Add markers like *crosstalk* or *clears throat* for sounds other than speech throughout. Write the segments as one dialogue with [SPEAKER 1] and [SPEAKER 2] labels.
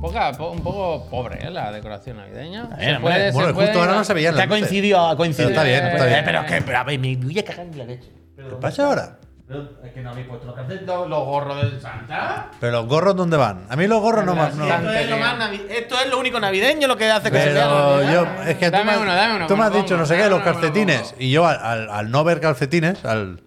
[SPEAKER 1] poca- po- un poco pobre ¿eh? la decoración navideña.
[SPEAKER 2] ver,
[SPEAKER 1] Se
[SPEAKER 2] hombre,
[SPEAKER 1] puede- se
[SPEAKER 3] bueno,
[SPEAKER 1] puede-
[SPEAKER 3] justo ahora no se veían
[SPEAKER 2] Ya
[SPEAKER 3] las luces.
[SPEAKER 2] coincidió, ha coincidido.
[SPEAKER 3] Pero está bien, está bien.
[SPEAKER 2] Eh, Pero es que, pero a ver, me voy a cagar en la leche.
[SPEAKER 3] ¿Qué pasa ahora?
[SPEAKER 1] Pero Es Pues, que no habéis puesto los calcetines, los los gorros del Santa.
[SPEAKER 3] ¿Pero los gorros dónde van? A mí los gorros no me.
[SPEAKER 1] Las
[SPEAKER 3] no-
[SPEAKER 1] plantas.
[SPEAKER 4] Esto es, lo más navi- esto es lo único navideño lo que hace que se vea.
[SPEAKER 3] Pero yo, es que tú,
[SPEAKER 1] Dame
[SPEAKER 3] me, has-
[SPEAKER 1] uno, dame uno,
[SPEAKER 3] tú me
[SPEAKER 1] me
[SPEAKER 3] has
[SPEAKER 1] lo
[SPEAKER 3] dicho no sé
[SPEAKER 1] pongo,
[SPEAKER 3] qué, los
[SPEAKER 1] dame uno, me lo
[SPEAKER 3] calcetines.
[SPEAKER 1] pongo.
[SPEAKER 3] Y yo, al, al- al no ver calcetines, al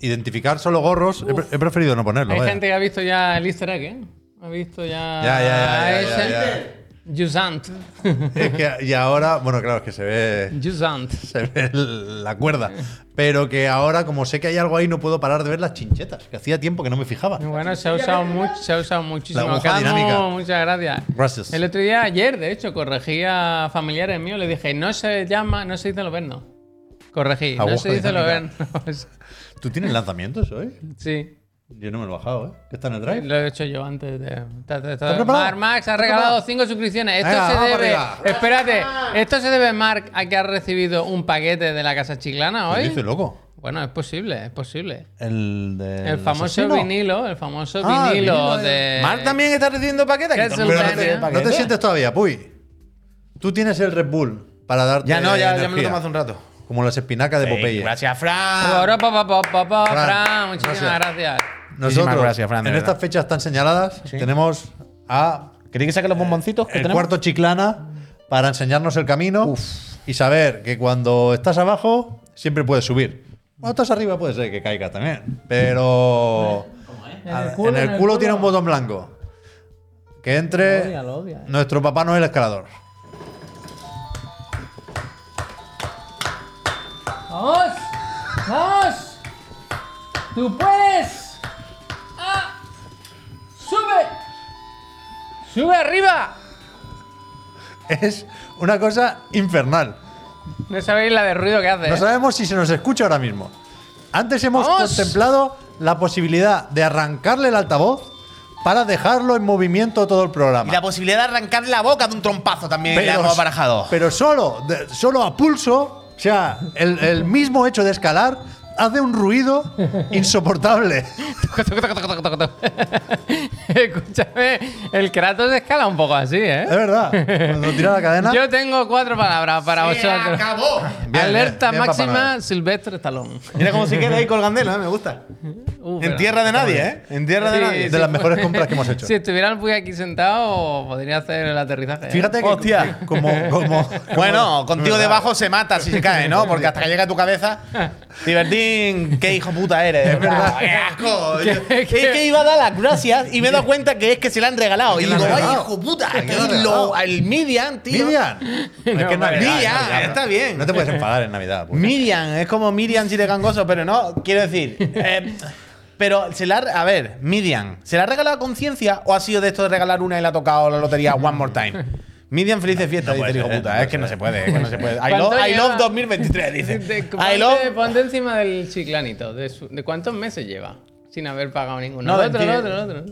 [SPEAKER 3] identificar solo gorros, he, pre- he preferido no ponerlo.
[SPEAKER 1] Hay
[SPEAKER 3] vaya.
[SPEAKER 1] gente que ha visto ya el easter egg, ¿eh? Ha visto ya...
[SPEAKER 3] Ya, ya, ya, ya, ya, ya.
[SPEAKER 1] *laughs* Jusant.
[SPEAKER 3] *laughs* Es que- y ahora, bueno, claro, es que se ve,
[SPEAKER 1] Jusant.
[SPEAKER 3] se ve el- la cuerda. Pero que ahora, como sé que hay algo ahí, no puedo parar de ver las chinchetas, que hacía tiempo que no me fijaba.
[SPEAKER 1] Bueno, se ha usado, mucho, se ha usado muchísimo.
[SPEAKER 3] La aguja dinámica.
[SPEAKER 1] muchas gracias.
[SPEAKER 3] Gracias.
[SPEAKER 1] El otro día, ayer, de hecho, corregí a familiares míos, le dije, no se llama, no se dice los vernos. Corregí, no
[SPEAKER 3] Aguja
[SPEAKER 1] se dice los
[SPEAKER 3] dinámica.
[SPEAKER 1] *laughs* vernos.
[SPEAKER 3] ¿Tú tienes lanzamientos hoy?
[SPEAKER 1] sí.
[SPEAKER 3] Yo no me lo he bajado, ¿eh? ¿Qué está en el drive?
[SPEAKER 1] Lo he hecho yo antes de. ta- ta- ta-
[SPEAKER 3] ¿Estás preparado?
[SPEAKER 1] Mar Max ha
[SPEAKER 3] ¿Estás
[SPEAKER 1] regalado
[SPEAKER 3] preparado?
[SPEAKER 1] 5 suscripciones. Esto
[SPEAKER 3] Venga,
[SPEAKER 1] se
[SPEAKER 3] vamos
[SPEAKER 1] debe.
[SPEAKER 3] arriba.
[SPEAKER 1] Espérate, esto se debe, Mark, a que ha recibido un paquete de la Casa Chiclana
[SPEAKER 3] ¿Qué
[SPEAKER 1] hoy.
[SPEAKER 3] dices, loco?
[SPEAKER 1] Bueno, es posible, es posible.
[SPEAKER 3] El de.
[SPEAKER 1] El famoso vinilo, el famoso
[SPEAKER 3] Ah, el
[SPEAKER 1] vinilo
[SPEAKER 3] vinilo de-
[SPEAKER 1] de.
[SPEAKER 4] Mark también está recibiendo paquetes.
[SPEAKER 1] ¿Qué
[SPEAKER 4] Aquí
[SPEAKER 1] es
[SPEAKER 4] todo el
[SPEAKER 1] un
[SPEAKER 4] mundo
[SPEAKER 1] plan,
[SPEAKER 4] recibe
[SPEAKER 1] eh?
[SPEAKER 3] No te
[SPEAKER 4] paquetes.
[SPEAKER 3] sientes todavía, Puy. Tú tienes el Red Bull para darte.
[SPEAKER 4] Ya no, ya, ya me lo
[SPEAKER 3] energía.
[SPEAKER 4] tomo hace un rato.
[SPEAKER 3] Como las espinacas de
[SPEAKER 4] Ey,
[SPEAKER 3] Popeye.
[SPEAKER 4] gracias, Fran.
[SPEAKER 1] Pa, pa, pa, pa, pa, pa,
[SPEAKER 3] Fran,
[SPEAKER 1] Fran, muchísimas
[SPEAKER 3] gracias.
[SPEAKER 1] gracias.
[SPEAKER 3] Nosotros,
[SPEAKER 4] Muchísimas gracias, Fran, de
[SPEAKER 3] en
[SPEAKER 4] verdad.
[SPEAKER 3] estas fechas tan señaladas, tenemos a
[SPEAKER 4] ¿Queréis que saque los bomboncitos
[SPEAKER 3] el
[SPEAKER 4] que tenemos?
[SPEAKER 3] cuarto chiclana para enseñarnos el camino y saber que cuando estás abajo siempre puedes subir. Cuando estás arriba puede ser que caiga también, pero a- eh? en el culo, tiene un botón blanco. Que entre
[SPEAKER 1] Lo odia, lo odia, eh.
[SPEAKER 3] nuestro papá no es el escalador. *laughs*
[SPEAKER 1] ¡Vamos! ¡Vamos! ¡Tú puedes! ¡Ah! ¡Sube! ¡Sube arriba!
[SPEAKER 3] Es una cosa infernal.
[SPEAKER 1] No sabéis la de ruido que hace.
[SPEAKER 3] No
[SPEAKER 1] ¿eh? *laughs*
[SPEAKER 3] sabemos si se nos escucha ahora mismo. Antes hemos
[SPEAKER 1] ¡Vamos!
[SPEAKER 3] contemplado la posibilidad de arrancarle el altavoz para dejarlo en movimiento todo el
[SPEAKER 4] Y
[SPEAKER 3] programa.
[SPEAKER 4] la posibilidad de arrancar la boca de un trompazo también la hemos barajado.
[SPEAKER 3] pero solo, de- solo a pulso, o sea, el, el mismo hecho de escalar hace un ruido
[SPEAKER 1] *laughs*
[SPEAKER 3] insoportable.
[SPEAKER 1] Toco, toco, toco, toco, toco, toco. *laughs* Escúchame, el Kratos escala un poco así,
[SPEAKER 3] Es
[SPEAKER 1] ¿eh?
[SPEAKER 3] verdad. Cuando tira la cadena.
[SPEAKER 1] Yo tengo cuatro palabras
[SPEAKER 4] *laughs*
[SPEAKER 1] para
[SPEAKER 4] ¡Se
[SPEAKER 1] vosotros.
[SPEAKER 4] acabó!
[SPEAKER 3] Bien,
[SPEAKER 1] Alerta
[SPEAKER 3] bien, bien, Papá
[SPEAKER 1] máxima,
[SPEAKER 3] Noel.
[SPEAKER 1] Silvestre Talón.
[SPEAKER 4] Mira cómo se queda ahí colgandela, ¿eh? me gusta. En tierra de nadie, ¿eh? En tierra de
[SPEAKER 1] Sí,
[SPEAKER 4] nadie.
[SPEAKER 3] Es de las mejores compras que hemos hecho.
[SPEAKER 1] *laughs* Si estuviera el Puy aquí sentado, podría hacer el aterrizaje. ¿eh?
[SPEAKER 3] Fíjate que,
[SPEAKER 4] Hostia.
[SPEAKER 3] que como, como-
[SPEAKER 4] *laughs* Bueno,
[SPEAKER 3] como-
[SPEAKER 4] contigo
[SPEAKER 3] ¿verdad?
[SPEAKER 4] debajo se mata si se cae, ¿no? Porque hasta que llega a tu cabeza. Divertín, qué hijo puta eres. Es verdad. ¡Qué asco!
[SPEAKER 1] ¿Qué-
[SPEAKER 4] Yo-
[SPEAKER 1] qué?
[SPEAKER 4] Es que iba a dar las gracias y me he dado cuenta que es que se la han regalado. Y
[SPEAKER 3] ¿A quién
[SPEAKER 4] digo,
[SPEAKER 3] la han
[SPEAKER 4] ¡ay,
[SPEAKER 3] regalado?
[SPEAKER 4] hijo puta!
[SPEAKER 3] ¿A quién la han
[SPEAKER 4] y
[SPEAKER 3] regalado?
[SPEAKER 4] lo- al Midian, tío.
[SPEAKER 3] Miriam. es que es
[SPEAKER 1] vale.
[SPEAKER 3] Navidad, es
[SPEAKER 4] Miriam,
[SPEAKER 3] Navidad.
[SPEAKER 4] está bien.
[SPEAKER 3] No te puedes enfadar en Navidad. pues.
[SPEAKER 4] Miriam, es como Miriam si de gangoso, pero no, quiero
[SPEAKER 1] *laughs*
[SPEAKER 4] decir. eh, pero se la. ha- A ver, Miriam, ¿se la ha regalado a conciencia o ha sido de esto de regalar una y la ha tocado la lotería one
[SPEAKER 1] *laughs*
[SPEAKER 4] more time? Miriam, felices fiestas,
[SPEAKER 3] No puede
[SPEAKER 4] dice el hijo
[SPEAKER 3] ser,
[SPEAKER 4] puta.
[SPEAKER 3] no
[SPEAKER 4] es que no
[SPEAKER 3] puede
[SPEAKER 4] se puede, es que no se puede.
[SPEAKER 1] *laughs*
[SPEAKER 4] I
[SPEAKER 1] ¿Cuánto
[SPEAKER 4] love, I
[SPEAKER 1] lleva?
[SPEAKER 4] love 2023,
[SPEAKER 1] *laughs*
[SPEAKER 4] dice.
[SPEAKER 1] De-
[SPEAKER 4] I
[SPEAKER 1] ponte,
[SPEAKER 4] love.
[SPEAKER 1] ponte encima del chiclanito. De, su- de cuántos meses lleva? Sin haber pagado ninguno.
[SPEAKER 4] No,
[SPEAKER 1] el otro, el
[SPEAKER 4] veinti-
[SPEAKER 1] otro, el otro.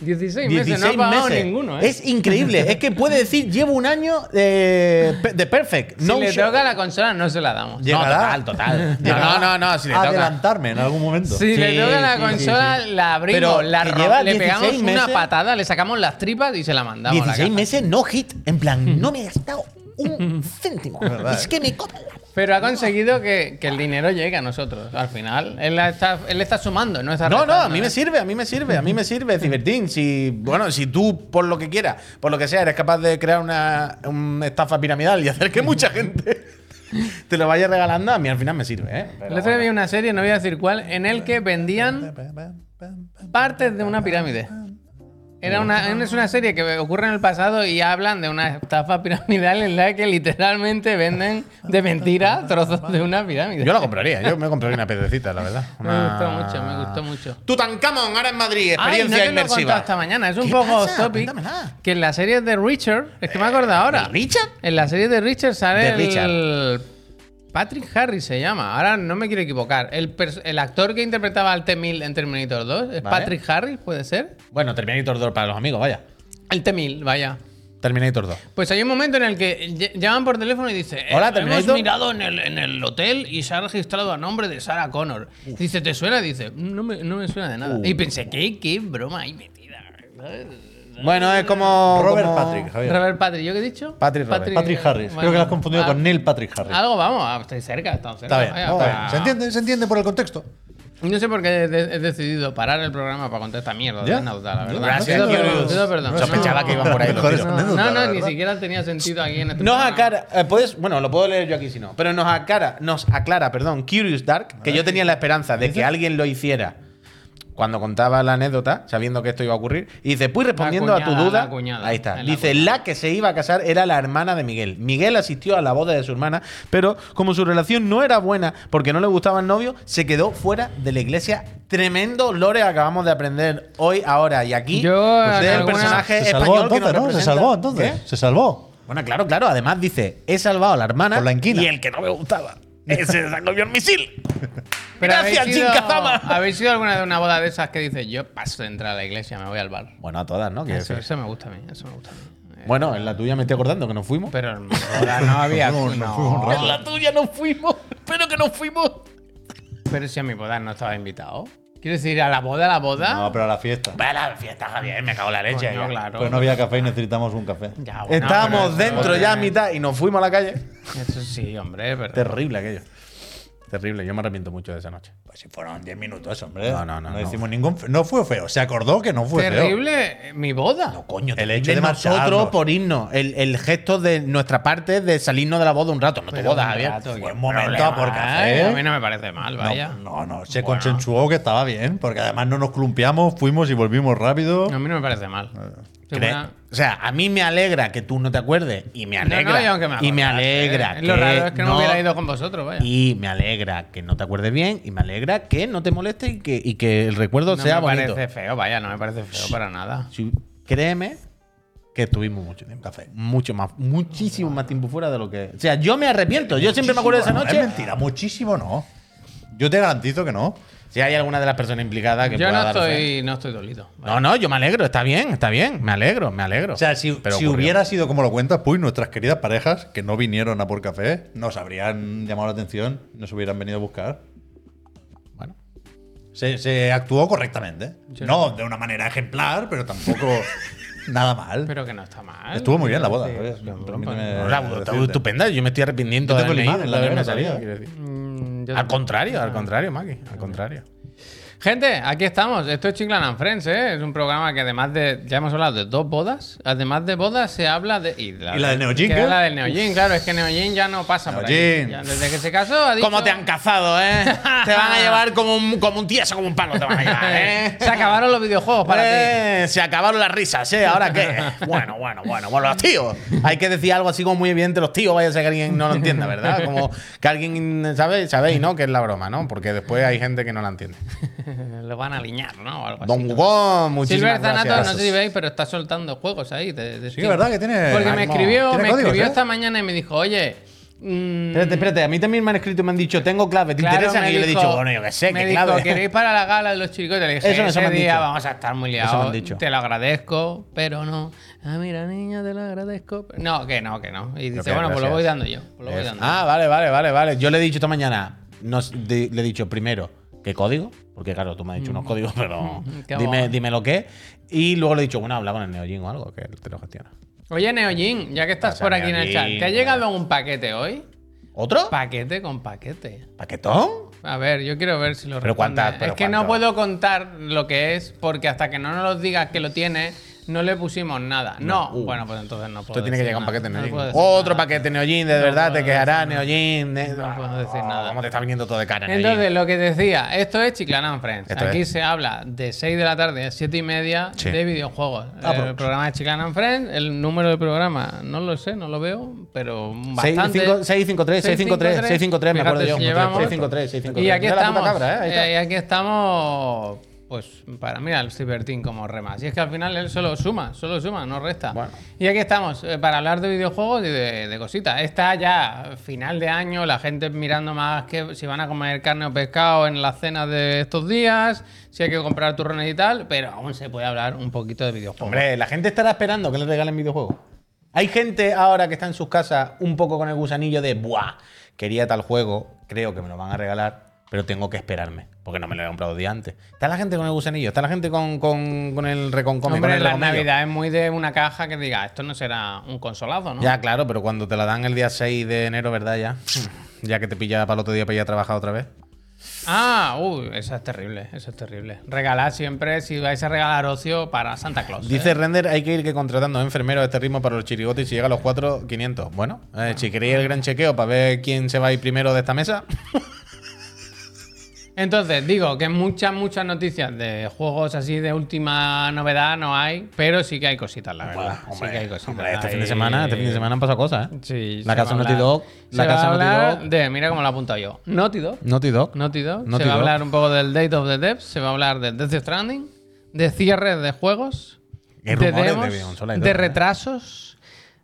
[SPEAKER 1] 16, meses, no
[SPEAKER 4] 16
[SPEAKER 1] ha pagado
[SPEAKER 4] meses.
[SPEAKER 1] ninguno, ¿eh?
[SPEAKER 4] Es increíble. Es que puede decir, llevo un año eh, pe- de perfect.
[SPEAKER 1] si le
[SPEAKER 4] show.
[SPEAKER 1] toca la consola, no se la damos.
[SPEAKER 4] No,
[SPEAKER 3] Llegará.
[SPEAKER 1] *laughs*
[SPEAKER 4] total, total. No,
[SPEAKER 3] Llegará
[SPEAKER 4] no, no, no, si le
[SPEAKER 3] a
[SPEAKER 4] toca.
[SPEAKER 3] adelantarme en algún momento.
[SPEAKER 1] Si
[SPEAKER 4] Sí,
[SPEAKER 1] le toca la
[SPEAKER 4] sí,
[SPEAKER 1] consola,
[SPEAKER 4] sí, sí.
[SPEAKER 1] la abrimos,
[SPEAKER 4] Pero
[SPEAKER 1] la
[SPEAKER 4] que
[SPEAKER 1] ro-
[SPEAKER 4] lleva
[SPEAKER 1] le pegamos
[SPEAKER 4] 16
[SPEAKER 1] una
[SPEAKER 4] meses-
[SPEAKER 1] patada, le sacamos las tripas y se la mandamos. a la
[SPEAKER 4] 16
[SPEAKER 1] caja.
[SPEAKER 4] meses no hit. En plan, no me he gastado *laughs* un céntimo.
[SPEAKER 3] verdad,
[SPEAKER 4] es
[SPEAKER 3] eh.
[SPEAKER 4] que me cobran la
[SPEAKER 1] Pero ha conseguido que, que el dinero llegue a nosotros. Al final, él la está, él está sumando, no está
[SPEAKER 4] No, no, a
[SPEAKER 1] restando,
[SPEAKER 4] mí me
[SPEAKER 1] ¿eh?
[SPEAKER 4] sirve, a mí me sirve, a mí me sirve Cibertín. Si, bueno, si tú, por lo que quieras, por lo que sea, eres capaz de crear una, una estafa piramidal y hacer que mucha *laughs* gente te lo vaya regalando, a mí al final me sirve, ¿eh? Pero
[SPEAKER 1] El otro día vi
[SPEAKER 4] bueno.
[SPEAKER 1] una serie, no voy a decir cuál, en el que vendían partes de una pirámide. Era una, es una serie que ocurre en el pasado y hablan de una estafa piramidal en la que literalmente venden de mentira trozos de una pirámide.
[SPEAKER 4] Yo la compraría, yo me compraría una pedrecita, la *laughs* verdad.
[SPEAKER 1] Me
[SPEAKER 4] Una-
[SPEAKER 1] gustó mucho, me gustó mucho.
[SPEAKER 4] Tutankamón, ahora en Madrid,
[SPEAKER 1] Ay, no te
[SPEAKER 4] experiencia
[SPEAKER 1] lo he contado
[SPEAKER 4] inmersiva.
[SPEAKER 1] hasta mañana. Es un
[SPEAKER 4] ¿Qué
[SPEAKER 1] poco
[SPEAKER 4] pasa?
[SPEAKER 1] off topic.
[SPEAKER 4] Cuéntamela.
[SPEAKER 1] Que en la serie de Richard, es que me acuerdo ahora.
[SPEAKER 4] ¿de Richard?
[SPEAKER 1] En la serie de Richard sale
[SPEAKER 4] De
[SPEAKER 1] el-
[SPEAKER 4] Richard.
[SPEAKER 1] Patrick Harris se llama. Ahora no me quiero equivocar. El, pers- el actor que interpretaba al T-1000 en Terminator 2 es
[SPEAKER 4] Vale.
[SPEAKER 1] Patrick Harris, ¿puede ser?
[SPEAKER 4] Bueno, Terminator 2 para los amigos, vaya.
[SPEAKER 1] El T-1000, vaya.
[SPEAKER 4] Terminator 2.
[SPEAKER 1] Pues hay un momento en el que ll- llaman por teléfono y dice, eh,
[SPEAKER 4] Hola,
[SPEAKER 1] hemos
[SPEAKER 4] Terminator".
[SPEAKER 1] mirado en el, en el hotel y se ha registrado a nombre de Sarah Connor. Dice, ¿te suena? Dice, no me, no me suena de nada. Y pensé, ¿qué, qué broma hay metida? ¿sabes?
[SPEAKER 4] Bueno, es como.
[SPEAKER 3] Robert
[SPEAKER 4] como-
[SPEAKER 3] Patrick, Javier.
[SPEAKER 1] Robert Patrick, ¿yo qué he dicho?
[SPEAKER 4] Patrick Robert.
[SPEAKER 3] Patrick Harris. Creo que lo has confundido
[SPEAKER 1] ah,
[SPEAKER 3] con Neil Patrick Harris.
[SPEAKER 1] Algo vamos, ah, estoy cerca, estamos
[SPEAKER 3] Está
[SPEAKER 1] cerca.
[SPEAKER 3] bien,
[SPEAKER 1] Vaya,
[SPEAKER 4] ah,
[SPEAKER 3] está
[SPEAKER 1] está
[SPEAKER 3] bien. ¿Se entiende? ¿Se entiende por el contexto?
[SPEAKER 1] bien. No sé por qué he, de- he decidido parar el programa para contar esta mierda
[SPEAKER 3] Ya.
[SPEAKER 1] de anécdota, la verdad.
[SPEAKER 4] Gracias,
[SPEAKER 1] Pido
[SPEAKER 4] Dios.
[SPEAKER 1] perdón, pido perdón.
[SPEAKER 4] Yo pensaba que iban por ahí los
[SPEAKER 3] Mejores
[SPEAKER 4] tiros.
[SPEAKER 1] No,
[SPEAKER 3] anécdotas,
[SPEAKER 1] no,
[SPEAKER 3] la
[SPEAKER 1] ni
[SPEAKER 3] verdad.
[SPEAKER 1] siquiera tenía sentido aquí en este
[SPEAKER 4] Nos
[SPEAKER 1] programa.
[SPEAKER 4] aclara, eh, puedes, bueno, lo puedo leer yo aquí si no, pero nos aclara, nos aclara, perdón, Curious Dark, que yo tenía la esperanza de que alguien lo hiciera cuando contaba la anécdota, sabiendo que esto iba a ocurrir, y dice, pues respondiendo a tu
[SPEAKER 1] cuñada,
[SPEAKER 4] duda,
[SPEAKER 1] la cuñada,
[SPEAKER 4] ahí está,
[SPEAKER 1] la
[SPEAKER 4] dice,
[SPEAKER 1] cuñada.
[SPEAKER 4] la que se iba a casar era la hermana de Miguel. Miguel asistió a la boda de su hermana, pero como su relación no era buena porque no le gustaba el novio, se quedó fuera de la iglesia. Tremendo lore acabamos de aprender hoy, ahora y aquí
[SPEAKER 1] Yo, en
[SPEAKER 4] del
[SPEAKER 1] alguna-
[SPEAKER 4] personaje
[SPEAKER 3] Se salvó
[SPEAKER 4] español que
[SPEAKER 3] entonces,
[SPEAKER 4] nos
[SPEAKER 3] ¿no? Se
[SPEAKER 4] representa. ¿Eh?
[SPEAKER 3] salvó entonces.
[SPEAKER 4] ¿Qué?
[SPEAKER 3] Se salvó.
[SPEAKER 4] Bueno, claro, claro. Además dice, he salvado a la hermana
[SPEAKER 3] Por la inquina.
[SPEAKER 4] y el que no me gustaba. Ese sacó yo el misil.
[SPEAKER 1] Pero habéis
[SPEAKER 4] Gracias,
[SPEAKER 1] sido-
[SPEAKER 4] Chinkazama.
[SPEAKER 1] ¿Habéis sido alguna de una boda de esas que dices, yo paso de entrar a la iglesia, me voy al bar?
[SPEAKER 4] Bueno, a todas, ¿no? Quiero
[SPEAKER 1] Eso,
[SPEAKER 4] decir.
[SPEAKER 1] eso me gusta a mí, eso me gusta a mí.
[SPEAKER 4] Bueno, en la tuya me estoy acordando que nos fuimos.
[SPEAKER 1] Pero en mi boda no había...
[SPEAKER 3] Nos fuimos, nos
[SPEAKER 1] no.
[SPEAKER 3] fuimos un rato.
[SPEAKER 2] La tuya no fuimos, pero que no fuimos.
[SPEAKER 1] Pero si a mi boda no estaba invitado. Quiero decir, a la boda, a la boda...
[SPEAKER 4] Ah.
[SPEAKER 3] No, pero a la fiesta.
[SPEAKER 2] Para la fiesta, Javier, me cago en la leche.
[SPEAKER 1] Coño,
[SPEAKER 2] ya.
[SPEAKER 1] claro.
[SPEAKER 3] Pues no había café y necesitamos un café.
[SPEAKER 4] Ah,
[SPEAKER 1] Ya, bueno,
[SPEAKER 4] Estábamos
[SPEAKER 1] pero eso-
[SPEAKER 4] dentro ya a mitad y nos fuimos a la calle.
[SPEAKER 1] Eso sí, hombre, pero...
[SPEAKER 4] Terrible aquello. Terrible, yo me arrepiento mucho de esa noche.
[SPEAKER 3] Pues si fueron 10 minutos, hombre.
[SPEAKER 4] No, no,
[SPEAKER 3] No
[SPEAKER 4] no, no.
[SPEAKER 3] hicimos ningún. fe- No fue feo. Se acordó que no fue feo.
[SPEAKER 1] Terrible eh, mi boda.
[SPEAKER 4] Coño,
[SPEAKER 3] El hecho de
[SPEAKER 4] nosotros
[SPEAKER 3] marcharnos.
[SPEAKER 4] por irnos. El, el gesto de nuestra parte de salirnos de la boda un rato. No te
[SPEAKER 1] Pero
[SPEAKER 4] bodas,
[SPEAKER 1] un
[SPEAKER 4] Javier.
[SPEAKER 1] rato,
[SPEAKER 3] Fue
[SPEAKER 1] qué
[SPEAKER 3] un momento
[SPEAKER 1] problema,
[SPEAKER 3] a por
[SPEAKER 1] ¿eh?
[SPEAKER 3] café.
[SPEAKER 1] A mí no me parece mal, vaya.
[SPEAKER 3] No, no, no. Se consensuó que estaba bien, porque además no nos columpiamos, fuimos y volvimos rápido.
[SPEAKER 1] A mí no me parece mal.
[SPEAKER 3] Eh,
[SPEAKER 1] Sí,
[SPEAKER 4] Cre-
[SPEAKER 1] bueno,
[SPEAKER 4] O sea, a mí me alegra que tú no te acuerdes. Y me
[SPEAKER 1] no,
[SPEAKER 4] alegra.
[SPEAKER 1] no, y aunque me
[SPEAKER 4] y me
[SPEAKER 1] acordase,
[SPEAKER 4] alegra.
[SPEAKER 1] ¿eh? Lo
[SPEAKER 4] que
[SPEAKER 1] raro es que no,
[SPEAKER 4] no-
[SPEAKER 1] me hubiera ido con vosotros, vaya.
[SPEAKER 4] Y me alegra que no te acuerdes bien. Y me alegra que no te moleste y que, y que el recuerdo
[SPEAKER 1] no
[SPEAKER 4] sea
[SPEAKER 1] me
[SPEAKER 4] bonito.
[SPEAKER 1] parece feo, vaya, no me parece feo para nada.
[SPEAKER 4] Si- créeme que estuvimos mucho tiempo.
[SPEAKER 3] Café.
[SPEAKER 4] Mucho más. Muchísimo más tiempo fuera de lo que. O sea, yo me arrepiento. Yo siempre me acuerdo de esa
[SPEAKER 3] Muchísimo, no,
[SPEAKER 4] noche.
[SPEAKER 3] Es mentira, muchísimo no. Yo te garantizo que no.
[SPEAKER 4] Si hay alguna de las personas implicadas que
[SPEAKER 1] Yo
[SPEAKER 4] pueda
[SPEAKER 1] no
[SPEAKER 4] dar fe.
[SPEAKER 1] estoy, no estoy dolido. vaya.
[SPEAKER 4] No, no, yo me alegro, está bien, está bien, me alegro, me alegro.
[SPEAKER 3] O sea, si, si
[SPEAKER 4] ocurrió.
[SPEAKER 3] hubiera sido como lo cuentas, pues nuestras queridas parejas que no vinieron a por café nos habrían llamado la atención, nos hubieran venido a buscar.
[SPEAKER 4] Bueno.
[SPEAKER 3] Se, se actuó correctamente.
[SPEAKER 1] Sí.
[SPEAKER 3] No de una manera ejemplar, pero
[SPEAKER 4] *laughs*
[SPEAKER 3] tampoco nada mal.
[SPEAKER 1] Pero que no está mal.
[SPEAKER 3] Estuvo muy bien la boda.
[SPEAKER 1] Sí,
[SPEAKER 3] ¿sabes?
[SPEAKER 1] sí, sí.
[SPEAKER 3] Permíteme
[SPEAKER 4] No, la-
[SPEAKER 3] Eh, decirte.
[SPEAKER 4] estupenda, yo me estoy arrepintiendo
[SPEAKER 3] Yo
[SPEAKER 4] de
[SPEAKER 3] tengo la
[SPEAKER 4] haberme
[SPEAKER 3] imagen
[SPEAKER 4] ido,
[SPEAKER 3] en
[SPEAKER 4] de
[SPEAKER 3] la
[SPEAKER 4] haberme
[SPEAKER 3] nevera
[SPEAKER 4] salido.
[SPEAKER 3] todavía.
[SPEAKER 4] quiero decir.
[SPEAKER 1] Mm, yo
[SPEAKER 4] Al
[SPEAKER 1] tampoco.
[SPEAKER 4] contrario, al contrario, Maki,
[SPEAKER 3] Ah.
[SPEAKER 4] al contrario.
[SPEAKER 1] Gente, aquí estamos. Esto es Chiclan and Friends, ¿eh? Es un programa que además de. Ya hemos hablado de dos bodas. Además de bodas, se habla de. Y la,
[SPEAKER 3] Y la de Neojin,
[SPEAKER 1] que
[SPEAKER 3] ¿qué?
[SPEAKER 1] es La del Neojin, claro. Es que Neojin ya no pasa por aquí.
[SPEAKER 3] Neojin.
[SPEAKER 1] Ya, desde que se casó, ha dicho.
[SPEAKER 4] ¿Cómo te han
[SPEAKER 1] *laughs*
[SPEAKER 4] cazado, eh? te van a llevar como un, como un tieso, como un palo, te van a
[SPEAKER 1] *laughs*
[SPEAKER 4] llevar,
[SPEAKER 1] Eh,
[SPEAKER 4] eh.
[SPEAKER 1] Se acabaron los videojuegos para ti.
[SPEAKER 4] Eh, se acabaron las risas, ¿eh?
[SPEAKER 1] *laughs*
[SPEAKER 4] ¿Ahora qué? Bueno, bueno, bueno, bueno, los tíos. Hay que decir algo así como muy evidente, los tíos, vaya a ser que alguien no lo entienda, ¿verdad? Como que alguien, sabe Sabéis, ¿no? Que es la broma, ¿no? Porque después hay gente que no la entiende.
[SPEAKER 1] *laughs* Lo van a aliñar, ¿no? O algo así.
[SPEAKER 4] Don Hugo, muchísimas
[SPEAKER 1] Silver Zanato,
[SPEAKER 4] gracias.
[SPEAKER 1] no sé si veis, pero está soltando juegos ahí. de- de
[SPEAKER 3] Sí,
[SPEAKER 1] Steam.
[SPEAKER 3] verdad que tiene-
[SPEAKER 1] Porque me
[SPEAKER 3] Ánimo.
[SPEAKER 1] escribió,
[SPEAKER 3] Tiene
[SPEAKER 1] me
[SPEAKER 3] códigos,
[SPEAKER 1] escribió
[SPEAKER 3] ¿eh?
[SPEAKER 1] esta mañana y me dijo, oye. mm,
[SPEAKER 4] Espérate, espérate, a mí también me han escrito y me han dicho, tengo clave, ¿te
[SPEAKER 1] Claro,
[SPEAKER 4] interesan?
[SPEAKER 1] me
[SPEAKER 4] Y yo le he
[SPEAKER 1] dijo-
[SPEAKER 4] dicho, bueno, yo qué sé,
[SPEAKER 1] me
[SPEAKER 4] qué
[SPEAKER 1] dijo,
[SPEAKER 4] clave.
[SPEAKER 1] ¿queréis para la gala de los chicos? Y le dije,
[SPEAKER 4] Eso me- eso
[SPEAKER 1] ese
[SPEAKER 4] me han
[SPEAKER 1] día
[SPEAKER 4] dicho.
[SPEAKER 1] vamos a estar muy
[SPEAKER 4] Eso me
[SPEAKER 1] liados.
[SPEAKER 4] han dicho.
[SPEAKER 1] Te lo agradezco, pero no. Ah, mira, niña, te lo agradezco. pero- No, que no, que no. Y dice,
[SPEAKER 4] que
[SPEAKER 1] bueno, pues lo
[SPEAKER 4] gracias.
[SPEAKER 1] voy dando yo. pues lo voy dando.
[SPEAKER 4] Ah, vale, vale, vale, vale. Yo le he dicho esta mañana, nos- de- le he dicho primero, ¿qué código? Porque claro, tú me has dicho unos códigos, pero
[SPEAKER 1] Mm. *laughs* Qué guay.
[SPEAKER 4] dime, dime lo que es. Y luego le he dicho, bueno, habla con el Neojin o algo, que él te lo gestiona.
[SPEAKER 1] Oye, Neojin, ya que estás
[SPEAKER 4] Pasa,
[SPEAKER 1] por aquí en el
[SPEAKER 4] Neojin,
[SPEAKER 1] chat, ¿te ha
[SPEAKER 4] bueno.
[SPEAKER 1] llegado un paquete hoy?
[SPEAKER 4] ¿Otro?
[SPEAKER 1] Paquete con paquete.
[SPEAKER 4] ¿Paquetón?
[SPEAKER 1] A ver, yo quiero ver si lo
[SPEAKER 4] Pero
[SPEAKER 1] responde.
[SPEAKER 4] cuántas, pero
[SPEAKER 1] Es que no
[SPEAKER 4] cuántas.
[SPEAKER 1] puedo contar lo que es porque hasta que no nos digas que lo tiene, no le pusimos nada. No,
[SPEAKER 4] Uh.
[SPEAKER 1] bueno, pues entonces no puedo.
[SPEAKER 4] Esto tiene que
[SPEAKER 1] decir
[SPEAKER 4] llegar un
[SPEAKER 1] nada.
[SPEAKER 4] paquete
[SPEAKER 1] No
[SPEAKER 4] Neojin.
[SPEAKER 1] puedo decir
[SPEAKER 4] Otro
[SPEAKER 1] nada.
[SPEAKER 4] paquete Neojin, de verdad,
[SPEAKER 1] puedo
[SPEAKER 4] te quedará Neojin. ne-
[SPEAKER 1] No puedo decir
[SPEAKER 4] Oh,
[SPEAKER 1] nada.
[SPEAKER 4] ¿Cómo te está viniendo todo de cara, Neojin?
[SPEAKER 1] Entonces, lo que decía, esto es Chiclanán Friends.
[SPEAKER 4] Esto
[SPEAKER 1] Aquí
[SPEAKER 4] es.
[SPEAKER 1] se habla de 6 de la tarde a 7 y media
[SPEAKER 4] Sí.
[SPEAKER 1] de videojuegos.
[SPEAKER 3] Ah,
[SPEAKER 1] el
[SPEAKER 3] pues.
[SPEAKER 1] programa es Chiclanán Friends, el número del programa no lo sé, no lo veo, pero bastante.
[SPEAKER 4] 653, 653, 653, me acuerdo
[SPEAKER 1] Fíjate
[SPEAKER 4] yo.
[SPEAKER 1] si llevamos.
[SPEAKER 4] 653, 653.
[SPEAKER 1] Y aquí
[SPEAKER 4] Mira la puta
[SPEAKER 1] estamos,
[SPEAKER 4] cabra, ¿eh? Ahí está.
[SPEAKER 1] eh, y aquí estamos, pues, para mira el Cyberteam como rema. Y es que al final él solo suma, solo suma, no resta.
[SPEAKER 4] Bueno.
[SPEAKER 1] Y aquí estamos, eh, para hablar de videojuegos y de, de cositas. Está ya final de año, la gente mirando más que si van a comer carne o pescado en las cenas de estos días, si hay que comprar turrones y tal, pero aún se puede hablar un poquito de videojuegos.
[SPEAKER 4] Hombre, la gente estará esperando que le regalen videojuegos. Hay gente ahora que está en sus casas un poco con el gusanillo de, ¡buah! Quería tal juego, creo que me lo van a regalar. Pero tengo que esperarme, porque no me lo he comprado días antes. Está la gente con el gusanillo, está la gente con, con, con el reconcome. con
[SPEAKER 1] Hombre,
[SPEAKER 4] el
[SPEAKER 1] la
[SPEAKER 4] recomillo.
[SPEAKER 1] Navidad es muy de una caja que diga, "Ah, esto no será un consolado, ¿no?
[SPEAKER 4] Ya, claro, pero cuando te la dan el día 6 de enero, ¿verdad? Ya. *laughs* Ya que te pilla para el otro día para ir a trabajar otra vez.
[SPEAKER 1] Ah, uy, esa es terrible, esa es terrible. Regalad siempre, si vais a regalar ocio, para Santa Claus. ¿eh?
[SPEAKER 4] Dice Render, hay que ir que contratando enfermeros a este ritmo para los chirigotes y si llega a los 4, 500. Bueno, eh, si queréis el gran chequeo para ver quién se va a ir primero de esta mesa.
[SPEAKER 1] Entonces, digo que muchas, muchas noticias de juegos así de última novedad no hay, pero sí que hay cositas, la verdad. sí que hay cositas.
[SPEAKER 4] Hombre, este fin de
[SPEAKER 1] Hay-
[SPEAKER 4] semana, este fin de semana han pasado cosas, ¿eh?
[SPEAKER 1] Sí,
[SPEAKER 4] La
[SPEAKER 1] se va
[SPEAKER 4] casa
[SPEAKER 1] a
[SPEAKER 4] Naughty
[SPEAKER 1] hablar-
[SPEAKER 4] Dog, la
[SPEAKER 1] se va
[SPEAKER 4] casa
[SPEAKER 1] a
[SPEAKER 4] Naughty
[SPEAKER 1] hablar
[SPEAKER 4] Dog.
[SPEAKER 1] de, mira cómo lo he apuntado yo. Naughty Dog.
[SPEAKER 4] Naughty Dog.
[SPEAKER 1] Naughty Dog.
[SPEAKER 4] Naughty
[SPEAKER 1] se va a
[SPEAKER 4] Dog.
[SPEAKER 1] hablar un poco del Date of the Devs, se va a hablar del Death Stranding, de cierres de juegos, de
[SPEAKER 4] Hay rumores de
[SPEAKER 1] demos,
[SPEAKER 4] videoconsola y
[SPEAKER 1] de
[SPEAKER 4] todo, ¿eh?
[SPEAKER 1] retrasos.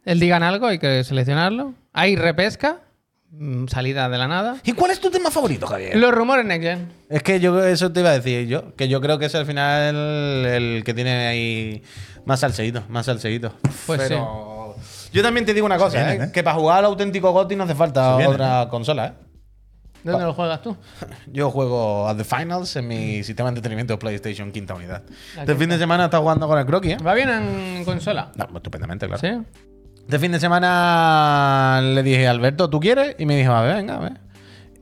[SPEAKER 1] El digan algo, hay que seleccionarlo. Hay repesca, mm, salida de la nada.
[SPEAKER 4] ¿Y cuál es tu tema favorito, Javier?
[SPEAKER 1] Los rumores Next Gen.
[SPEAKER 4] Es que yo eso te iba a decir yo, que yo creo que es al final el que tiene ahí más salseíto, más salseíto.
[SPEAKER 1] Pues
[SPEAKER 4] Pero yo también te digo una cosa,
[SPEAKER 3] vienen,
[SPEAKER 4] ¿eh?
[SPEAKER 3] ¿eh?
[SPEAKER 4] que para jugar al auténtico GOTY no hace falta
[SPEAKER 3] Se vienen,
[SPEAKER 4] otra consola, ¿eh?
[SPEAKER 1] ¿Dónde lo juegas tú?
[SPEAKER 4] Yo juego a The Finals en mi sistema de entretenimiento PlayStation quinta unidad. Este fin de semana está jugando con el croquis, ¿eh?
[SPEAKER 1] ¿Va bien en consola?
[SPEAKER 4] No, estupendamente, claro.
[SPEAKER 1] ¿Sí?
[SPEAKER 4] Este fin de semana le dije, Alberto, ¿tú quieres? Y me dijo, a ver, venga, a ver.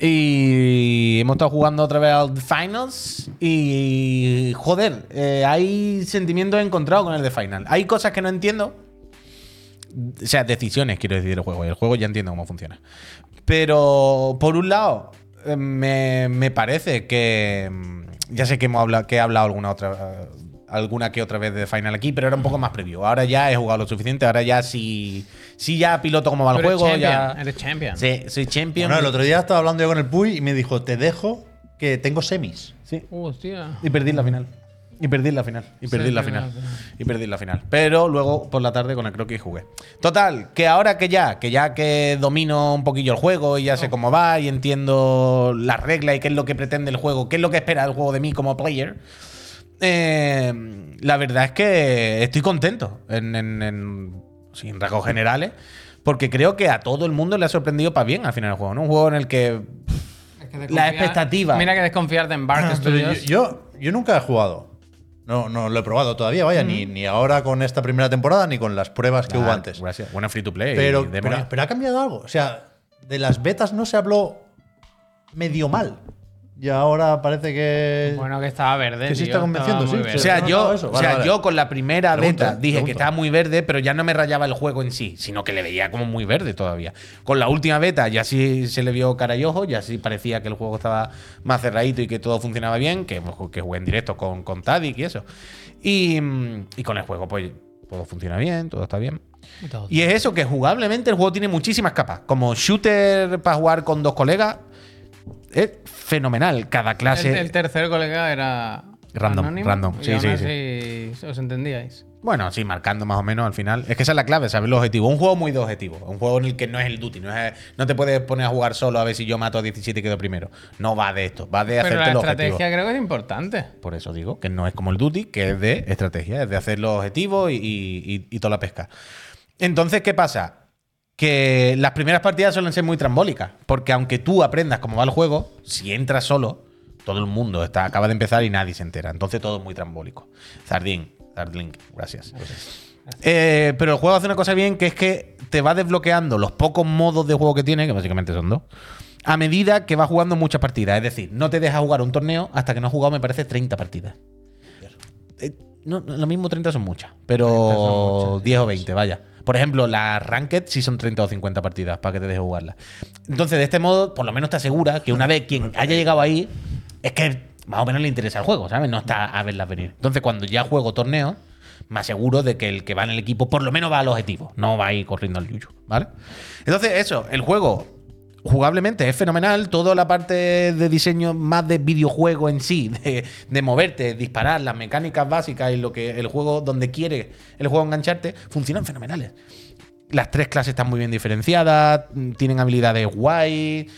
[SPEAKER 4] Y hemos estado jugando otra vez al The Finals. Y joder, eh, hay sentimientos encontrados con el The Final. Hay cosas que no entiendo. O sea, decisiones, quiero decir, el juego. El juego ya entiendo cómo funciona. Pero, por un lado, eh, me, me parece que. mm, Ya sé que, hemos hablado, que he hablado alguna otra. eh, Alguna que otra vez de Final aquí, pero era un poco más previo. Ahora ya he jugado lo suficiente. Ahora ya sí. Sí, ya piloto cómo va el
[SPEAKER 1] Pero eres
[SPEAKER 4] juego.
[SPEAKER 1] champion,
[SPEAKER 4] Ya.
[SPEAKER 1] Eres champion.
[SPEAKER 4] Sí, soy champion.
[SPEAKER 3] Bueno, el otro día estaba hablando yo con el Puy y me dijo, te dejo que tengo semis.
[SPEAKER 4] Sí.
[SPEAKER 1] Uh, Hostia.
[SPEAKER 4] Y perdí la final. Y perdí la final. Y perdí la
[SPEAKER 1] perdí la
[SPEAKER 4] final. Y perdí la final. Pero luego por la tarde con el croquis jugué. Total, que ahora que ya, que ya que domino un poquillo el juego y ya
[SPEAKER 1] Oh.
[SPEAKER 4] sé cómo va y entiendo las reglas y qué es lo que pretende el juego, qué es lo que espera el juego de mí como player. eh, la verdad es que estoy contento en, en- en- sí, en rasgos generales, porque creo que a todo el mundo le ha sorprendido para bien al final el juego. ¿no? Un juego en el que
[SPEAKER 1] Es que
[SPEAKER 4] La
[SPEAKER 1] desconfiar-
[SPEAKER 4] expectativa. Ah,
[SPEAKER 1] Mira que desconfiar de Embark
[SPEAKER 3] Pero yo,
[SPEAKER 1] Studios.
[SPEAKER 3] Ah, yo, yo nunca he jugado. No, no lo he probado todavía, vaya, ni,
[SPEAKER 4] Mm.
[SPEAKER 3] ni ahora con esta primera temporada ni con las pruebas que hubo
[SPEAKER 4] Ah,
[SPEAKER 3] antes.
[SPEAKER 4] Gracias. Buena free to play.
[SPEAKER 3] Pero,
[SPEAKER 4] y demo.
[SPEAKER 3] pero, pero ha cambiado algo. O sea, de las betas no se habló medio mal. Y ahora parece que.
[SPEAKER 1] Bueno, que estaba verde.
[SPEAKER 3] Que sí
[SPEAKER 1] tío,
[SPEAKER 3] está convenciendo,
[SPEAKER 1] estaba muy
[SPEAKER 3] sí,
[SPEAKER 1] verde.
[SPEAKER 4] O
[SPEAKER 3] sí.
[SPEAKER 4] sea,
[SPEAKER 3] No,
[SPEAKER 4] yo,
[SPEAKER 3] no, eso.
[SPEAKER 4] o sea,
[SPEAKER 3] Vale, vale.
[SPEAKER 4] yo con la primera
[SPEAKER 3] Pregunta,
[SPEAKER 4] beta dije
[SPEAKER 3] pregunta.
[SPEAKER 4] que estaba muy verde, pero ya no me rayaba el juego en sí, sino que le veía como muy verde todavía. Con la última beta ya sí se le vio cara y ojo, ya sí parecía que el juego estaba más cerradito y que todo funcionaba bien, que, pues, que jugué en directo con, con Tadic y eso. Y, mm, y con el juego, pues todo funciona bien, todo está bien.
[SPEAKER 1] Entonces,
[SPEAKER 4] Y es eso, que jugablemente el juego tiene muchísimas capas. Como shooter para jugar con dos colegas, es fenomenal. Cada clase.
[SPEAKER 1] el, el tercer colega era.
[SPEAKER 4] Ah, Random,
[SPEAKER 1] anónimo,
[SPEAKER 4] random.
[SPEAKER 1] y
[SPEAKER 4] Sí,
[SPEAKER 1] aún
[SPEAKER 4] sí,
[SPEAKER 1] así Os entendíais.
[SPEAKER 4] Bueno, sí, marcando más o menos al final. Es que esa es la clave, saber los objetivos. Un juego muy de objetivos. Un juego en el que no es el duty. No, es- no te puedes poner a jugar solo a ver si yo mato a 17 y quedo primero. No va de esto. Va
[SPEAKER 1] Pero la
[SPEAKER 4] de hacerte los
[SPEAKER 1] estrategia
[SPEAKER 4] objetivos.
[SPEAKER 1] creo que es importante.
[SPEAKER 4] Por eso digo que no es como el duty, que es de estrategia. Es de hacer los objetivos y, y- y- y toda la pesca. Entonces, ¿qué pasa? Que las primeras partidas suelen ser muy trambólicas. Porque aunque tú aprendas cómo va el juego, si entras solo, todo el mundo está, acaba de empezar y nadie se entera. Entonces todo es muy trambólico. Zardín, Zardlink, gracias. Eh, pero el juego hace una cosa bien que es que te va desbloqueando los pocos modos de juego que tiene, que básicamente son dos, a medida que vas jugando muchas partidas. Es decir, no te deja jugar un torneo hasta que no has jugado, me parece, 30 partitas. Eh, no, no, lo mismo 30 son muchas, pero 10 o 20, vaya. Por ejemplo, la Ranked sí son 30 o 50 partidas para que te deje jugarla. Entonces, de este modo, por lo menos te asegura que una vez quien haya llegado ahí, es que más o menos le interesa el juego, ¿sabes? No está a verlas venir. Entonces, cuando ya juego torneo, me aseguro de que el que va en el equipo por lo menos va al objetivo, no va ahí corriendo al yuyu, ¿vale? Entonces, eso, el juego jugablemente es fenomenal. Toda la parte de diseño más de videojuego en sí, de, de moverte, disparar, las mecánicas básicas y lo que el juego, donde quiere el juego engancharte, funcionan fenomenales. Las tres clases están muy bien diferenciadas, mm, tienen habilidades guay,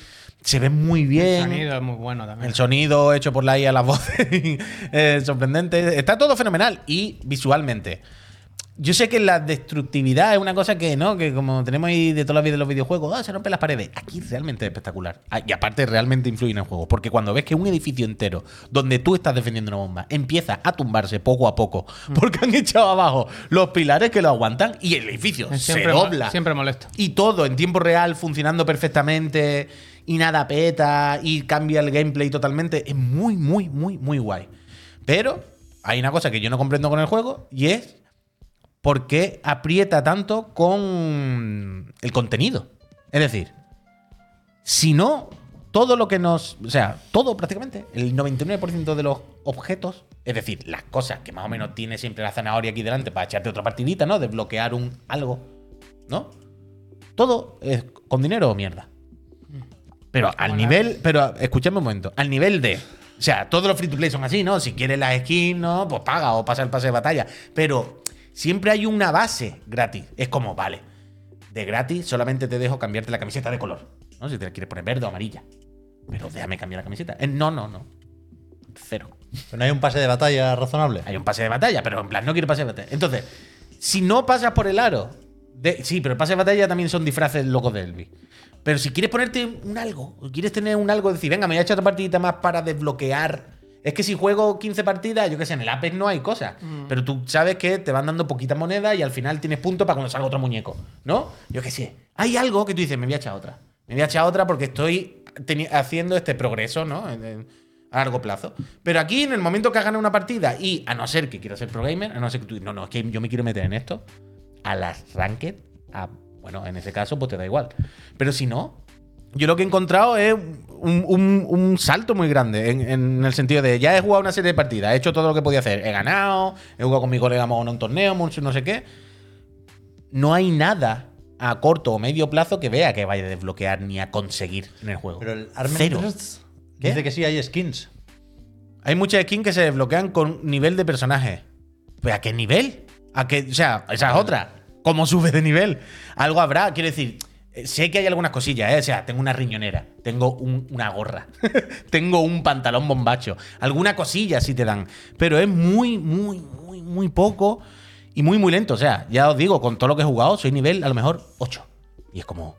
[SPEAKER 4] se ven muy
[SPEAKER 1] El
[SPEAKER 4] bien.
[SPEAKER 1] sonido es muy bueno también.
[SPEAKER 4] El sonido hecho por la *laughs* IA, las voces eh, sorprendente. Está todo fenomenal. Y visualmente. Yo sé que la destructividad es una cosa que, ¿no? Que como tenemos ahí de toda la vida en los videojuegos, ah, se rompen las paredes. Aquí realmente es espectacular. Ah, Y aparte realmente influye en el juego. Porque cuando ves que un edificio entero, donde tú estás defendiendo una bomba, empieza a tumbarse poco a poco,
[SPEAKER 1] Mm.
[SPEAKER 4] porque han echado abajo los pilares que lo aguantan y el edificio
[SPEAKER 1] Es
[SPEAKER 4] se
[SPEAKER 1] siempre mo-
[SPEAKER 4] dobla.
[SPEAKER 1] siempre molesto.
[SPEAKER 4] Y todo en tiempo real, funcionando perfectamente, y nada peta, y cambia el gameplay totalmente. Es muy, muy, muy, muy guay. Pero hay una cosa que yo no comprendo con el juego, y es por qué aprieta tanto con el contenido. Es decir, si no, todo lo que nos. O sea, todo prácticamente, el 99% de los objetos, es decir, las cosas que más o menos tiene siempre la zanahoria aquí delante para echarte otra partidita, ¿no? Desbloquear un algo, ¿no? Todo es con dinero o mierda. Pero al nivel. Pero escúchame un momento. Al nivel de. O sea, todos los free to play son así, ¿no? Si quieres las skins, ¿no? Pues paga o pasa el pase de batalla. Pero siempre hay una base gratis. Es como, vale. De gratis solamente te dejo cambiarte la camiseta de color. ¿no? Si te la quieres poner verde o amarilla. Pero déjame cambiar la camiseta. Eh, no, no, no. Cero.
[SPEAKER 3] Pero no hay un pase de batalla razonable.
[SPEAKER 4] Hay un pase de batalla, pero en plan, no quiero pase de batalla. Entonces, si no pasas por el aro. de- sí, pero el pase de batalla también son disfraces locos de Elvis. Pero si quieres ponerte un algo, o quieres tener un algo, decir, venga, me voy a echar otra partidita más para desbloquear. Es que si juego 15 partidas, yo qué sé, en el Apex no hay cosas. Pero tú sabes que te van dando poquitas monedas y al final tienes puntos para cuando salga otro muñeco, ¿no? Yo qué sé. Hay algo que tú dices, me voy a echar otra. Me voy a echar otra porque estoy teni- haciendo este progreso, ¿no? En- en- a largo plazo. Pero aquí, en el momento que has ganado una partida, y a no ser que quieras ser pro gamer, a no ser que tú, no, no, es que yo me quiero meter en esto, a las ranked, a- bueno, en ese caso, pues te da igual. Pero si no, yo lo que he encontrado es un, un- un salto muy grande en, en el sentido de ya he jugado una serie de partidas, he hecho todo lo que podía hacer, he ganado, he jugado con mi colega en un torneo, mucho no sé qué. No hay nada a corto o medio plazo que vea que vaya a desbloquear ni a conseguir en el juego.
[SPEAKER 3] Pero el
[SPEAKER 4] Cero.
[SPEAKER 3] Armentrost
[SPEAKER 4] ¿Qué?
[SPEAKER 3] dice que sí hay skins.
[SPEAKER 4] Hay muchas skins que se desbloquean con nivel de personaje. ¿Pues a qué nivel? ¿A qué, o sea, esa es otra. ¿Cómo subes de nivel? Algo habrá, quiero decir. eh, Sé que hay algunas cosillas, ¿eh? O sea, tengo una riñonera, tengo un- una gorra, *laughs* tengo un pantalón bombacho. Alguna cosilla sí te dan. Pero es muy, muy, muy, muy poco y muy, muy lento. O sea, ya os digo, con todo lo que he jugado, soy nivel a lo mejor 8. Y es como,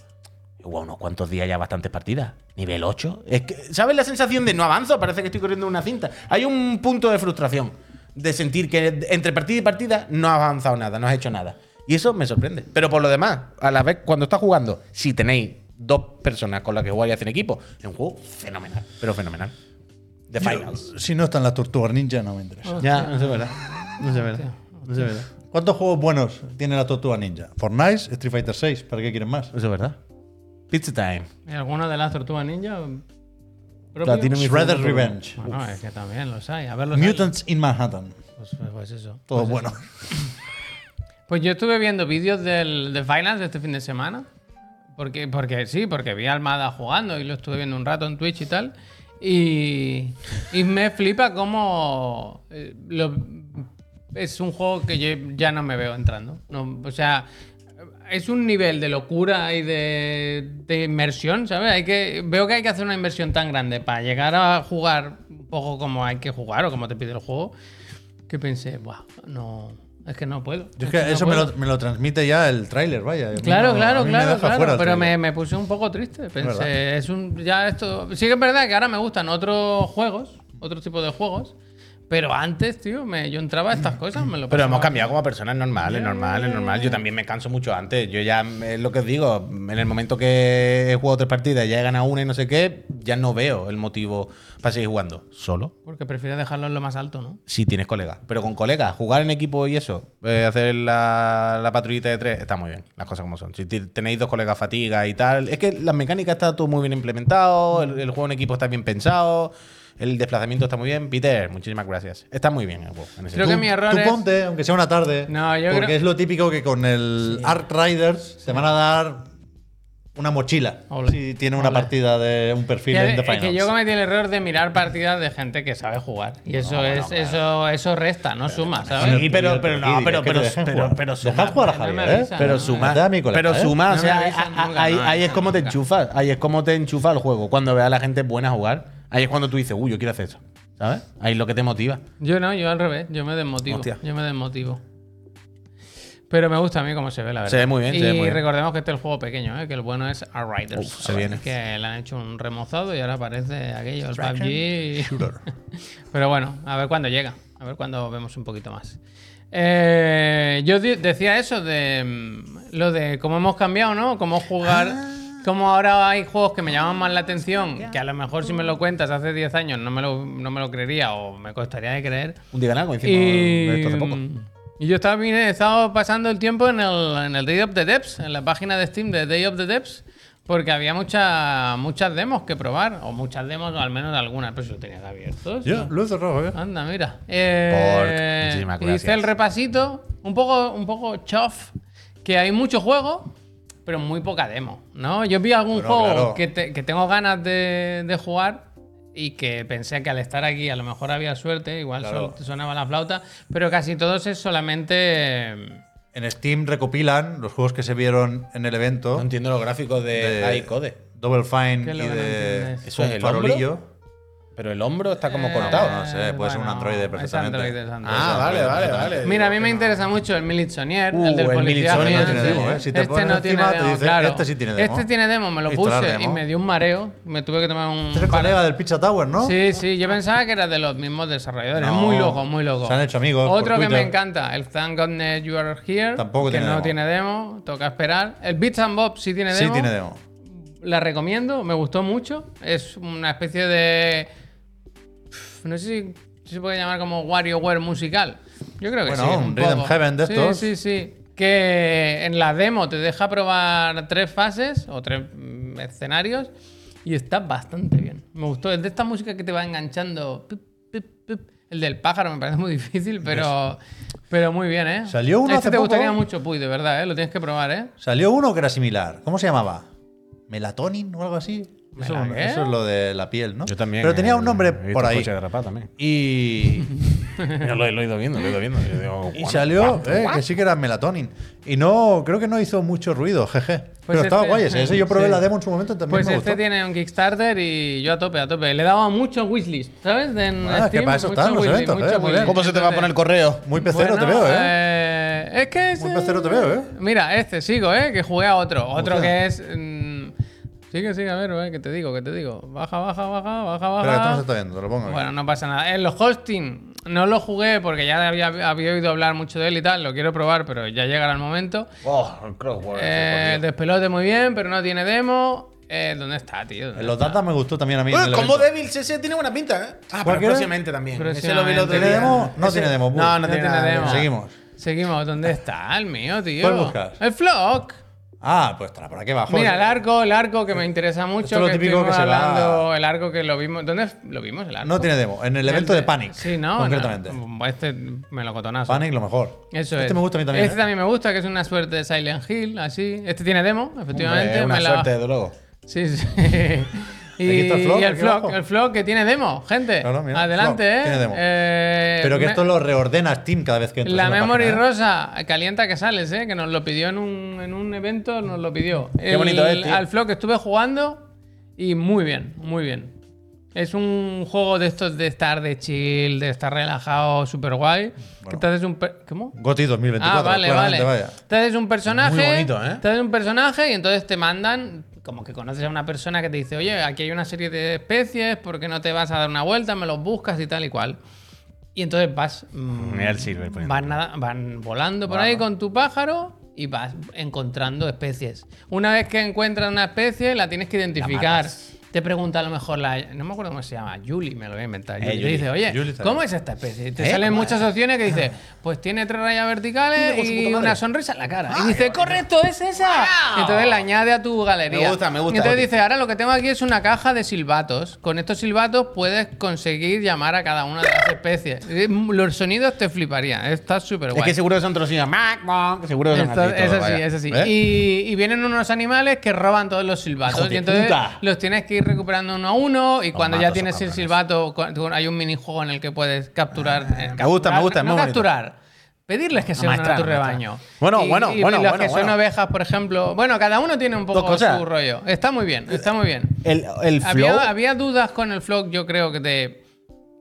[SPEAKER 4] He jugado unos cuantos días ya bastantes partidas. Nivel 8. Es que, ¿Sabes la sensación de no avanzo? Parece que estoy corriendo una cinta. Hay un punto de frustración. De sentir que entre partida y partida no has avanzado nada, no has hecho nada. Y eso me sorprende. Pero por lo demás, a la vez, cuando estás jugando, si tenéis dos personas con las que jugáis y hacen equipo, es un juego fenomenal. Pero fenomenal. The Finals.
[SPEAKER 3] Yo, si no están las tortugas ninja, no me interesa.
[SPEAKER 4] Ya, no sé verdad. No sé verdad. No sé verdad.
[SPEAKER 3] ¿Cuántos juegos buenos tiene la tortuga ninja? Fortnite, Street Fighter 6, ¿para qué quieren más?
[SPEAKER 4] No sé verdad. Pizza time.
[SPEAKER 1] ¿Y ¿Alguno de las tortugas ninja? propio?
[SPEAKER 4] Platino mi-
[SPEAKER 3] Shredder's Revenge.
[SPEAKER 1] Bueno, es que también los hay. A ver
[SPEAKER 4] pues
[SPEAKER 1] los
[SPEAKER 3] Mutants in Manhattan.
[SPEAKER 1] Pues, pues eso.
[SPEAKER 3] Todo bueno.
[SPEAKER 1] Pues yo estuve viendo vídeos del, de Finals de este fin de semana. Porque, porque sí, porque vi a Almada jugando y lo estuve viendo un rato en Twitch y tal. Y, y me flipa cómo eh, lo- es un juego que yo ya no me veo entrando. No, o sea, es un nivel de locura y de, de inmersión, ¿sabes? Hay que, veo que hay que hacer una inversión tan grande para llegar a jugar un poco como hay que jugar o como te pide el juego. Que pensé, Buah, no, es que no puedo.
[SPEAKER 3] Yo es
[SPEAKER 1] *laughs* es
[SPEAKER 3] que
[SPEAKER 1] no
[SPEAKER 3] eso me
[SPEAKER 1] puedo".
[SPEAKER 3] lo, me lo transmite ya el tráiler, vaya. A mí
[SPEAKER 1] Claro,
[SPEAKER 3] no- a
[SPEAKER 1] claro,
[SPEAKER 3] mí me
[SPEAKER 1] claro,
[SPEAKER 3] deja fuera
[SPEAKER 1] claro.
[SPEAKER 3] el
[SPEAKER 1] Pero me,
[SPEAKER 3] tráiler.
[SPEAKER 1] me puse un poco triste.
[SPEAKER 3] verdad.
[SPEAKER 1] Pensé, es un. Ya esto. Sí que es verdad que ahora me gustan otros juegos, otro tipo de juegos. Pero antes, tío, me, yo entraba a estas cosas, me lo
[SPEAKER 4] Pero
[SPEAKER 1] pasaba.
[SPEAKER 4] hemos cambiado como personas normales, normales, normal. Yo también me canso mucho antes. Yo ya, es lo que os digo, en el momento que he jugado tres partidas, ya he ganado una y no sé qué, ya no veo el motivo para seguir jugando. Solo
[SPEAKER 1] Porque prefiero dejarlo en lo más alto, ¿no?
[SPEAKER 4] si tienes colegas. Pero con colegas, jugar en equipo y eso, eh, hacer la, la patrullita de tres, está muy bien, las cosas como son. Si te- tenéis dos colegas fatiga y tal, es que las mecánicas está todo muy bien implementado, el, el juego en equipo está bien pensado, el desplazamiento está muy bien. Peter, muchísimas gracias. Está muy bien el juego. en ese
[SPEAKER 1] Creo que
[SPEAKER 4] sentido.
[SPEAKER 1] mi error
[SPEAKER 3] tú
[SPEAKER 1] es-
[SPEAKER 3] ponte, aunque sea una tarde.
[SPEAKER 1] No, yo
[SPEAKER 3] porque
[SPEAKER 1] creo-
[SPEAKER 3] es lo típico que con el Ark Riders te van a dar una mochila.
[SPEAKER 1] Ole.
[SPEAKER 3] Si tiene una
[SPEAKER 1] Ole.
[SPEAKER 3] partida de un perfil en
[SPEAKER 1] Que-
[SPEAKER 3] The
[SPEAKER 1] es que
[SPEAKER 3] Finals.
[SPEAKER 1] yo cometí el error de mirar partidas de gente que sabe jugar. Y eso es, eso, eso resta, no suma, ¿sabes?
[SPEAKER 4] Sí, pero, pero no, pero, pero, pero, pero suma.
[SPEAKER 3] Dejad jugar a
[SPEAKER 1] No me
[SPEAKER 3] Javier, ¿eh?
[SPEAKER 1] avisan,
[SPEAKER 4] Pero
[SPEAKER 1] no,
[SPEAKER 4] suma,
[SPEAKER 3] Dejad a mi colega,
[SPEAKER 4] pero
[SPEAKER 3] ¿eh?
[SPEAKER 4] suma, o
[SPEAKER 1] No
[SPEAKER 4] sea,
[SPEAKER 1] me avisan
[SPEAKER 4] a- a-
[SPEAKER 1] nunca,
[SPEAKER 4] ahí,
[SPEAKER 1] no me
[SPEAKER 4] ahí es
[SPEAKER 1] avisan
[SPEAKER 4] como te
[SPEAKER 1] nunca.
[SPEAKER 4] enchufas, ahí es como te enchufa el juego. Cuando ve a la gente buena a jugar, ahí es cuando tú dices, uy, yo quiero hacer eso, ¿sabes? Ahí es lo que te motiva.
[SPEAKER 1] Yo no, yo al revés, yo me desmotivo.
[SPEAKER 4] Hostia.
[SPEAKER 1] Yo me desmotivo. Pero me gusta a mí cómo se ve, la verdad.
[SPEAKER 4] Se ve muy bien,
[SPEAKER 1] Y
[SPEAKER 4] se ve muy bien.
[SPEAKER 1] recordemos que este es el juego pequeño, ¿eh? que el bueno es Outriders.
[SPEAKER 4] Uf, se viene.
[SPEAKER 1] Que le han hecho un remozado y ahora aparece aquello, el PUBG. *laughs* Pero bueno, a ver cuándo llega. A ver cuándo vemos un poquito más. Eh, yo di- decía eso de mm, lo de cómo hemos cambiado, ¿no? Cómo jugar. Cómo ahora hay juegos que me llaman más la atención, que a lo mejor si me lo cuentas hace 10 años no me lo, no me lo creería o me costaría de creer.
[SPEAKER 4] Un día ganado, como hicimos
[SPEAKER 1] Y, mm,
[SPEAKER 4] esto hace poco.
[SPEAKER 1] y yo estaba, mire, he estado pasando el tiempo en el, en el Day of the Depths, en la página de Steam de Day of the Depths, porque había mucha- muchas demos que probar, o muchas demos, o al menos algunas, pero si lo tenías abierto.
[SPEAKER 3] Yo
[SPEAKER 1] ¿no?
[SPEAKER 3] lo he cerrado, ¿eh?
[SPEAKER 1] Anda, mira.
[SPEAKER 4] Pork.
[SPEAKER 1] Eh,
[SPEAKER 4] Muchísimas
[SPEAKER 1] hice
[SPEAKER 4] gracias.
[SPEAKER 1] el repasito, un poco, un poco chof, que hay mucho juego, pero muy poca demo, ¿no? Yo vi algún
[SPEAKER 3] Bueno,
[SPEAKER 1] juego
[SPEAKER 3] claro.
[SPEAKER 1] que, te- que tengo ganas de, de jugar y que pensé que al estar aquí a lo mejor había suerte, igual
[SPEAKER 3] Claro.
[SPEAKER 1] sol- sonaba la flauta, pero casi todos es solamente...
[SPEAKER 3] En Steam recopilan los juegos que se vieron en el evento.
[SPEAKER 4] No entiendo los gráficos de,
[SPEAKER 3] De-
[SPEAKER 4] Ahí, Code.
[SPEAKER 3] Double
[SPEAKER 1] ¿Qué
[SPEAKER 3] Fine
[SPEAKER 1] es
[SPEAKER 3] y
[SPEAKER 1] lo que no
[SPEAKER 3] de
[SPEAKER 1] entiendes?
[SPEAKER 4] ¿Eso es el Pero el hombro está como
[SPEAKER 1] eh,
[SPEAKER 4] cortado.
[SPEAKER 3] no sé, puede ser un Android
[SPEAKER 1] es
[SPEAKER 3] perfectamente.
[SPEAKER 1] Android, es Android.
[SPEAKER 4] Ah, vale, vale, vale.
[SPEAKER 1] Mira, a mí me interesa mucho el Militsonier,
[SPEAKER 4] Uh,
[SPEAKER 1] el del
[SPEAKER 4] el
[SPEAKER 1] policía.
[SPEAKER 4] Militsonier
[SPEAKER 3] no
[SPEAKER 1] fiel.
[SPEAKER 3] tiene demo, ¿eh? Si te
[SPEAKER 1] este
[SPEAKER 3] pones
[SPEAKER 1] no tiene
[SPEAKER 3] encima, te
[SPEAKER 1] demo,
[SPEAKER 3] dice,
[SPEAKER 1] claro.
[SPEAKER 3] este sí tiene demo.
[SPEAKER 1] Este tiene demo, me lo
[SPEAKER 3] Instalar
[SPEAKER 1] puse y
[SPEAKER 3] demo.
[SPEAKER 1] me dio un mareo. Me tuve que tomar un.
[SPEAKER 3] Este es el
[SPEAKER 1] par-
[SPEAKER 3] colega del Pizza Tower, ¿no?
[SPEAKER 1] Sí, sí, yo pensaba que era de los mismos desarrolladores.
[SPEAKER 3] No.
[SPEAKER 1] Muy loco, muy loco.
[SPEAKER 3] Se han hecho amigos por
[SPEAKER 1] Otro que me
[SPEAKER 3] Twitter.
[SPEAKER 1] encanta, el Thank God You Are Here.
[SPEAKER 3] Tampoco
[SPEAKER 1] que
[SPEAKER 3] tiene
[SPEAKER 1] no
[SPEAKER 3] demo.
[SPEAKER 1] tiene demo, toca esperar. El Beats and Bob sí tiene
[SPEAKER 3] Sí
[SPEAKER 1] demo.
[SPEAKER 3] tiene demo.
[SPEAKER 1] La recomiendo, me gustó mucho. Es una especie de. No sé si, si se puede llamar como WarioWare musical. Yo creo que
[SPEAKER 3] Bueno,
[SPEAKER 1] sí.
[SPEAKER 3] un Rhythm Heaven de
[SPEAKER 1] Sí,
[SPEAKER 3] estos.
[SPEAKER 1] Sí, sí, Que en la demo te deja probar tres fases o tres mm, escenarios y está bastante bien. Me gustó. Es de esta música que te va enganchando. Pip, pip, pip. El del pájaro me parece muy difícil, pero, pero muy bien, ¿eh?
[SPEAKER 3] Salió uno
[SPEAKER 1] Este
[SPEAKER 3] hace
[SPEAKER 1] te gustaría
[SPEAKER 3] poco.
[SPEAKER 1] mucho, Puy, de verdad, ¿eh? Lo tienes que probar, ¿eh?
[SPEAKER 3] Salió uno que era similar. ¿Cómo se llamaba? ¿Melatonin o algo así? Eso,
[SPEAKER 1] ¿Mela qué?
[SPEAKER 3] eso es lo de la piel, ¿no? Pero
[SPEAKER 4] eh,
[SPEAKER 3] tenía un nombre por ahí. Y,
[SPEAKER 2] Yo lo, he- lo he ido viendo, lo he ido viendo. Yo digo,
[SPEAKER 3] y
[SPEAKER 2] bueno,
[SPEAKER 3] salió
[SPEAKER 2] guau.
[SPEAKER 3] eh, que sí que era melatonin. Y no, creo que no hizo mucho ruido, jeje. Pero estaba
[SPEAKER 1] este-
[SPEAKER 3] guay ese. Ese yo probé
[SPEAKER 1] sí.
[SPEAKER 3] la demo en su momento y también
[SPEAKER 1] Pues
[SPEAKER 3] me
[SPEAKER 1] este
[SPEAKER 3] gustó.
[SPEAKER 1] tiene un Kickstarter y yo a tope, a tope. Le he dado a muchos wishlist, ¿sabes? De- En
[SPEAKER 3] Ah, es que para eso están los
[SPEAKER 1] wishlist,
[SPEAKER 3] eventos,
[SPEAKER 1] mucho
[SPEAKER 3] eh, muy bien.
[SPEAKER 1] wishlist.
[SPEAKER 4] ¿Cómo se te va a poner el correo?
[SPEAKER 3] Muy pecero
[SPEAKER 1] Bueno,
[SPEAKER 3] te veo, ¿eh?
[SPEAKER 1] eh, es que es,
[SPEAKER 3] Muy pecero te veo, ¿eh?
[SPEAKER 1] Mira, este sigo, ¿eh? Que jugué a otro. Otro
[SPEAKER 3] Hostia.
[SPEAKER 1] que es. mm, sigue, sigue, a ver, ¿eh? Que te digo, que te digo. Baja, baja, baja, baja, baja.
[SPEAKER 3] Espera, que esto no se está viendo, te lo pongo. aquí.
[SPEAKER 1] Bueno, no pasa nada. En los hosting no lo jugué porque ya había, había oído hablar mucho de él y tal. Lo quiero probar, pero ya llegará el momento.
[SPEAKER 2] Oh, el
[SPEAKER 3] Pues,
[SPEAKER 2] crossword.
[SPEAKER 1] Eh, el despelote muy bien, pero no tiene demo. Eh, ¿Dónde está, tío? ¿Dónde
[SPEAKER 3] En los
[SPEAKER 1] está?
[SPEAKER 3] datas me gustó también a mí. en
[SPEAKER 4] Bueno,
[SPEAKER 3] el
[SPEAKER 4] el combo
[SPEAKER 3] evento.
[SPEAKER 4] Devils ese tiene buena pinta, ¿eh? Ah,
[SPEAKER 3] ¿Cuál
[SPEAKER 4] pero
[SPEAKER 3] quieres?
[SPEAKER 4] próximamente también. Ese lo vi el
[SPEAKER 1] Próximamente.
[SPEAKER 4] otro día.
[SPEAKER 3] ¿Tiene demo? No
[SPEAKER 4] Ese-
[SPEAKER 3] tiene demo. Bull.
[SPEAKER 4] No, no,
[SPEAKER 1] No
[SPEAKER 4] tiene,
[SPEAKER 1] tiene
[SPEAKER 4] nada.
[SPEAKER 1] demo.
[SPEAKER 3] Seguimos.
[SPEAKER 1] Seguimos, ¿dónde está el mío, tío?
[SPEAKER 3] ¿Cuál buscas?
[SPEAKER 1] El Flock.
[SPEAKER 3] Ah, pues estará por aquí abajo.
[SPEAKER 1] Mira, el arco, el arco que me interesa mucho.
[SPEAKER 3] Esto es lo
[SPEAKER 1] que
[SPEAKER 3] típico que
[SPEAKER 1] estuvimos
[SPEAKER 3] se va-
[SPEAKER 1] hablando, El arco que lo vimos. ¿Dónde lo vimos? El arco. Este-
[SPEAKER 3] No tiene demo. En el evento de Panic.
[SPEAKER 1] Sí, no.
[SPEAKER 3] Concretamente.
[SPEAKER 1] no. Este melocotonazo.
[SPEAKER 3] Panic, lo mejor.
[SPEAKER 1] Eso
[SPEAKER 3] este
[SPEAKER 1] es.
[SPEAKER 3] me gusta a mí también.
[SPEAKER 1] Este
[SPEAKER 3] ¿eh?
[SPEAKER 1] también me gusta, que es una suerte de Silent Hill, así. Este tiene demo,
[SPEAKER 3] ¿eh?
[SPEAKER 1] efectivamente.
[SPEAKER 4] Hombre, una
[SPEAKER 1] me la- Eh,
[SPEAKER 4] suerte, desde luego.
[SPEAKER 1] Sí, sí. Y,
[SPEAKER 3] *laughs* Aquí está el Flock,
[SPEAKER 1] y el
[SPEAKER 3] aquí
[SPEAKER 1] Flock,
[SPEAKER 3] abajo.
[SPEAKER 1] el Flock que tiene demo, gente.
[SPEAKER 3] Claro, mira,
[SPEAKER 1] Adelante,
[SPEAKER 3] Flock,
[SPEAKER 1] ¿eh?
[SPEAKER 3] tiene demo.
[SPEAKER 1] Eh,
[SPEAKER 3] Pero que
[SPEAKER 1] me-
[SPEAKER 3] esto lo reordena Steam cada vez que entras
[SPEAKER 1] La
[SPEAKER 3] en
[SPEAKER 1] Memory
[SPEAKER 3] página, ¿eh?
[SPEAKER 1] Rosa, calienta que sales, ¿eh? que nos lo pidió en un, en un evento, nos lo pidió. Qué
[SPEAKER 4] bonito es, tío.
[SPEAKER 1] Al Flow que estuve jugando y muy bien, muy bien. Es un juego de estos de estar de chill, de estar relajado, súper guay. Que te haces un. per- ¿Cómo?
[SPEAKER 3] Goti 2024.
[SPEAKER 1] ah, vale,
[SPEAKER 3] claramente,
[SPEAKER 1] vale.
[SPEAKER 3] Vaya.
[SPEAKER 1] Te haces un personaje.
[SPEAKER 4] Muy bonito, ¿eh?
[SPEAKER 1] Te haces un personaje y entonces te mandan. Como que conoces a una persona que te dice, oye, aquí hay una serie de especies, ¿por qué no te vas a dar una vuelta? Me los buscas y tal y cual. Y entonces vas. mm,
[SPEAKER 2] Mira el Silver, por
[SPEAKER 1] van, nada- van volando por ahí con tu pájaro y vas encontrando especies. Una vez que encuentras una especie, la tienes que identificar. Te pregunta a lo mejor la. No me acuerdo cómo se llama, Julie, me lo voy a inventar. Julie. Te
[SPEAKER 4] Julie.
[SPEAKER 1] dice, oye,
[SPEAKER 3] Julie está
[SPEAKER 1] ¿cómo
[SPEAKER 3] bien.
[SPEAKER 1] es esta especie? Y
[SPEAKER 4] ¿Eh?
[SPEAKER 1] te salen muchas opciones que
[SPEAKER 4] *laughs*
[SPEAKER 1] dices, pues tiene tres rayas verticales y una sonrisa en la cara. y dice, correcto, es esa. Entonces la añade a tu galería.
[SPEAKER 4] Me gusta, me gusta.
[SPEAKER 1] Y entonces dice, ahora lo que tengo aquí es una caja de silbatos. Con estos silbatos puedes conseguir llamar a cada una de las especies. Eh, Los sonidos te fliparían. Está súper
[SPEAKER 4] Es
[SPEAKER 1] guay.
[SPEAKER 4] que seguro que son trocitos. Mac, mac, Seguro que son
[SPEAKER 1] Esto-
[SPEAKER 4] así.
[SPEAKER 1] es
[SPEAKER 4] todo,
[SPEAKER 1] así,
[SPEAKER 4] vaya.
[SPEAKER 1] es así.
[SPEAKER 4] ¿Eh?
[SPEAKER 1] Y, y vienen unos animales que roban todos los silbatos.
[SPEAKER 4] ¡Hijo de
[SPEAKER 1] y entonces
[SPEAKER 4] puta!
[SPEAKER 1] los tienes que ir recuperando uno a uno. Y cuando
[SPEAKER 4] mato
[SPEAKER 1] ya
[SPEAKER 4] esos
[SPEAKER 1] tienes el
[SPEAKER 4] cabrones.
[SPEAKER 1] silbato, cu- cu- hay un minijuego en el que puedes capturar. eh, capturar-
[SPEAKER 4] gusta, Ah, me gusta, es
[SPEAKER 1] No
[SPEAKER 4] muy bonito.
[SPEAKER 1] capturar. Pedirles que se unan a
[SPEAKER 4] Amaestrar,
[SPEAKER 1] tu
[SPEAKER 4] amaestrar.
[SPEAKER 1] rebaño.
[SPEAKER 4] Bueno,
[SPEAKER 1] Y-
[SPEAKER 4] bueno,
[SPEAKER 1] y
[SPEAKER 4] bueno,
[SPEAKER 1] Los que
[SPEAKER 4] bueno,
[SPEAKER 1] son
[SPEAKER 4] bueno.
[SPEAKER 1] ovejas, por ejemplo. Bueno, cada uno tiene un poco
[SPEAKER 4] cosas.
[SPEAKER 1] su rollo. Está muy bien, está muy bien.
[SPEAKER 4] El, el flow.
[SPEAKER 1] Había, había dudas con el flow, yo creo que de,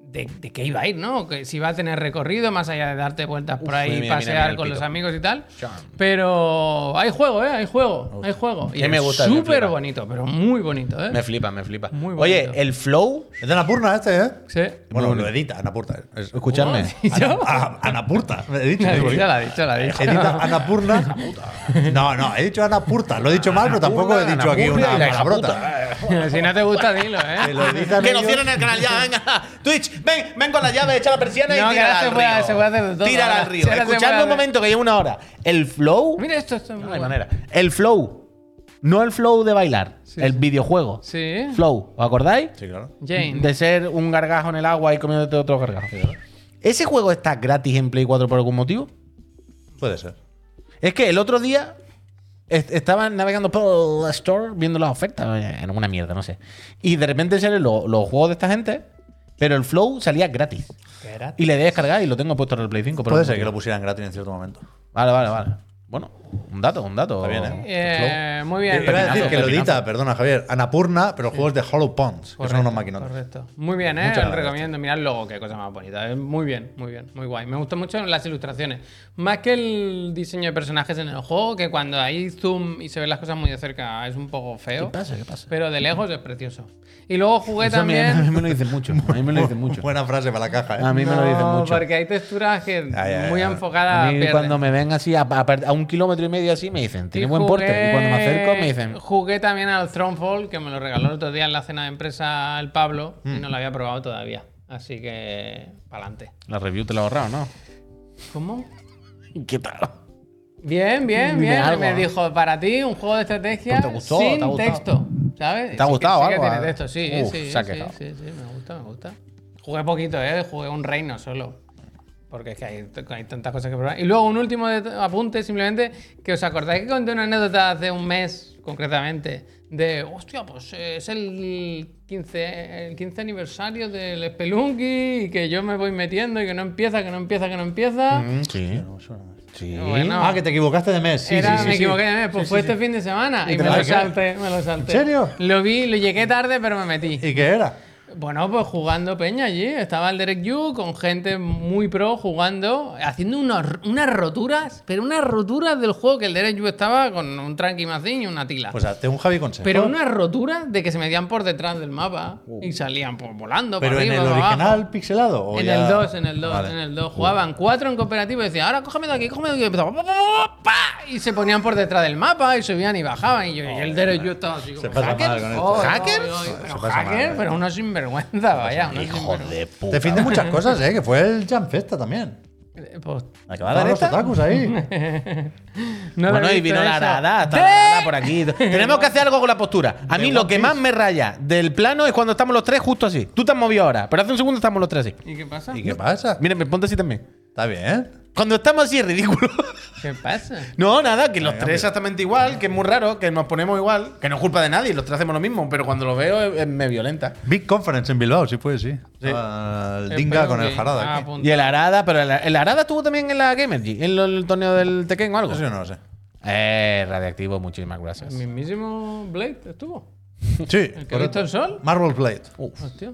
[SPEAKER 1] de, de qué iba a ir, ¿no? Que si iba a tener recorrido, más allá de darte vueltas por
[SPEAKER 4] Uf,
[SPEAKER 1] ahí
[SPEAKER 4] mira,
[SPEAKER 1] y
[SPEAKER 4] mira,
[SPEAKER 1] pasear
[SPEAKER 4] mira el
[SPEAKER 1] con los
[SPEAKER 4] pito.
[SPEAKER 1] amigos y tal.
[SPEAKER 4] Chan.
[SPEAKER 1] Pero hay juego, ¿eh? Hay juego, hay juego. Y
[SPEAKER 4] Que me
[SPEAKER 1] es
[SPEAKER 4] gusta, me
[SPEAKER 1] Súper
[SPEAKER 4] flipa.
[SPEAKER 1] bonito, pero muy bonito, ¿eh?
[SPEAKER 4] Me flipa, me flipa.
[SPEAKER 1] Muy
[SPEAKER 4] Oye,
[SPEAKER 1] bonito.
[SPEAKER 4] el flow.
[SPEAKER 3] Es de Anapurna este, ¿eh?
[SPEAKER 1] Sí. *laughs*
[SPEAKER 3] Bueno, lo edita, Anapurna. Es-
[SPEAKER 4] Escuchadme.
[SPEAKER 1] Oh, ¿y *laughs* yo?
[SPEAKER 3] Ana- a- Anapurta. He dicho,
[SPEAKER 1] *laughs* La ha
[SPEAKER 3] digo,
[SPEAKER 1] dicho, la ha dicho, la ha
[SPEAKER 4] *laughs*
[SPEAKER 1] dicho.
[SPEAKER 3] edita
[SPEAKER 1] *laughs*
[SPEAKER 3] Anapurna. No, no, he dicho Anapurta. Lo he dicho mal, pero tampoco he dicho aquí una palabrota. Eh,
[SPEAKER 1] si no te gusta, dilo, ¿eh?
[SPEAKER 3] Que lo editan
[SPEAKER 4] Que nos
[SPEAKER 3] ellos.
[SPEAKER 4] cierren el canal ya,
[SPEAKER 1] *laughs*
[SPEAKER 4] venga. Twitch, ven, ven con la llave, echa la persiana
[SPEAKER 1] No,
[SPEAKER 4] y
[SPEAKER 1] que ahora
[SPEAKER 4] tírala
[SPEAKER 1] se
[SPEAKER 4] al
[SPEAKER 1] puede-
[SPEAKER 4] río.
[SPEAKER 1] se puede hacer de todo,
[SPEAKER 4] Tírala al
[SPEAKER 1] ahora.
[SPEAKER 4] río.
[SPEAKER 1] Ahora se puede
[SPEAKER 4] Escuchadme un
[SPEAKER 1] hacer-
[SPEAKER 4] momento, que llevo una hora. El flow.
[SPEAKER 1] Mira esto, esto es muy
[SPEAKER 4] No hay
[SPEAKER 1] bueno.
[SPEAKER 4] manera. El flow. No el flow de bailar. el videojuego.
[SPEAKER 1] Sí.
[SPEAKER 4] Flow. ¿Os acordáis?
[SPEAKER 3] Sí, claro.
[SPEAKER 1] Jane.
[SPEAKER 4] De ser un gargajo en el agua y comiéndote otro gargajo. ¿Ese juego está gratis en Play 4 por algún motivo?
[SPEAKER 3] Puede ser.
[SPEAKER 4] Es que el otro día est- estaba navegando por la store viendo las ofertas, eh, en una mierda, no sé. Y de repente salen lo- los juegos de esta gente, pero el Flow salía gratis. Y le di a descargar y lo tengo puesto en el Play 5. pero
[SPEAKER 3] Puede
[SPEAKER 4] no
[SPEAKER 3] ser que
[SPEAKER 4] tengo.
[SPEAKER 3] lo pusieran gratis en cierto momento.
[SPEAKER 4] Vale, vale, vale. Bueno, un dato, un dato.
[SPEAKER 3] Está bien, ¿eh?
[SPEAKER 1] Eh, muy bien.
[SPEAKER 3] Iba a decir
[SPEAKER 4] pepinazo,
[SPEAKER 3] que lo
[SPEAKER 4] pepinazo.
[SPEAKER 3] edita, perdona, Javier. Anapurna, pero juegos de Hollow Ponds, que son unos maquinotes.
[SPEAKER 1] Correcto. Muy bien, ¿eh?
[SPEAKER 3] Muchas
[SPEAKER 1] Os
[SPEAKER 3] gracias.
[SPEAKER 1] recomiendo. Mirad el logo, qué cosa más bonita. Eh, Muy bien, muy bien, muy guay. Me gustan mucho las ilustraciones. Más que el diseño de personajes en el juego, que cuando hay zoom y se ven las cosas muy de cerca es un poco feo.
[SPEAKER 4] ¿Qué pasa? ¿Qué pasa?
[SPEAKER 1] Pero de lejos es precioso. Y luego jugué
[SPEAKER 4] Eso a mí- *laughs* A mí
[SPEAKER 1] también.
[SPEAKER 4] me lo dicen mucho. A mí me lo *laughs* dicen mucho.
[SPEAKER 3] Buena frase para la caja, ¿eh?
[SPEAKER 4] A mí me lo dicen
[SPEAKER 1] No,
[SPEAKER 4] mucho.
[SPEAKER 1] Porque hay texturas que
[SPEAKER 3] ay,
[SPEAKER 1] muy
[SPEAKER 3] ay.
[SPEAKER 1] enfocadas
[SPEAKER 4] A
[SPEAKER 1] a
[SPEAKER 4] mí cuando me ven así a, a per- a un kilómetro y medio así me dicen, tiene buen porte. Y cuando me acerco me dicen,
[SPEAKER 1] Jugué también al Thronefall, que me lo regaló el otro día en la cena de empresa el Pablo,
[SPEAKER 3] Mm.
[SPEAKER 1] y no lo había probado todavía. Así que, pa'lante.
[SPEAKER 4] la review te la he ahorrado, ¿no?
[SPEAKER 1] ¿Cómo?
[SPEAKER 4] ¿Qué tal?
[SPEAKER 1] Bien, bien,
[SPEAKER 4] Dime
[SPEAKER 1] bien.
[SPEAKER 4] algo,
[SPEAKER 1] me
[SPEAKER 4] ¿no?
[SPEAKER 1] dijo, para ti, un juego de estrategia
[SPEAKER 4] Pues te gustó,
[SPEAKER 1] sin
[SPEAKER 4] te ha gustado.
[SPEAKER 1] texto. ¿Sabes? Sí
[SPEAKER 4] ha
[SPEAKER 1] que-
[SPEAKER 4] gustado
[SPEAKER 1] sí que
[SPEAKER 4] algo,
[SPEAKER 1] tiene
[SPEAKER 4] eh?
[SPEAKER 1] texto, sí,
[SPEAKER 4] Uf,
[SPEAKER 1] sí,
[SPEAKER 4] se ha
[SPEAKER 1] sí,
[SPEAKER 4] quejado.
[SPEAKER 1] sí, sí, me gusta, me gusta. Jugué poquito, ¿eh? Jugué un reino solo. Porque es que hay, t- hay tantas cosas que probar. Y luego un último det- apunte, simplemente, que os acordáis que conté una anécdota hace un mes, concretamente, de, hostia, pues eh, es el 15, el 15 aniversario del Spelunky, y que yo me voy metiendo y que no empieza, que no empieza, que no empieza.
[SPEAKER 4] Mm, Sí. Sí.
[SPEAKER 1] Bueno,
[SPEAKER 3] Ah, que te equivocaste de mes. Sí,
[SPEAKER 1] Era-
[SPEAKER 3] sí, sí,
[SPEAKER 1] me
[SPEAKER 3] sí.
[SPEAKER 1] equivoqué, eh, pues fue este fin de semana y,
[SPEAKER 3] Y te
[SPEAKER 1] me
[SPEAKER 3] la
[SPEAKER 1] lo
[SPEAKER 3] saqué.
[SPEAKER 1] salté, me lo salté.
[SPEAKER 3] ¿En serio?
[SPEAKER 1] Lo vi, lo llegué tarde, pero me metí.
[SPEAKER 3] ¿Y qué era?
[SPEAKER 1] Bueno, pues jugando peña allí, estaba el Derek Yu con gente muy pro jugando, haciendo unos- unas roturas, pero unas roturas del juego que el Derek Yu estaba con un tranqui macín y una tila.
[SPEAKER 3] Pues hazte un Javi consejo.
[SPEAKER 1] pero unas roturas de que se metían por detrás del mapa y salían pues, volando
[SPEAKER 3] ¿Pero
[SPEAKER 1] para
[SPEAKER 3] en
[SPEAKER 1] arriba,
[SPEAKER 3] el
[SPEAKER 1] para abajo.
[SPEAKER 3] original pixelado. o
[SPEAKER 1] En
[SPEAKER 3] ya-
[SPEAKER 1] el 2, en el 2,
[SPEAKER 3] Vale.
[SPEAKER 1] en el 2. Jugaban cuatro en cooperativo y decían, ahora cógeme de aquí, cógeme de aquí. Y empezaban, "Pa, pa, pa, pa", y se ponían por detrás del mapa y subían y bajaban. Y yo, y el derecho yo estaba así como,
[SPEAKER 3] Se pasa
[SPEAKER 1] ¿hacker?
[SPEAKER 3] mal con esto.
[SPEAKER 1] Oh,
[SPEAKER 4] ¿Hacker?
[SPEAKER 1] oh, oh, pero
[SPEAKER 3] Se pasa mal,
[SPEAKER 1] hacker,
[SPEAKER 3] eh.
[SPEAKER 1] pero uno sinvergüenza, vaya. uno
[SPEAKER 4] Hijo
[SPEAKER 1] sinvergüenza.
[SPEAKER 4] de puta.
[SPEAKER 3] Te finde muchas cosas, ¿eh? Que fue el Jam Festa también.
[SPEAKER 1] Eh, pues,
[SPEAKER 4] Acaba
[SPEAKER 3] Todos
[SPEAKER 4] de
[SPEAKER 3] los otakus *laughs* ahí.
[SPEAKER 1] no lo
[SPEAKER 4] bueno,
[SPEAKER 1] he
[SPEAKER 4] y
[SPEAKER 1] visto
[SPEAKER 4] vino la
[SPEAKER 1] eso.
[SPEAKER 4] arada, está la arada por
[SPEAKER 1] *laughs*
[SPEAKER 4] aquí. Tenemos que hacer algo con la postura. A mí lo que más me raya del plano es cuando estamos los tres justo así. Tú te has movido ahora, pero hace un segundo estamos los tres así.
[SPEAKER 1] ¿Y qué pasa?
[SPEAKER 3] ¿Y qué pasa?
[SPEAKER 4] Mírenme, ponte así también.
[SPEAKER 3] Está bien.
[SPEAKER 4] Cuando estamos así es ridículo. *laughs*
[SPEAKER 1] ¿Qué pasa?
[SPEAKER 4] No, nada, que los
[SPEAKER 3] Venga,
[SPEAKER 4] tres
[SPEAKER 3] mira.
[SPEAKER 4] exactamente igual, que es muy raro, que nos ponemos igual, que no es culpa de nadie, los tres hacemos lo mismo, pero cuando lo veo eh, eh, me violenta.
[SPEAKER 3] Big Conference en Bilbao, sí fue, sí. Estaba
[SPEAKER 1] Eh,
[SPEAKER 3] el Dinga con el
[SPEAKER 1] Spelunky.
[SPEAKER 3] Jarada.
[SPEAKER 1] Ah,
[SPEAKER 3] aquí.
[SPEAKER 1] punto.
[SPEAKER 4] Y el Arada, pero el, el Arada estuvo también en la Gamergy, en lo- el torneo del Tekken o algo.
[SPEAKER 3] Eso yo no lo sé.
[SPEAKER 4] Eh, radiactivo, muchísimas
[SPEAKER 1] El
[SPEAKER 4] gracias.
[SPEAKER 1] mismísimo Blade estuvo.
[SPEAKER 3] Sí.
[SPEAKER 1] El que ha visto
[SPEAKER 3] correcto.
[SPEAKER 1] el sol.
[SPEAKER 3] Marble Plate.
[SPEAKER 1] Hostia.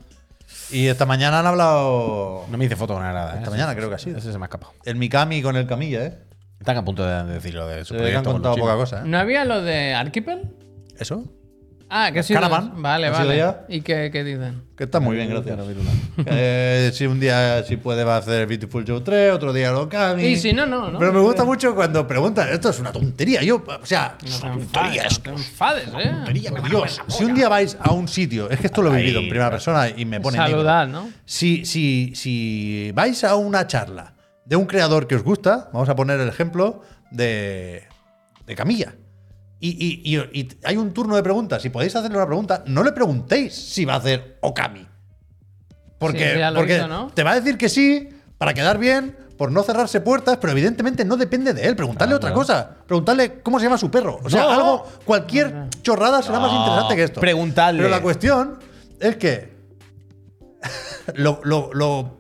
[SPEAKER 3] Y esta mañana han hablado.
[SPEAKER 4] No me hice foto con Arada. eh.
[SPEAKER 3] Esta mañana creo que ha sido.
[SPEAKER 4] Ese se me ha escapado.
[SPEAKER 3] El Mikami con el Camilla, ¿eh?
[SPEAKER 4] Están a punto de decirlo de su
[SPEAKER 3] Se ve que han
[SPEAKER 4] proyecto con los
[SPEAKER 3] contado poca
[SPEAKER 4] chinos.
[SPEAKER 3] cosa, ¿eh?
[SPEAKER 1] ¿No había lo de Archipel?
[SPEAKER 3] ¿Eso?
[SPEAKER 1] Ah, que ha sido.
[SPEAKER 3] Caravan.
[SPEAKER 1] Vale,
[SPEAKER 3] Ha sido
[SPEAKER 1] vale.
[SPEAKER 3] ya.
[SPEAKER 1] ¿Y qué, qué dicen?
[SPEAKER 3] Que está muy bien, gracias. *laughs* Eh, si un día si puede va a hacer Beautiful Joe 3, otro día lo Kami.
[SPEAKER 1] Y si no, no, no.
[SPEAKER 3] Pero me gusta mucho cuando preguntan, esto es una tontería, yo, o sea,
[SPEAKER 1] No te enfades, no te enfades, eh.
[SPEAKER 3] por Dios, si un día vais a un sitio, es que esto lo he vivido en primera persona y me pone negro.
[SPEAKER 1] Saludad, ¿no?
[SPEAKER 3] Si, si, si vais a una charla de un creador que os gusta, vamos a poner el ejemplo de, de Camilla. Y, y- y- y hay un turno de preguntas. Si podéis hacerle una pregunta, no le preguntéis si va a hacer Okami. Porque,
[SPEAKER 1] Sí, ya lo
[SPEAKER 3] porque
[SPEAKER 1] hizo, ¿no?
[SPEAKER 3] te va a decir que sí para quedar bien, por no cerrarse puertas, pero evidentemente no depende de él. Preguntarle otra cosa. Preguntarle cómo se llama su perro. O sea,
[SPEAKER 4] No.
[SPEAKER 3] algo, cualquier chorrada será más
[SPEAKER 4] No.
[SPEAKER 3] interesante que esto.
[SPEAKER 4] Preguntadle.
[SPEAKER 3] Pero la cuestión es que *laughs* lo, lo- lo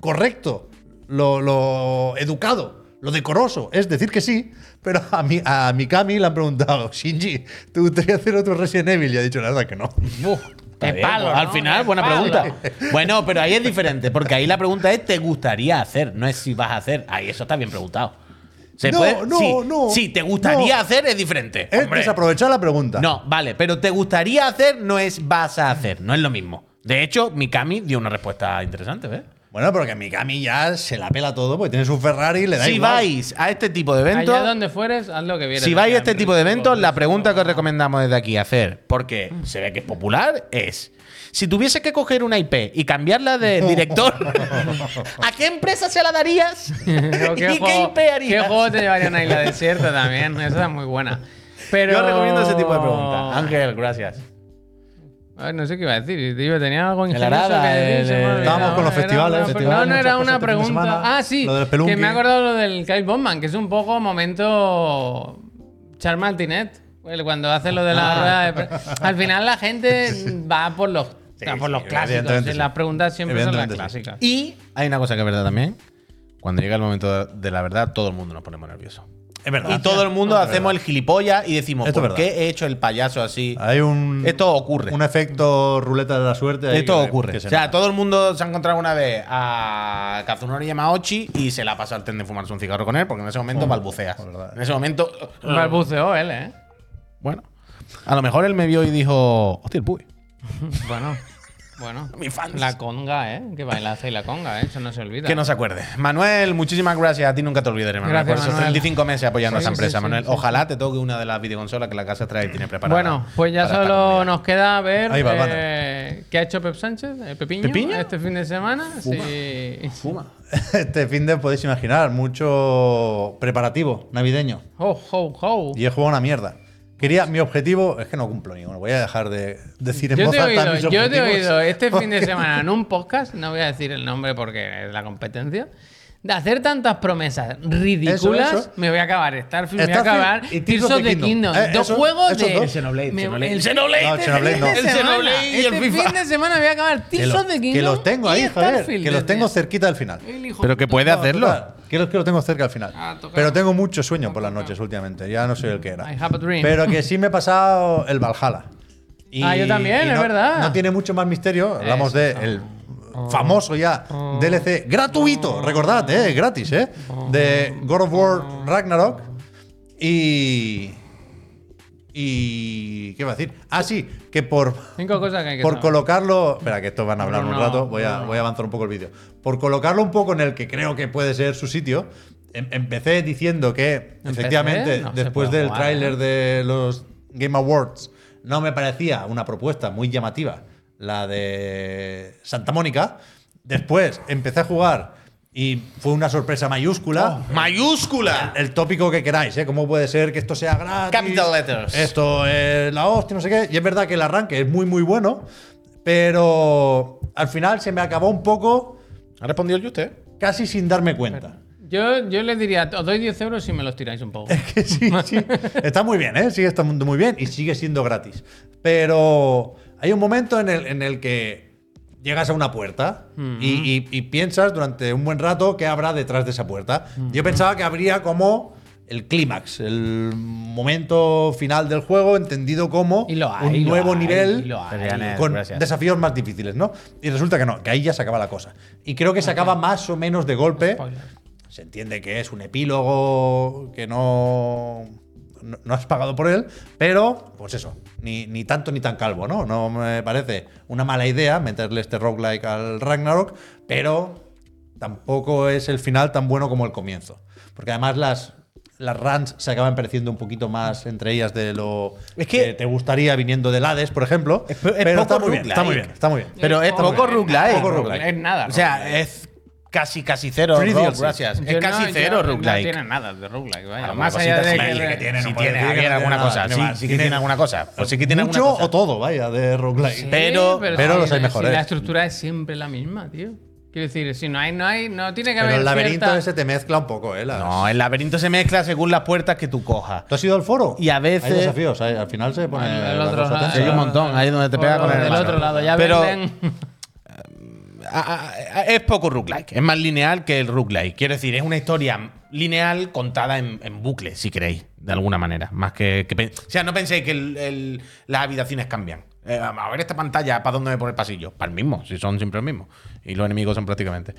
[SPEAKER 3] correcto, lo, lo educado, lo decoroso es decir que sí, pero a, mi, *laughs* a Mikami le han preguntado, Shinji, ¿te gustaría hacer otro Resident Evil? Y ha dicho la verdad que no.
[SPEAKER 1] Está
[SPEAKER 4] Es
[SPEAKER 1] bien,
[SPEAKER 4] palo,
[SPEAKER 1] pues,
[SPEAKER 4] Al
[SPEAKER 1] ¿no?
[SPEAKER 4] final,
[SPEAKER 1] Es
[SPEAKER 4] buena
[SPEAKER 1] palo.
[SPEAKER 4] pregunta. Bueno, pero ahí es diferente, porque ahí la pregunta es: ¿te gustaría hacer? No es si vas a hacer. Ahí eso está bien preguntado. ¿Se
[SPEAKER 3] No,
[SPEAKER 4] puede?
[SPEAKER 3] no,
[SPEAKER 4] sí,
[SPEAKER 3] no,
[SPEAKER 4] Sí, te gustaría
[SPEAKER 3] no.
[SPEAKER 4] hacer es diferente.
[SPEAKER 3] Es
[SPEAKER 4] hombre.
[SPEAKER 3] desaprovechar la pregunta.
[SPEAKER 4] No, vale, pero te gustaría hacer no es vas a hacer, no es lo mismo. De hecho, Mikami dio una respuesta interesante, ¿ves?
[SPEAKER 3] Bueno, pero que Mikami ya se la pela todo porque tiene su Ferrari y le da
[SPEAKER 4] Si
[SPEAKER 3] igual.
[SPEAKER 4] vais a este tipo de eventos,
[SPEAKER 1] Allá donde fueres, haz lo que vieres.
[SPEAKER 4] si vais a este tipo de eventos, la
[SPEAKER 1] pregunta
[SPEAKER 4] pregunta que os recomendamos desde aquí hacer, porque se ve que es popular, es: si tuviese que coger una IP y cambiarla
[SPEAKER 1] *laughs*
[SPEAKER 4] de director, ¿a qué empresa se
[SPEAKER 1] *laughs*
[SPEAKER 4] la darías?
[SPEAKER 1] Pero
[SPEAKER 4] *laughs* ¿Y qué IP harías?
[SPEAKER 1] ¿Qué juego te llevaría a una isla desierta también? Esa es muy buena. Pero...
[SPEAKER 4] Yo recomiendo ese tipo de preguntas. Ángel, gracias.
[SPEAKER 1] Ay, no sé qué iba a decir. Yo tenía algo
[SPEAKER 4] El
[SPEAKER 1] ingenioso
[SPEAKER 4] Arada,
[SPEAKER 1] que decir,
[SPEAKER 4] el-
[SPEAKER 1] se me ha olvidado.
[SPEAKER 3] Estábamos con los
[SPEAKER 1] Era
[SPEAKER 3] festivales,
[SPEAKER 1] una-
[SPEAKER 3] festivales,
[SPEAKER 1] No, no
[SPEAKER 3] muchas
[SPEAKER 1] era
[SPEAKER 3] cosas
[SPEAKER 1] una
[SPEAKER 3] este fin de
[SPEAKER 1] pregunta.
[SPEAKER 3] semana.
[SPEAKER 1] ah, sí.
[SPEAKER 3] Lo del Spelunky.
[SPEAKER 1] que me he acordado lo del Kyle Bondman, que es un poco momento Charmaltinet. Cuando hace lo de
[SPEAKER 3] Ah.
[SPEAKER 1] la rueda de pre- Al final la
[SPEAKER 3] *laughs*
[SPEAKER 1] gente va por los, va por los
[SPEAKER 3] sí,
[SPEAKER 1] clásicos.
[SPEAKER 3] evidentemente
[SPEAKER 1] y
[SPEAKER 3] sí.
[SPEAKER 1] Las preguntas siempre son las
[SPEAKER 3] Evidentemente sí.
[SPEAKER 1] clásicas.
[SPEAKER 4] Y hay una cosa que es verdad también. Cuando llega el momento de la verdad, todo el mundo nos ponemos nerviosos.
[SPEAKER 3] Es verdad.
[SPEAKER 4] Y todo el mundo hacemos el gilipollas y decimos,
[SPEAKER 3] Esto es
[SPEAKER 4] ¿por
[SPEAKER 3] verdad.
[SPEAKER 4] qué he hecho el payaso así?
[SPEAKER 3] Hay un.
[SPEAKER 4] Esto ocurre.
[SPEAKER 3] Un efecto ruleta de la suerte. ahí
[SPEAKER 4] Esto
[SPEAKER 3] que-
[SPEAKER 4] ocurre.
[SPEAKER 3] que
[SPEAKER 4] O
[SPEAKER 3] se
[SPEAKER 4] sea,
[SPEAKER 3] nota.
[SPEAKER 4] todo el mundo se ha encontrado una vez a Kazunori Yamauchi y se la pasa al tren de fumarse un cigarro con él, porque en ese momento balbuceas.
[SPEAKER 3] es verdad.
[SPEAKER 4] En ese momento.
[SPEAKER 1] Balbuceó él, ¿eh?
[SPEAKER 4] Bueno. A lo mejor él me vio y dijo, hostia, el puy.
[SPEAKER 1] Bueno, bueno.
[SPEAKER 4] *laughs* Mi fans.
[SPEAKER 1] La conga, ¿eh? Que bailaste y la conga, ¿eh? Eso no se olvida.
[SPEAKER 4] Que no se acuerde. Manuel, muchísimas gracias. A ti nunca te olvidaré, Manuel.
[SPEAKER 1] Gracias,
[SPEAKER 4] por esos
[SPEAKER 1] Manuel.
[SPEAKER 4] 35 meses apoyando
[SPEAKER 1] Sí,
[SPEAKER 4] a esa
[SPEAKER 1] sí,
[SPEAKER 4] empresa,
[SPEAKER 1] sí,
[SPEAKER 4] Manuel.
[SPEAKER 1] sí,
[SPEAKER 4] Ojalá te toque una de las videoconsolas que la casa trae y tiene preparada.
[SPEAKER 1] Bueno, pues ya
[SPEAKER 4] para esta
[SPEAKER 1] solo
[SPEAKER 4] comunidad.
[SPEAKER 1] nos queda ver
[SPEAKER 3] Ahí va,
[SPEAKER 1] eh,
[SPEAKER 3] Banner.
[SPEAKER 1] qué ha hecho Pep Sánchez, eh, Pepiño,
[SPEAKER 4] ¿Pepiño?
[SPEAKER 1] este fin de semana. Sí.
[SPEAKER 3] *laughs* Este fin de podéis imaginar, mucho preparativo navideño.
[SPEAKER 1] Ho, ho, ho.
[SPEAKER 3] Y he jugado una mierda. Quería, mi objetivo es que no cumplo ninguno. Voy a dejar de decir en
[SPEAKER 1] Yo
[SPEAKER 3] voz
[SPEAKER 1] te he
[SPEAKER 3] alta
[SPEAKER 1] oído,
[SPEAKER 3] mis
[SPEAKER 1] yo te he
[SPEAKER 3] objetivos. Oh, *laughs*
[SPEAKER 1] oído este fin de
[SPEAKER 3] Porque-
[SPEAKER 1] semana en un podcast, no voy a decir el nombre porque es la competencia, de hacer tantas promesas ridículas,
[SPEAKER 3] Eso, eso.
[SPEAKER 1] me voy a acabar Starfield, me voy a
[SPEAKER 3] Starfield
[SPEAKER 1] acabar
[SPEAKER 3] y
[SPEAKER 1] Tears of the Kingdom.
[SPEAKER 3] Eh,
[SPEAKER 1] dos
[SPEAKER 3] eso-
[SPEAKER 1] juegos
[SPEAKER 3] esos
[SPEAKER 1] de...
[SPEAKER 3] dos. El
[SPEAKER 4] Xenoblade,
[SPEAKER 1] Me-
[SPEAKER 4] Xenoblade.
[SPEAKER 1] El Xenoblade.
[SPEAKER 3] No, el Xenoblade
[SPEAKER 1] este fin
[SPEAKER 3] no.
[SPEAKER 1] de
[SPEAKER 3] El
[SPEAKER 1] semana.
[SPEAKER 4] Xenoblade y el
[SPEAKER 1] Este
[SPEAKER 4] FIFA.
[SPEAKER 1] fin de semana voy a acabar
[SPEAKER 3] Que,
[SPEAKER 1] Tears
[SPEAKER 3] lo-
[SPEAKER 1] of the Kingdom
[SPEAKER 3] que los tengo
[SPEAKER 1] y
[SPEAKER 3] ahí, joder.
[SPEAKER 1] Starfield ¿eh?
[SPEAKER 3] Que los
[SPEAKER 1] desde-
[SPEAKER 3] tengo cerquita al final.
[SPEAKER 1] El hijo
[SPEAKER 4] Pero que
[SPEAKER 1] puta.
[SPEAKER 4] puede hacerlo.
[SPEAKER 3] Total, Que los, que los tengo cerca al final.
[SPEAKER 1] Ah, tocar.
[SPEAKER 3] Pero tengo mucho sueño por las noches últimamente. Ya no soy el que era.
[SPEAKER 1] I have a dream.
[SPEAKER 3] Pero que sí me he pasado el Valhalla. Y-
[SPEAKER 1] Ah, yo también,
[SPEAKER 3] y
[SPEAKER 1] es
[SPEAKER 3] no-
[SPEAKER 1] verdad.
[SPEAKER 3] No tiene mucho más misterio. Hablamos de el famoso ya
[SPEAKER 1] Oh.
[SPEAKER 3] DLC gratuito. Recordad, eh, gratis, ¿eh? De God of War Ragnarok. Y. Y. ¿Qué va a decir? Ah, sí, que por.
[SPEAKER 1] Cinco cosas que hay que
[SPEAKER 3] Por
[SPEAKER 1] saber.
[SPEAKER 3] colocarlo. Espera, que estos van a hablar
[SPEAKER 1] No,
[SPEAKER 3] un
[SPEAKER 1] no,
[SPEAKER 3] rato. Voy a, voy a avanzar un poco el vídeo. Por colocarlo un poco en el que creo que puede ser su sitio. em- Empecé diciendo que,
[SPEAKER 1] Empecé,
[SPEAKER 3] efectivamente,
[SPEAKER 1] no se
[SPEAKER 3] después
[SPEAKER 1] puede
[SPEAKER 3] del
[SPEAKER 1] jugar, ¿eh?
[SPEAKER 3] tráiler de los Game Awards, no me parecía una propuesta muy llamativa la de Santa Mónica. Después empecé a jugar y fue una sorpresa
[SPEAKER 1] Oh,
[SPEAKER 3] mayúscula.
[SPEAKER 4] ¡Mayúscula!
[SPEAKER 3] El tópico que queráis, ¿eh? ¿Cómo puede ser que esto sea gratis?
[SPEAKER 4] Capital letters.
[SPEAKER 3] Esto es la hostia, no sé qué. Y es verdad que el arranque es muy, muy bueno, pero al final se me acabó un poco
[SPEAKER 4] ¿Ha respondido yo usted?
[SPEAKER 3] casi sin darme cuenta.
[SPEAKER 1] Yo, yo les diría, os doy 10 euros si me los tiráis
[SPEAKER 3] *laughs*
[SPEAKER 1] un poco.
[SPEAKER 3] Que sí, sí. Está muy bien, ¿eh? Sigue estando muy bien y sigue siendo gratis. Pero hay un momento en el, en el que llegas a una puerta y, y- y piensas durante un buen rato qué habrá detrás de esa puerta. Yo pensaba que habría como el clímax, el momento final del juego, entendido como
[SPEAKER 1] Y lo hay,
[SPEAKER 3] un
[SPEAKER 1] lo
[SPEAKER 3] nuevo
[SPEAKER 1] hay,
[SPEAKER 3] nivel
[SPEAKER 1] y lo hay.
[SPEAKER 4] Adriana,
[SPEAKER 3] con
[SPEAKER 4] gracias.
[SPEAKER 3] desafíos más difíciles, ¿no? Y resulta que no, que ahí ya se acaba la cosa. Y creo que se acaba más o menos de golpe.
[SPEAKER 1] Spoiler.
[SPEAKER 3] Se entiende que es un epílogo que no, no, no has pagado por él, pero pues eso, ni, ni tanto ni tan calvo, ¿no? No me parece una mala idea meterle este roguelike al Ragnarok, pero tampoco es el final tan bueno como el comienzo. Porque además las, las runs se acaban pareciendo un poquito más entre ellas de lo
[SPEAKER 4] Es que-
[SPEAKER 3] te gustaría viniendo del Hades, por ejemplo.
[SPEAKER 4] Es- es
[SPEAKER 3] pero está
[SPEAKER 4] poco
[SPEAKER 3] muy bien, está muy bien, está muy bien.
[SPEAKER 4] Pero es
[SPEAKER 1] Poco
[SPEAKER 4] poco
[SPEAKER 1] roguelike.
[SPEAKER 4] roguelike.
[SPEAKER 3] Poco roguelike.
[SPEAKER 1] Es nada.
[SPEAKER 4] O sea, es casi, casi cero.
[SPEAKER 3] Free
[SPEAKER 4] Rob,
[SPEAKER 3] DLC.
[SPEAKER 4] gracias.
[SPEAKER 1] roguelike.
[SPEAKER 4] Es
[SPEAKER 1] Yo
[SPEAKER 4] casi
[SPEAKER 1] no- yo-
[SPEAKER 4] cero
[SPEAKER 1] No
[SPEAKER 4] roguelike.
[SPEAKER 1] tiene nada de roguelike. vaya.
[SPEAKER 4] Alguna
[SPEAKER 1] Más allá
[SPEAKER 4] cosita
[SPEAKER 1] de
[SPEAKER 4] sí
[SPEAKER 1] que,
[SPEAKER 4] que tiene,
[SPEAKER 3] no
[SPEAKER 4] si
[SPEAKER 3] puede decir
[SPEAKER 4] tiene
[SPEAKER 3] que
[SPEAKER 4] alguien
[SPEAKER 3] no
[SPEAKER 4] alguna
[SPEAKER 3] tiene
[SPEAKER 4] cosa,
[SPEAKER 3] nada.
[SPEAKER 4] sí,
[SPEAKER 3] Nada.
[SPEAKER 4] sí que tiene alguna cosa. Pues sí que tiene
[SPEAKER 3] Mucho
[SPEAKER 4] alguna cosa.
[SPEAKER 3] o todo, vaya, de roguelike.
[SPEAKER 1] Sí,
[SPEAKER 4] pero-
[SPEAKER 3] pero
[SPEAKER 1] si-
[SPEAKER 3] los hay
[SPEAKER 1] si
[SPEAKER 3] mejores.
[SPEAKER 1] la estructura es siempre la misma, tío. Quiero decir, si no hay, no hay, no tiene que
[SPEAKER 3] Pero
[SPEAKER 1] haber.
[SPEAKER 3] el laberinto
[SPEAKER 1] cierta-
[SPEAKER 3] ese te mezcla un poco, ¿eh? Las-
[SPEAKER 4] No, el laberinto se mezcla según las puertas que tú cojas.
[SPEAKER 3] ¿Tú has ido al foro?
[SPEAKER 4] Y a veces-
[SPEAKER 3] Hay desafíos, hay- al final se pone.
[SPEAKER 1] Bueno, el
[SPEAKER 3] la
[SPEAKER 1] otro
[SPEAKER 3] cosa
[SPEAKER 1] lado.
[SPEAKER 3] tensa.
[SPEAKER 4] Sí, hay un montón, ahí es donde te pega
[SPEAKER 1] O
[SPEAKER 4] con el
[SPEAKER 1] del
[SPEAKER 4] hermano.
[SPEAKER 1] otro lado, ya
[SPEAKER 4] Pero-
[SPEAKER 1] venden-
[SPEAKER 4] a- a- a- es poco roguelike. Es más lineal que el roguelike. Quiero decir, es una historia lineal contada en, en bucle, si queréis, de alguna manera. Más que, que pe- O sea, no penséis que el- el- las habitaciones cambian. Eh, a ver esta pantalla, ¿para dónde me pone el pasillo? Para el mismo, si son siempre el mismo. Y los enemigos son prácticamente.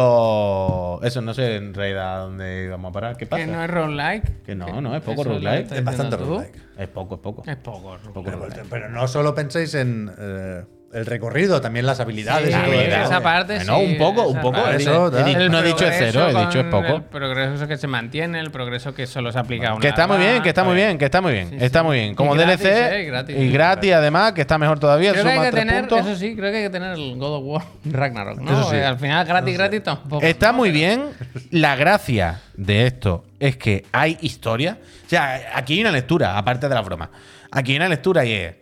[SPEAKER 4] Pero eso, no sé en realidad dónde vamos a parar. ¿Qué pasa?
[SPEAKER 1] Que no es roguelike.
[SPEAKER 4] Que no, no, es poco
[SPEAKER 1] eso lo
[SPEAKER 4] roguelike.
[SPEAKER 1] estás
[SPEAKER 3] Es bastante
[SPEAKER 1] diciendo tú.
[SPEAKER 3] roguelike.
[SPEAKER 4] Es poco, es poco.
[SPEAKER 1] Es poco roguelike.
[SPEAKER 4] poco
[SPEAKER 3] Pero,
[SPEAKER 4] roguelike.
[SPEAKER 3] pero no solo penséis en eh, el recorrido, también las habilidades y
[SPEAKER 1] Sí,
[SPEAKER 3] todo
[SPEAKER 1] habilidades,
[SPEAKER 3] eso.
[SPEAKER 1] esa parte
[SPEAKER 4] Bueno,
[SPEAKER 1] sí,
[SPEAKER 4] un poco, un
[SPEAKER 1] esa
[SPEAKER 4] poco.
[SPEAKER 1] parte.
[SPEAKER 4] He dicho-
[SPEAKER 3] Eso,
[SPEAKER 4] he dicho-
[SPEAKER 1] El
[SPEAKER 4] no he dicho es
[SPEAKER 1] progreso
[SPEAKER 4] cero, he dicho es
[SPEAKER 1] con
[SPEAKER 4] poco.
[SPEAKER 1] El progreso que se mantiene, el progreso que solo se aplica a una
[SPEAKER 4] Que está muy
[SPEAKER 1] rama.
[SPEAKER 4] bien, que está muy bien, que está muy bien.
[SPEAKER 1] sí.
[SPEAKER 4] Está muy bien. Como
[SPEAKER 1] Y
[SPEAKER 4] DLC
[SPEAKER 1] gratis, eh, y gratis.
[SPEAKER 4] y gratis, además, que está mejor todavía.
[SPEAKER 1] Creo que hay
[SPEAKER 4] suma
[SPEAKER 1] que
[SPEAKER 4] tres
[SPEAKER 1] tener,
[SPEAKER 4] puntos.
[SPEAKER 1] eso sí, creo que hay que tener el God of War *laughs* Ragnarok, ¿no?
[SPEAKER 3] Eso sí.
[SPEAKER 1] Eh, Al final, gratis, gratis tampoco.
[SPEAKER 4] Está muy bien. La gracia de esto es que hay historia. O sea, aquí hay una lectura, aparte de la broma. Aquí hay una lectura y es.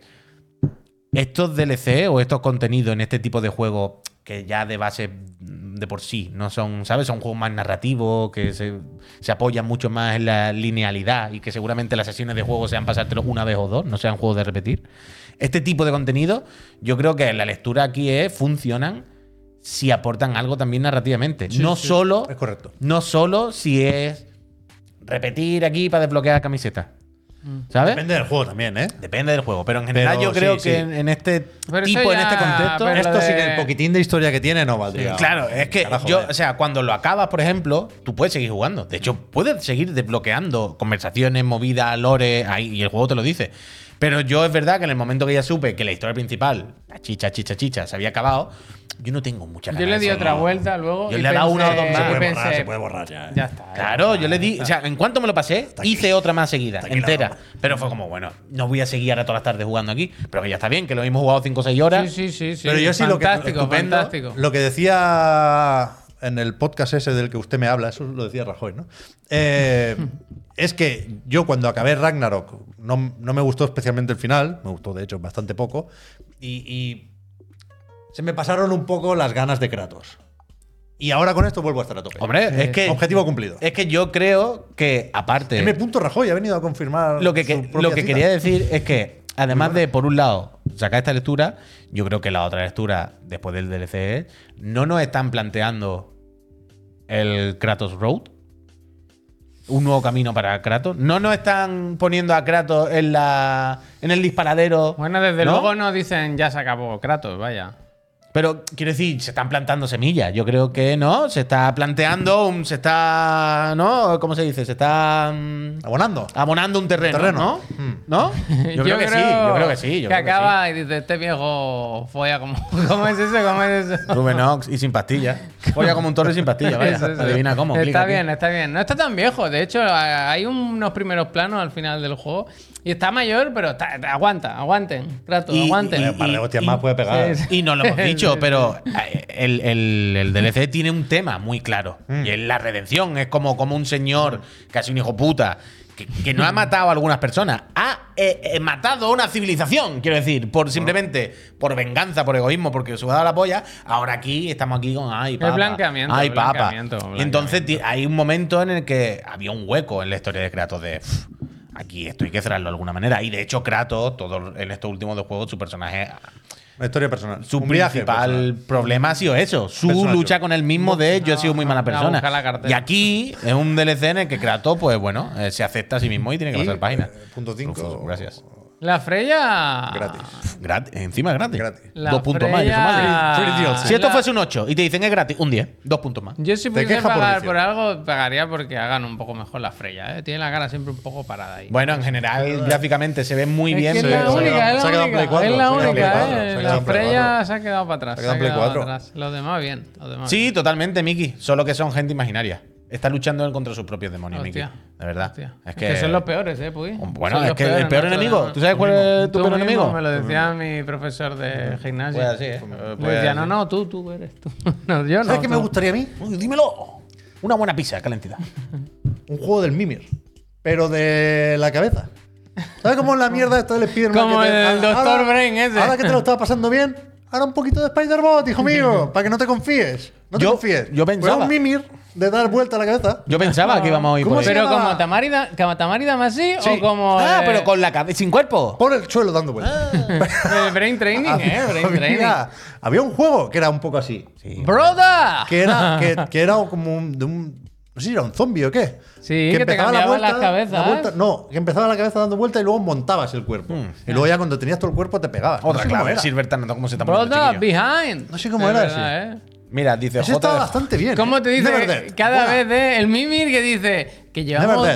[SPEAKER 4] Estos DLC o estos contenidos en este tipo de juegos que ya de base mm, de por sí no son, ¿sabes? Son juegos más narrativos, que se, se apoyan mucho más en la linealidad y que seguramente las sesiones de juego sean pasártelo una vez o dos, no sean juegos de repetir. Este tipo de contenido, yo creo que la lectura aquí es, funcionan si aportan algo también narrativamente. no solo.
[SPEAKER 3] Es correcto.
[SPEAKER 1] ¿Eh?
[SPEAKER 4] No solo si es repetir aquí para desbloquear camisetas. ¿Sabes? Mm. Depende,
[SPEAKER 3] Depende del juego también, ¿eh?
[SPEAKER 4] del juego. Pero en general
[SPEAKER 3] Pero
[SPEAKER 4] yo creo
[SPEAKER 3] sí,
[SPEAKER 4] que
[SPEAKER 3] sí.
[SPEAKER 4] en, en este
[SPEAKER 1] Pero eso
[SPEAKER 4] tipo, en
[SPEAKER 1] ya-
[SPEAKER 4] este contexto.
[SPEAKER 1] pero
[SPEAKER 3] Esto
[SPEAKER 1] lo
[SPEAKER 3] sí
[SPEAKER 1] de-
[SPEAKER 3] que el poquitín de historia que tiene no valdría.
[SPEAKER 4] Claro, es que
[SPEAKER 3] Carajo,
[SPEAKER 4] yo,
[SPEAKER 3] eh.
[SPEAKER 4] o sea, cuando lo acabas, por ejemplo, tú puedes seguir jugando. De hecho, puedes seguir desbloqueando conversaciones, movidas, lore, ahí, y el juego te lo dice. Pero yo es verdad que en el momento que ya supe que la historia principal, la chicha, chicha, chicha, se había acabado, yo no tengo mucha
[SPEAKER 1] Yo le di otra vuelta luego.
[SPEAKER 4] Yo
[SPEAKER 1] y
[SPEAKER 4] le he dado una o dos
[SPEAKER 1] pensé-
[SPEAKER 4] más.
[SPEAKER 1] y
[SPEAKER 4] Se puede
[SPEAKER 1] pensé,
[SPEAKER 3] borrar ya. ¿eh?
[SPEAKER 1] Ya está.
[SPEAKER 4] Claro, yo le di. O sea, en cuanto me lo pasé,
[SPEAKER 3] aquí.
[SPEAKER 4] hice otra más seguida,
[SPEAKER 3] aquí la
[SPEAKER 4] entera.
[SPEAKER 3] broma.
[SPEAKER 4] Pero fue como, bueno, no voy a seguir ahora todas las tardes jugando aquí. Pero que ya está bien, que lo hemos jugado 5 o 6 horas.
[SPEAKER 1] Sí, sí, sí, sí.
[SPEAKER 3] Pero yo sí lo que-
[SPEAKER 1] fantástico,
[SPEAKER 3] estupendo,
[SPEAKER 1] fantástico.
[SPEAKER 3] Lo que decía en el podcast ese del que usted me habla, eso lo decía Rajoy, ¿no? Eh, *laughs* es que yo cuando acabé Ragnarok no, no me gustó especialmente el final, me gustó de hecho bastante poco, y, y se me pasaron un poco las ganas de Kratos. Y ahora con esto vuelvo a estar a tope.
[SPEAKER 4] Hombre, es que. eh,
[SPEAKER 3] Objetivo cumplido.
[SPEAKER 4] Es que yo creo que, aparte.
[SPEAKER 3] M. Rajoy ha venido a confirmar
[SPEAKER 4] lo que, que-
[SPEAKER 3] su propia
[SPEAKER 4] lo que
[SPEAKER 3] cita.
[SPEAKER 4] quería decir es que, además de, por un lado, sacar esta lectura, yo creo que la otra lectura, después del DLC, no nos están planteando el Kratos Road. Un nuevo camino para Kratos. No nos están poniendo a Kratos en la. en el disparadero.
[SPEAKER 1] Bueno, desde
[SPEAKER 4] ¿no?
[SPEAKER 1] luego no dicen ya se acabó Kratos, vaya.
[SPEAKER 4] Pero quiero decir, se están plantando semillas. Yo creo que no. Se está planteando un. Se está. ¿No? ¿Cómo se dice? Se está. mm,
[SPEAKER 3] Abonando.
[SPEAKER 4] abonando un terreno,
[SPEAKER 3] Terreno.
[SPEAKER 4] ¿no?
[SPEAKER 3] Mm.
[SPEAKER 4] ¿no?
[SPEAKER 1] *laughs*
[SPEAKER 4] Yo, creo que sí, yo creo que sí. Yo
[SPEAKER 1] que
[SPEAKER 4] creo que
[SPEAKER 1] acaba y dice, este viejo folla como... *laughs* ¿Cómo es eso? ¿Cómo es
[SPEAKER 4] sí.
[SPEAKER 1] eso?
[SPEAKER 4] Rubén Ox y sin pastillas. Folla como un torre
[SPEAKER 1] *laughs*
[SPEAKER 4] sin *laughs* pastillas, vaya.
[SPEAKER 1] Eso, eso.
[SPEAKER 4] Adivina cómo. clica
[SPEAKER 1] Está
[SPEAKER 4] aquí.
[SPEAKER 1] bien, está bien. No está tan viejo. De hecho, a- hay unos primeros planos al final del juego. Y está mayor, pero está- aguanta, aguanten. Kratos,
[SPEAKER 4] Y-
[SPEAKER 1] aguanten.
[SPEAKER 3] Eh, un par de hostias más puede pegar.
[SPEAKER 1] Sí, sí.
[SPEAKER 4] *laughs* Y no lo hemos
[SPEAKER 1] Sí,
[SPEAKER 4] dicho,
[SPEAKER 1] sí.
[SPEAKER 4] pero eh, el, el- el DLC tiene un tema muy claro.
[SPEAKER 1] Mm.
[SPEAKER 4] Y es la redención. Es como, como un señor, casi un hijo puta, que, que no ha matado a algunas personas. Ha eh, eh, matado a una civilización, quiero decir,
[SPEAKER 1] Ah.
[SPEAKER 4] por simplemente por venganza, por egoísmo, porque se ha dado la polla. Ahora aquí estamos aquí con ay, papa.
[SPEAKER 1] blanqueamiento,
[SPEAKER 4] Ay, papa.
[SPEAKER 1] blanqueamiento,
[SPEAKER 4] Y entonces ti- hay un momento en el que había un hueco en la historia de Kratos de. "Uf, Aquí esto hay que cerrarlo de alguna manera. Y de hecho, Kratos, todo en estos últimos dos juegos, su personaje
[SPEAKER 3] Una historia personal.
[SPEAKER 4] su
[SPEAKER 3] Un viaje
[SPEAKER 4] principal
[SPEAKER 3] personal.
[SPEAKER 4] problema ha sido eso. Su
[SPEAKER 3] Personal
[SPEAKER 4] lucha con el mismo de yo he sido muy mala persona.
[SPEAKER 1] busca la cartera.
[SPEAKER 4] y aquí es un DLC en el que Kratos, pues bueno, eh, se acepta a sí mismo y tiene que
[SPEAKER 3] Y,
[SPEAKER 4] pasar página.
[SPEAKER 3] eh, punto cinco.
[SPEAKER 4] Rufus, gracias.
[SPEAKER 1] La
[SPEAKER 4] Ah,
[SPEAKER 1] Freya...
[SPEAKER 3] Gratis.
[SPEAKER 4] Pff, grat- encima es gratis.
[SPEAKER 3] Gratis.
[SPEAKER 1] La
[SPEAKER 4] Dos puntos más. que su madre.
[SPEAKER 1] Freya-
[SPEAKER 3] Free DLC.
[SPEAKER 4] Si esto
[SPEAKER 1] la-
[SPEAKER 4] fuese un 8 y te dicen es gratis, un 10. Dos puntos más.
[SPEAKER 1] Yo si pudiese
[SPEAKER 3] queja por
[SPEAKER 1] pagar por,
[SPEAKER 3] vicio.
[SPEAKER 1] algo, pagaría porque hagan un poco mejor la Freya. ¿eh? Tiene la cara siempre un poco parada ahí.
[SPEAKER 4] Bueno, en general, gráficamente se ve muy
[SPEAKER 1] Es
[SPEAKER 4] bien.
[SPEAKER 1] que es
[SPEAKER 4] pero-
[SPEAKER 1] la única, es
[SPEAKER 3] se ha
[SPEAKER 1] la
[SPEAKER 3] quedado en Play
[SPEAKER 1] única.
[SPEAKER 3] 4,
[SPEAKER 1] Es la
[SPEAKER 3] se ha quedado en Play
[SPEAKER 1] única,
[SPEAKER 3] 4, se ha
[SPEAKER 1] ¿eh?
[SPEAKER 3] quedado
[SPEAKER 1] La
[SPEAKER 3] en Play
[SPEAKER 1] Freya
[SPEAKER 3] 4.
[SPEAKER 1] se ha quedado para
[SPEAKER 3] Se
[SPEAKER 1] atrás.
[SPEAKER 3] ha
[SPEAKER 1] Se
[SPEAKER 3] quedado
[SPEAKER 1] ha
[SPEAKER 3] en Play
[SPEAKER 1] quedado
[SPEAKER 3] 4.
[SPEAKER 1] atrás. Los demás bien. Los demás
[SPEAKER 4] Sí, totalmente, Miki. Solo que son gente imaginaria. Está luchando él contra sus propios demonios, Miki.
[SPEAKER 1] Hostia.
[SPEAKER 4] De verdad.
[SPEAKER 1] Hostia.
[SPEAKER 4] Es que,
[SPEAKER 1] son los peores, ¿eh, Puy?
[SPEAKER 4] Bueno,
[SPEAKER 1] Son
[SPEAKER 4] es
[SPEAKER 1] los
[SPEAKER 4] que el
[SPEAKER 1] peores,
[SPEAKER 4] peor
[SPEAKER 1] nuestro
[SPEAKER 4] enemigo.
[SPEAKER 1] drama.
[SPEAKER 4] ¿Tú sabes cuál es tu
[SPEAKER 1] Tú
[SPEAKER 4] peor
[SPEAKER 1] mismo
[SPEAKER 4] enemigo? Mm.
[SPEAKER 1] Me lo decía mi profesor de gimnasia.
[SPEAKER 4] Pues así, ¿eh?
[SPEAKER 1] Me
[SPEAKER 4] Pues
[SPEAKER 1] decía,
[SPEAKER 4] así.
[SPEAKER 1] no, no, tú, tú eres tú. *laughs* No, yo no.
[SPEAKER 3] ¿Sabes qué me
[SPEAKER 1] tú.
[SPEAKER 3] gustaría a mí?
[SPEAKER 4] Uy, dímelo. Una buena pizza calentita.
[SPEAKER 3] un juego del Mimir, pero de la cabeza. ¿Sabes cómo la mierda está del Spider-Man?
[SPEAKER 1] Como
[SPEAKER 3] que te-
[SPEAKER 1] el
[SPEAKER 3] ah,
[SPEAKER 1] Dr. Brain ese.
[SPEAKER 3] Ahora que te lo estaba pasando bien, ahora un poquito de Spider-Bot, hijo
[SPEAKER 1] *laughs*
[SPEAKER 3] mío, para que no te confíes. No te
[SPEAKER 4] Yo-
[SPEAKER 3] confíes.
[SPEAKER 4] yo pensaba-
[SPEAKER 3] Fue un Mimir de dar vuelta a la cabeza.
[SPEAKER 4] Yo pensaba que íbamos a ir
[SPEAKER 3] ¿Cómo
[SPEAKER 4] por ahí.
[SPEAKER 3] se
[SPEAKER 1] Pero
[SPEAKER 3] llama?
[SPEAKER 1] como Tamarida, como Tamarida Masi o
[SPEAKER 3] Sí.
[SPEAKER 1] como.
[SPEAKER 4] Ah,
[SPEAKER 1] eh,
[SPEAKER 4] pero con la cabeza sin cuerpo.
[SPEAKER 3] Por el suelo dando vueltas.
[SPEAKER 1] El Ah. brain
[SPEAKER 4] Ah,
[SPEAKER 1] training, ¿eh?
[SPEAKER 4] *laughs*
[SPEAKER 1] Brain
[SPEAKER 3] *laughs*
[SPEAKER 1] training.
[SPEAKER 3] había, había un juego que era un poco así.
[SPEAKER 1] ¡Broda! *laughs*
[SPEAKER 3] Que era, que, que era como un, de un- No sé si era un zombie o qué.
[SPEAKER 1] Sí, que te cambiaba ¿eh? las cabezas.
[SPEAKER 3] vuelta- no, que empezaba la cabeza dando vueltas y luego montabas el cuerpo. y luego ya cuando tenías todo el cuerpo te pegabas.
[SPEAKER 4] Hmm, Otra
[SPEAKER 3] no sé cómo
[SPEAKER 4] clave,
[SPEAKER 3] era.
[SPEAKER 4] Silver Tan, no, ¿cómo se está poniendo el
[SPEAKER 1] Brother,
[SPEAKER 4] chiquillo?
[SPEAKER 1] behind.
[SPEAKER 3] No sé cómo
[SPEAKER 1] Es
[SPEAKER 3] era
[SPEAKER 1] verdad, ¿eh?
[SPEAKER 4] Mira, dice
[SPEAKER 3] Ese estaba
[SPEAKER 4] J.
[SPEAKER 3] bastante bien. ¿eh?
[SPEAKER 1] ¿Cómo te dice
[SPEAKER 3] Neverdead.
[SPEAKER 1] cada
[SPEAKER 3] Buena.
[SPEAKER 1] vez de el Mimir que dice que
[SPEAKER 3] Neverdead.
[SPEAKER 1] llevamos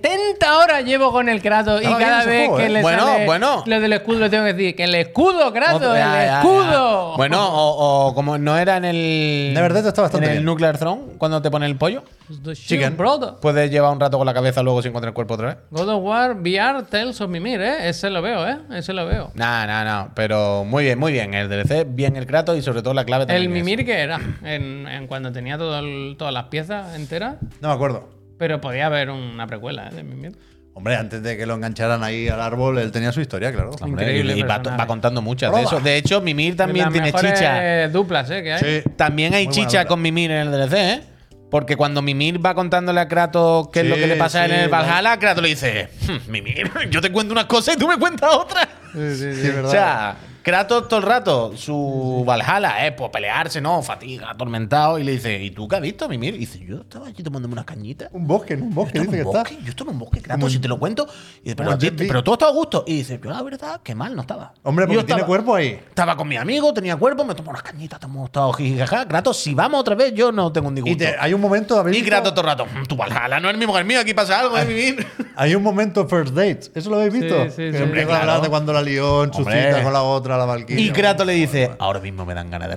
[SPEAKER 1] 70 horas llevo con el Kratos y
[SPEAKER 3] Estaba bien
[SPEAKER 1] cada
[SPEAKER 3] ese
[SPEAKER 1] vez
[SPEAKER 3] juego,
[SPEAKER 1] que
[SPEAKER 3] ¿eh?
[SPEAKER 1] le
[SPEAKER 4] Bueno,
[SPEAKER 1] sale
[SPEAKER 4] bueno.
[SPEAKER 1] lo del escudo le tengo que decir que el escudo Kratos,
[SPEAKER 4] Otra- ya,
[SPEAKER 1] el
[SPEAKER 4] ya,
[SPEAKER 1] escudo.
[SPEAKER 4] ya. Bueno, o, o como no era en el.
[SPEAKER 3] Neverdeath está bastante
[SPEAKER 4] En el
[SPEAKER 3] bien.
[SPEAKER 4] Nuclear Throne, cuando te pone el pollo,
[SPEAKER 1] The shoot,
[SPEAKER 3] Chicken.
[SPEAKER 1] brother.
[SPEAKER 4] puedes llevar un rato con la cabeza luego sin encuentra el cuerpo otra vez.
[SPEAKER 1] God of War VR Tales of Mimir, ¿eh? Ese lo veo, ¿eh? Ese lo veo.
[SPEAKER 4] Nah, nah, nah. Pero muy bien, muy bien. El DLC, bien el Kratos y sobre todo la clave también.
[SPEAKER 1] El
[SPEAKER 4] es-
[SPEAKER 1] Mimir que era, en, en cuando tenía todo el- todas las piezas enteras,
[SPEAKER 3] No me acuerdo.
[SPEAKER 1] pero podía haber una precuela ¿eh? de Mimir.
[SPEAKER 3] Hombre, antes de que lo engancharan ahí al árbol, él tenía su historia, claro.
[SPEAKER 4] Hombre,
[SPEAKER 1] Increíble
[SPEAKER 4] y- y va,
[SPEAKER 1] personaje.
[SPEAKER 4] va contando muchas
[SPEAKER 3] Proba.
[SPEAKER 4] de eso. De hecho, Mimir también
[SPEAKER 1] Las
[SPEAKER 4] tiene
[SPEAKER 1] mejores
[SPEAKER 4] chicha.
[SPEAKER 1] duplas, ¿eh? Que hay.
[SPEAKER 3] Sí.
[SPEAKER 4] También hay
[SPEAKER 3] Muy buena
[SPEAKER 4] chicha
[SPEAKER 3] dupla.
[SPEAKER 4] con Mimir en el DLC, ¿eh? Porque cuando Mimir va contándole a Kratos qué es lo que le
[SPEAKER 3] Sí,
[SPEAKER 4] pasa
[SPEAKER 3] sí,
[SPEAKER 4] en el
[SPEAKER 3] la-
[SPEAKER 4] Valhalla, Kratos le dice: "Hmm, Mimir, *laughs* yo te cuento unas cosas y tú me cuentas otras.
[SPEAKER 1] Sí, sí, sí.
[SPEAKER 3] Sí, es verdad.
[SPEAKER 4] O sea, Kratos todo el rato, su Valhalla es pues, pelearse, ¿no? Fatiga, atormentado. Y le dice, ¿y tú qué has visto, Mimir? Y dice, yo estaba aquí tomándome unas cañitas.
[SPEAKER 3] un bosque, un
[SPEAKER 4] Yo
[SPEAKER 3] bosque,
[SPEAKER 4] estaba
[SPEAKER 3] dice que
[SPEAKER 4] en un
[SPEAKER 3] está.
[SPEAKER 4] bosque, yo estaba en un bosque,
[SPEAKER 3] Como
[SPEAKER 4] Kratos,
[SPEAKER 3] en-
[SPEAKER 4] si te lo cuento. Y dice, pero,
[SPEAKER 3] como
[SPEAKER 4] a ti-
[SPEAKER 3] en Jet Li.
[SPEAKER 4] pero todo está a gusto. Y dice, yo la verdad, que mal, no estaba.
[SPEAKER 3] Hombre, porque
[SPEAKER 4] Yo
[SPEAKER 3] tiene
[SPEAKER 4] estaba-
[SPEAKER 3] cuerpo ahí.
[SPEAKER 4] Estaba con mi amigo, tenía cuerpo, me tomó unas cañitas, te hemos estado jijijaja. Kratos, si vamos otra vez, yo no tengo un
[SPEAKER 3] Y
[SPEAKER 4] disgusto.
[SPEAKER 3] te- hay un momento, ¿habéis
[SPEAKER 4] Y
[SPEAKER 3] visto?
[SPEAKER 4] Kratos todo el rato, "Mm, tu Valhalla no es el mismo que el mío, aquí pasa algo, ¿eh,
[SPEAKER 3] *laughs*
[SPEAKER 4] Mimir?
[SPEAKER 3] Hay un momento first date. ¿Eso lo habéis visto?
[SPEAKER 1] Sí, sí,
[SPEAKER 3] que
[SPEAKER 1] sí.
[SPEAKER 3] empieza a
[SPEAKER 4] Hombre,
[SPEAKER 3] hablar
[SPEAKER 4] claro.
[SPEAKER 3] de cuando la lió en su
[SPEAKER 4] Hombre.
[SPEAKER 3] cita con la otra, la Valkyria.
[SPEAKER 4] Y Kratos le dice, ahora mismo me dan ganas de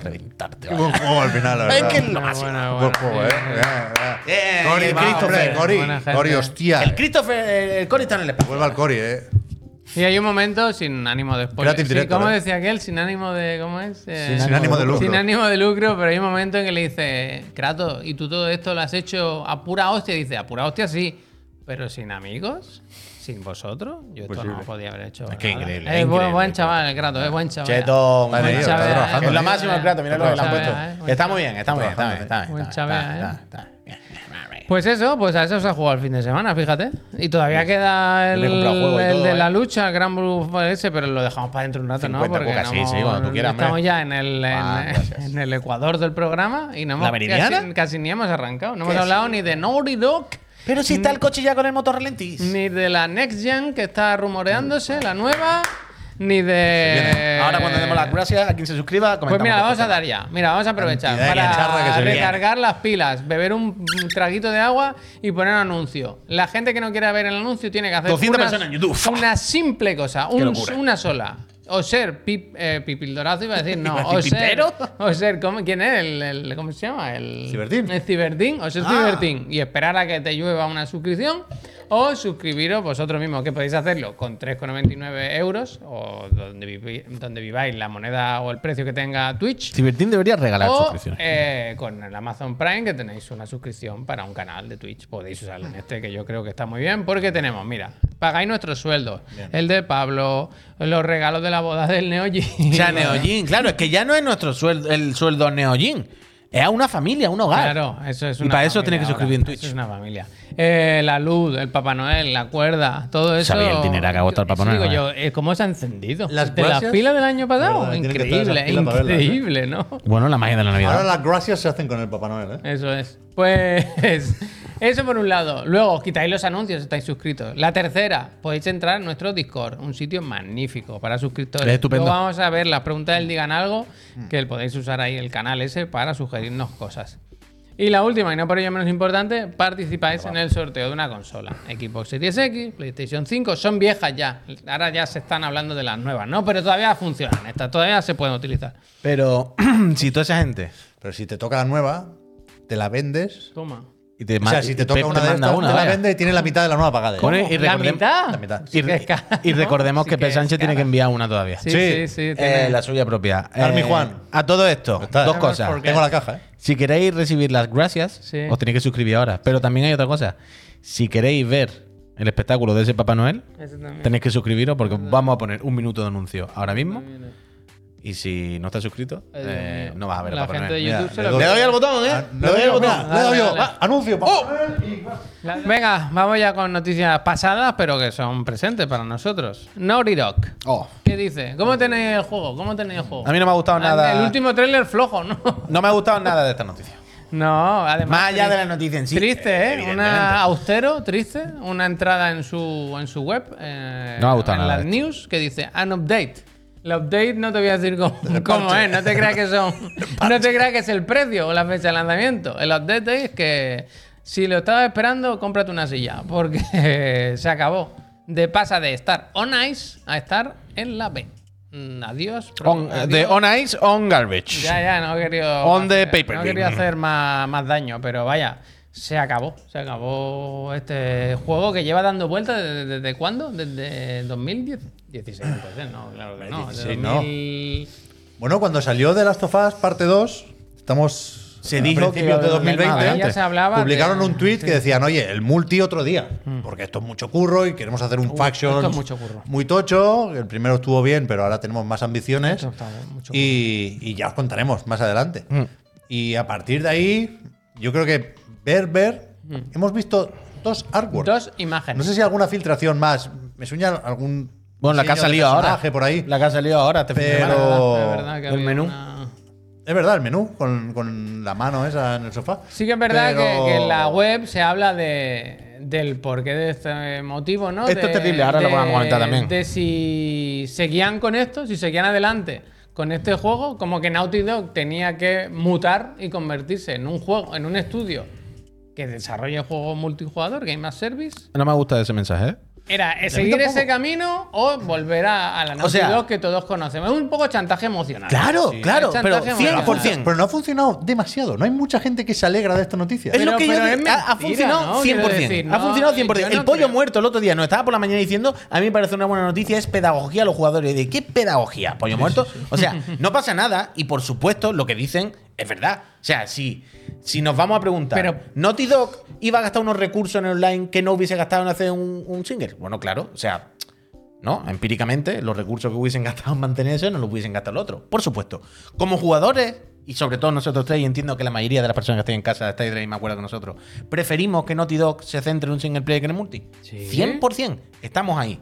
[SPEAKER 3] *laughs*
[SPEAKER 4] reventarte.
[SPEAKER 3] Qué
[SPEAKER 4] ¿vale?".
[SPEAKER 3] buen juego al final, la
[SPEAKER 4] Es
[SPEAKER 3] verdad.
[SPEAKER 4] que es lo
[SPEAKER 3] Qué
[SPEAKER 4] máximo.
[SPEAKER 3] buen juego, eh. Bien, bien.
[SPEAKER 4] Eh,
[SPEAKER 3] Cori,
[SPEAKER 4] eh,
[SPEAKER 3] va, hombre,
[SPEAKER 4] Christopher.
[SPEAKER 3] Cori.
[SPEAKER 1] Buena gente.
[SPEAKER 3] Cori, hostia.
[SPEAKER 4] El Christopher, el, el Cory está en el espacio.
[SPEAKER 3] Vuelve al Cori, eh.
[SPEAKER 1] Y hay un momento sin ánimo de spoiler.
[SPEAKER 3] Creative
[SPEAKER 1] Sí,
[SPEAKER 3] Director,
[SPEAKER 1] ¿Cómo
[SPEAKER 3] ¿eh?
[SPEAKER 1] decía aquel? Sin ánimo de. ¿Cómo es? Eh,
[SPEAKER 3] Sin ánimo de lucro.
[SPEAKER 1] sin ánimo de lucro, pero hay un momento en que le dice, Kratos, ¿y tú todo esto lo has hecho a pura hostia? Y dice, a pura hostia sí, pero sin amigos, sin vosotros, yo esto no
[SPEAKER 3] Imposible.
[SPEAKER 1] lo podía haber hecho.
[SPEAKER 4] que
[SPEAKER 1] nada".
[SPEAKER 4] increíble,
[SPEAKER 1] Es
[SPEAKER 4] es
[SPEAKER 1] buen,
[SPEAKER 4] increíble.
[SPEAKER 1] buen chaval, el Kratos, es buen chaval.
[SPEAKER 4] Cheto, un
[SPEAKER 3] Madre
[SPEAKER 4] buen
[SPEAKER 3] mía,
[SPEAKER 4] chavea,
[SPEAKER 3] está trabajando,
[SPEAKER 4] Es
[SPEAKER 3] ¿eh?
[SPEAKER 4] lo máximo el plato, mira lo que le han
[SPEAKER 1] Chavea,
[SPEAKER 4] puesto.
[SPEAKER 1] ¿eh? Buen
[SPEAKER 4] Está muy bien, está muy bien, está bien. Está
[SPEAKER 1] Buen
[SPEAKER 4] bien, está
[SPEAKER 1] chavea,
[SPEAKER 4] bien,
[SPEAKER 1] ¿eh?
[SPEAKER 4] está bien, está bien, está bien.
[SPEAKER 1] Pues eso, pues a eso se ha jugado el fin de semana, fíjate. Y todavía queda el,
[SPEAKER 4] me Pues, he comprado juego y
[SPEAKER 1] el
[SPEAKER 4] todo,
[SPEAKER 1] de la
[SPEAKER 4] ¿eh?
[SPEAKER 1] lucha, el Gran Blue ese, pero lo dejamos para dentro un rato, ¿no?
[SPEAKER 4] 50
[SPEAKER 1] Porque
[SPEAKER 4] cucas,
[SPEAKER 1] no
[SPEAKER 4] sí,
[SPEAKER 1] hemos-
[SPEAKER 4] sí, cuando tú quieras, hombre.
[SPEAKER 1] estamos ya en el, en-
[SPEAKER 4] Ah, gracias.
[SPEAKER 1] en el ecuador del programa y no hemos,
[SPEAKER 4] ¿La meridiana?
[SPEAKER 1] Casi, casi ni hemos arrancado. No hemos
[SPEAKER 4] ¿Qué
[SPEAKER 1] hablado ni de Naughty Dog,
[SPEAKER 4] Pero si está el coche ya con el motor ralentís.
[SPEAKER 1] ni de la Next Gen que está rumoreándose, la nueva, ni de...
[SPEAKER 4] Ahora cuando demos las gracias a quien se suscriba, comentamos.
[SPEAKER 1] Eh, Pues mira,
[SPEAKER 4] cosas.
[SPEAKER 1] vamos a dar ya. Mira, vamos a aprovechar
[SPEAKER 3] Cantidad de
[SPEAKER 1] para
[SPEAKER 3] cacharra que se viene.
[SPEAKER 1] recargar las pilas, beber un un traguito de agua y poner un anuncio. La gente que no quiera ver el anuncio tiene que hacer
[SPEAKER 4] 200
[SPEAKER 1] una,
[SPEAKER 4] personas en YouTube.
[SPEAKER 1] una simple cosa,
[SPEAKER 4] Qué
[SPEAKER 1] un-
[SPEAKER 4] locura.
[SPEAKER 1] una sola. O ser pip, eh, pipildorazo, iba a decir,
[SPEAKER 4] *laughs*
[SPEAKER 1] no.
[SPEAKER 4] Iba a
[SPEAKER 1] o
[SPEAKER 4] decir
[SPEAKER 1] ser,
[SPEAKER 4] pipero.
[SPEAKER 1] o ser ¿cómo- ¿quién es? El, el- ¿Cómo se llama? El
[SPEAKER 3] Ciberdín.
[SPEAKER 1] El ciberdín, o ser
[SPEAKER 4] Ah.
[SPEAKER 1] ciberdín. Y esperar a que te llueva una suscripción. O suscribiros vosotros mismos, que podéis hacerlo con 3,99 euros o donde, vivi- donde viváis la moneda o el precio que tenga Twitch.
[SPEAKER 4] Cibertín debería regalar
[SPEAKER 1] O
[SPEAKER 4] suscripciones.
[SPEAKER 1] eh, con el Amazon Prime, que tenéis una suscripción para un canal de Twitch. Podéis usarlo en este, que yo creo que está muy bien, porque tenemos, mira, pagáis nuestros sueldos. El de Pablo, los regalos de la boda del Neoji.
[SPEAKER 4] Ya Neojin, claro, es que ya no es nuestro sueldo, el sueldo Neojin. Es a una familia, un hogar.
[SPEAKER 1] Claro, eso es
[SPEAKER 4] Y
[SPEAKER 1] una
[SPEAKER 4] para eso
[SPEAKER 1] familia
[SPEAKER 4] tienes que
[SPEAKER 1] ahora.
[SPEAKER 4] suscribir en
[SPEAKER 1] Eso
[SPEAKER 4] Twitch.
[SPEAKER 1] es una familia. Eh, la luz, el Papá Noel, la cuerda, todo eso.
[SPEAKER 4] Sabía el dinero que ha costado el Papá
[SPEAKER 1] Sí,
[SPEAKER 4] Noel,
[SPEAKER 1] digo yo, eh, ¿cómo se ha encendido?
[SPEAKER 3] Las
[SPEAKER 1] de las
[SPEAKER 3] gracias.
[SPEAKER 1] pilas del año pasado.
[SPEAKER 3] Verdad, tienen que estar esas
[SPEAKER 1] increíble,
[SPEAKER 3] pilas para verlas, ¿eh?
[SPEAKER 1] increíble, ¿no?
[SPEAKER 4] Bueno, la magia de la Navidad.
[SPEAKER 3] Ahora las gracias se hacen con el Papá Noel, eh.
[SPEAKER 1] Eso es. Pues *laughs* eso por un lado. Luego os quitáis los anuncios, estáis suscritos. La tercera, podéis entrar en nuestro Discord, un sitio magnífico para suscriptores.
[SPEAKER 4] Es estupendo. Mm.
[SPEAKER 1] Luego vamos a ver las preguntas del Digan Algo, que podéis usar ahí el canal ese para sugerirnos cosas. Y la última, y no por ello menos importante, participáis en el sorteo de una consola. Xbox Series X, PlayStation 5, son viejas ya. Ahora ya se están hablando de las nuevas, ¿no? Pero todavía funcionan, estas todavía se pueden utilizar.
[SPEAKER 4] Pero *clears throat* si toda esa gente.
[SPEAKER 3] Pero si te toca la nueva, te la vendes.
[SPEAKER 1] Toma.
[SPEAKER 4] Y
[SPEAKER 3] O
[SPEAKER 4] te
[SPEAKER 3] sea,
[SPEAKER 4] manda-
[SPEAKER 3] si
[SPEAKER 4] y
[SPEAKER 3] te toca
[SPEAKER 4] Pep
[SPEAKER 3] una de
[SPEAKER 4] manda
[SPEAKER 3] estas, te la
[SPEAKER 4] vaya.
[SPEAKER 3] vendes y tienes la mitad de la nueva pagada. ¿eh? ya.
[SPEAKER 4] Pone- y
[SPEAKER 1] ¿La
[SPEAKER 4] recordem-
[SPEAKER 1] mitad?
[SPEAKER 3] La mitad.
[SPEAKER 4] Y,
[SPEAKER 1] Sí que es cara,
[SPEAKER 4] y
[SPEAKER 1] ¿no?
[SPEAKER 4] recordemos
[SPEAKER 1] Sí
[SPEAKER 4] que Pep
[SPEAKER 1] es
[SPEAKER 4] Sánchez tiene
[SPEAKER 1] cara.
[SPEAKER 4] que enviar una todavía.
[SPEAKER 1] Sí,
[SPEAKER 3] Sí.
[SPEAKER 1] sí, sí.
[SPEAKER 4] Eh,
[SPEAKER 1] tiene-
[SPEAKER 4] la suya propia.
[SPEAKER 3] Army
[SPEAKER 4] Eh,
[SPEAKER 3] Juan.
[SPEAKER 4] A todo esto,
[SPEAKER 3] Está.
[SPEAKER 4] dos
[SPEAKER 3] Never
[SPEAKER 4] cosas.
[SPEAKER 1] forget.
[SPEAKER 3] Tengo la caja, eh.
[SPEAKER 4] Si queréis recibir las gracias,
[SPEAKER 1] Sí.
[SPEAKER 4] os tenéis que suscribir ahora. Pero también hay otra cosa. Si queréis ver el espectáculo de ese Papá Noel,
[SPEAKER 1] Ese también.
[SPEAKER 4] tenéis que suscribiros porque vamos a poner un minuto de anuncio ahora mismo. Y si no estás suscrito,
[SPEAKER 1] Ay, Dios
[SPEAKER 4] eh,
[SPEAKER 1] mío.
[SPEAKER 4] no vas a ver el
[SPEAKER 1] La
[SPEAKER 4] Papá
[SPEAKER 1] gente de
[SPEAKER 4] Noel.
[SPEAKER 3] Mira,
[SPEAKER 1] YouTube se
[SPEAKER 3] le
[SPEAKER 1] lo
[SPEAKER 4] Le
[SPEAKER 3] doy-
[SPEAKER 4] doy al botón, ¿eh?
[SPEAKER 3] Le doy al botón. Le
[SPEAKER 1] Dale,
[SPEAKER 3] doy yo.
[SPEAKER 1] dale.
[SPEAKER 3] Va, Anuncio.
[SPEAKER 4] Oh,
[SPEAKER 3] Papá Noel.
[SPEAKER 1] Venga, vamos ya con noticias pasadas, pero que son presentes para nosotros. Naughty Dog.
[SPEAKER 4] Oh.
[SPEAKER 1] ¿Qué dice? ¿Cómo tenéis Ah, el juego? ¿Cómo tenéis el juego?
[SPEAKER 4] A mí no me ha gustado nada.
[SPEAKER 1] El último tráiler flojo, ¿no? *laughs*
[SPEAKER 4] No me ha gustado nada de esta noticia.
[SPEAKER 1] No, además.
[SPEAKER 4] Más allá
[SPEAKER 1] tri-
[SPEAKER 4] de la noticia en sí.
[SPEAKER 1] Triste, ¿eh?
[SPEAKER 2] Evidentemente.
[SPEAKER 1] Una austero, triste. Una entrada en su, en su web. eh,
[SPEAKER 4] No me ha gustado
[SPEAKER 1] En
[SPEAKER 4] nada
[SPEAKER 1] las
[SPEAKER 4] de
[SPEAKER 1] news que dice an update. El update no te voy a decir cómo,
[SPEAKER 3] El
[SPEAKER 1] cómo
[SPEAKER 3] parche.
[SPEAKER 1] es. No te creas que son. no te creas que es el precio o la fecha de lanzamiento. El update ahí es que si lo estabas esperando, cómprate una silla. Porque *laughs* se acabó. De pasa de estar on ice a estar en la B. Mm, Adiós. pro-
[SPEAKER 4] On-
[SPEAKER 1] adiós.
[SPEAKER 4] de on ice, on garbage.
[SPEAKER 1] Ya, ya, no quería.
[SPEAKER 4] On the paper
[SPEAKER 1] No
[SPEAKER 4] bin.
[SPEAKER 1] quería hacer más, más daño, pero vaya, se acabó. Se acabó este juego que lleva dando vueltas desde, desde cuándo? Desde 2016. Pues, eh, no, claro que no.
[SPEAKER 3] 2016
[SPEAKER 1] desde
[SPEAKER 3] no.
[SPEAKER 1] 2000.
[SPEAKER 3] Bueno, cuando salió The Last of Us parte 2, estamos
[SPEAKER 4] Se
[SPEAKER 3] a
[SPEAKER 4] dijo que iba
[SPEAKER 3] principios
[SPEAKER 4] a
[SPEAKER 3] de
[SPEAKER 4] haber más
[SPEAKER 3] 2020.
[SPEAKER 4] adelante.
[SPEAKER 1] ¿eh? Ya se hablaba
[SPEAKER 3] publicaron
[SPEAKER 1] de- Mm.
[SPEAKER 3] un tweet que decían, oye, el multi otro día, porque esto es mucho curro y queremos hacer un faction
[SPEAKER 1] esto es mucho curro.
[SPEAKER 3] muy tocho. El primero estuvo bien, pero ahora tenemos más ambiciones.
[SPEAKER 1] Esto está mucho Mm.
[SPEAKER 3] y, y ya os contaremos más adelante. Y a partir de ahí, yo creo que ver, ver, hemos visto dos artworks.
[SPEAKER 1] Mm. Dos imágenes.
[SPEAKER 3] No sé si alguna filtración más. Me sueña algún.
[SPEAKER 4] Bueno, la que ha
[SPEAKER 3] diseño de
[SPEAKER 4] salido ahora.
[SPEAKER 3] personaje por ahí.
[SPEAKER 4] La que ha salido ahora, este fin de
[SPEAKER 3] Pero-
[SPEAKER 1] Es verdad,
[SPEAKER 4] semana.
[SPEAKER 1] es verdad que
[SPEAKER 4] el
[SPEAKER 1] había
[SPEAKER 4] menú.
[SPEAKER 1] una-
[SPEAKER 3] Es verdad, el menú, con, con la mano esa en el sofá.
[SPEAKER 1] Sí que es verdad
[SPEAKER 3] Pero-
[SPEAKER 1] que, que en la web se habla de, del porqué de este motivo, ¿no?
[SPEAKER 4] Esto
[SPEAKER 1] De-
[SPEAKER 4] es terrible, ahora lo
[SPEAKER 1] de-
[SPEAKER 4] vamos a comentar también.
[SPEAKER 1] De si seguían con esto, si seguían adelante con este juego, como que Naughty Dog tenía que mutar y convertirse en un juego, en un estudio que desarrolle juegos multijugador, Game as Service.
[SPEAKER 4] No me gusta ese mensaje, ¿eh?
[SPEAKER 1] Era eh, seguir
[SPEAKER 3] tampoco.
[SPEAKER 1] ese camino o volver a, a la Naughty
[SPEAKER 4] sea-
[SPEAKER 1] Dog que todos conocemos. Es un poco chantaje emocional.
[SPEAKER 4] Claro,
[SPEAKER 1] Sí,
[SPEAKER 4] claro,
[SPEAKER 1] es
[SPEAKER 4] pero
[SPEAKER 1] chantaje emocional.
[SPEAKER 4] 100%.
[SPEAKER 3] Pero no ha funcionado demasiado. No hay mucha gente que se alegra de esta noticia.
[SPEAKER 4] Es
[SPEAKER 1] Pero-
[SPEAKER 4] lo que yo
[SPEAKER 1] pero
[SPEAKER 4] di-
[SPEAKER 1] es
[SPEAKER 4] ha- ha,
[SPEAKER 1] mentira,
[SPEAKER 4] funcionado
[SPEAKER 1] ¿no?
[SPEAKER 4] 100%.
[SPEAKER 1] Quiero decir,
[SPEAKER 4] ha
[SPEAKER 1] no,
[SPEAKER 4] funcionado 100%.
[SPEAKER 1] yo
[SPEAKER 4] el
[SPEAKER 1] no
[SPEAKER 4] pollo
[SPEAKER 1] creo.
[SPEAKER 4] muerto el otro día nos estaba por la mañana diciendo, a mí me parece una buena noticia, es pedagogía a los jugadores. Y de ¿Qué pedagogía? ¿Pollo muerto? O sea, no pasa nada y por supuesto lo que dicen es verdad. O sea, si, si nos vamos a preguntar,
[SPEAKER 1] Pero-
[SPEAKER 4] Naughty Dog iba a gastar unos recursos en online que no hubiese gastado en hacer un, un single. Bueno, claro, o sea, ¿no? Empíricamente, los recursos que hubiesen gastado en mantenerse no los hubiesen gastado el otro. Por supuesto. Como jugadores, y sobre todo nosotros tres, y entiendo que la mayoría de las personas que estén en casa estáis de la misma acuerdo que nosotros, preferimos que Naughty Dog se centre en un single player que en el multi.
[SPEAKER 1] Sí.
[SPEAKER 4] 100%. Estamos ahí.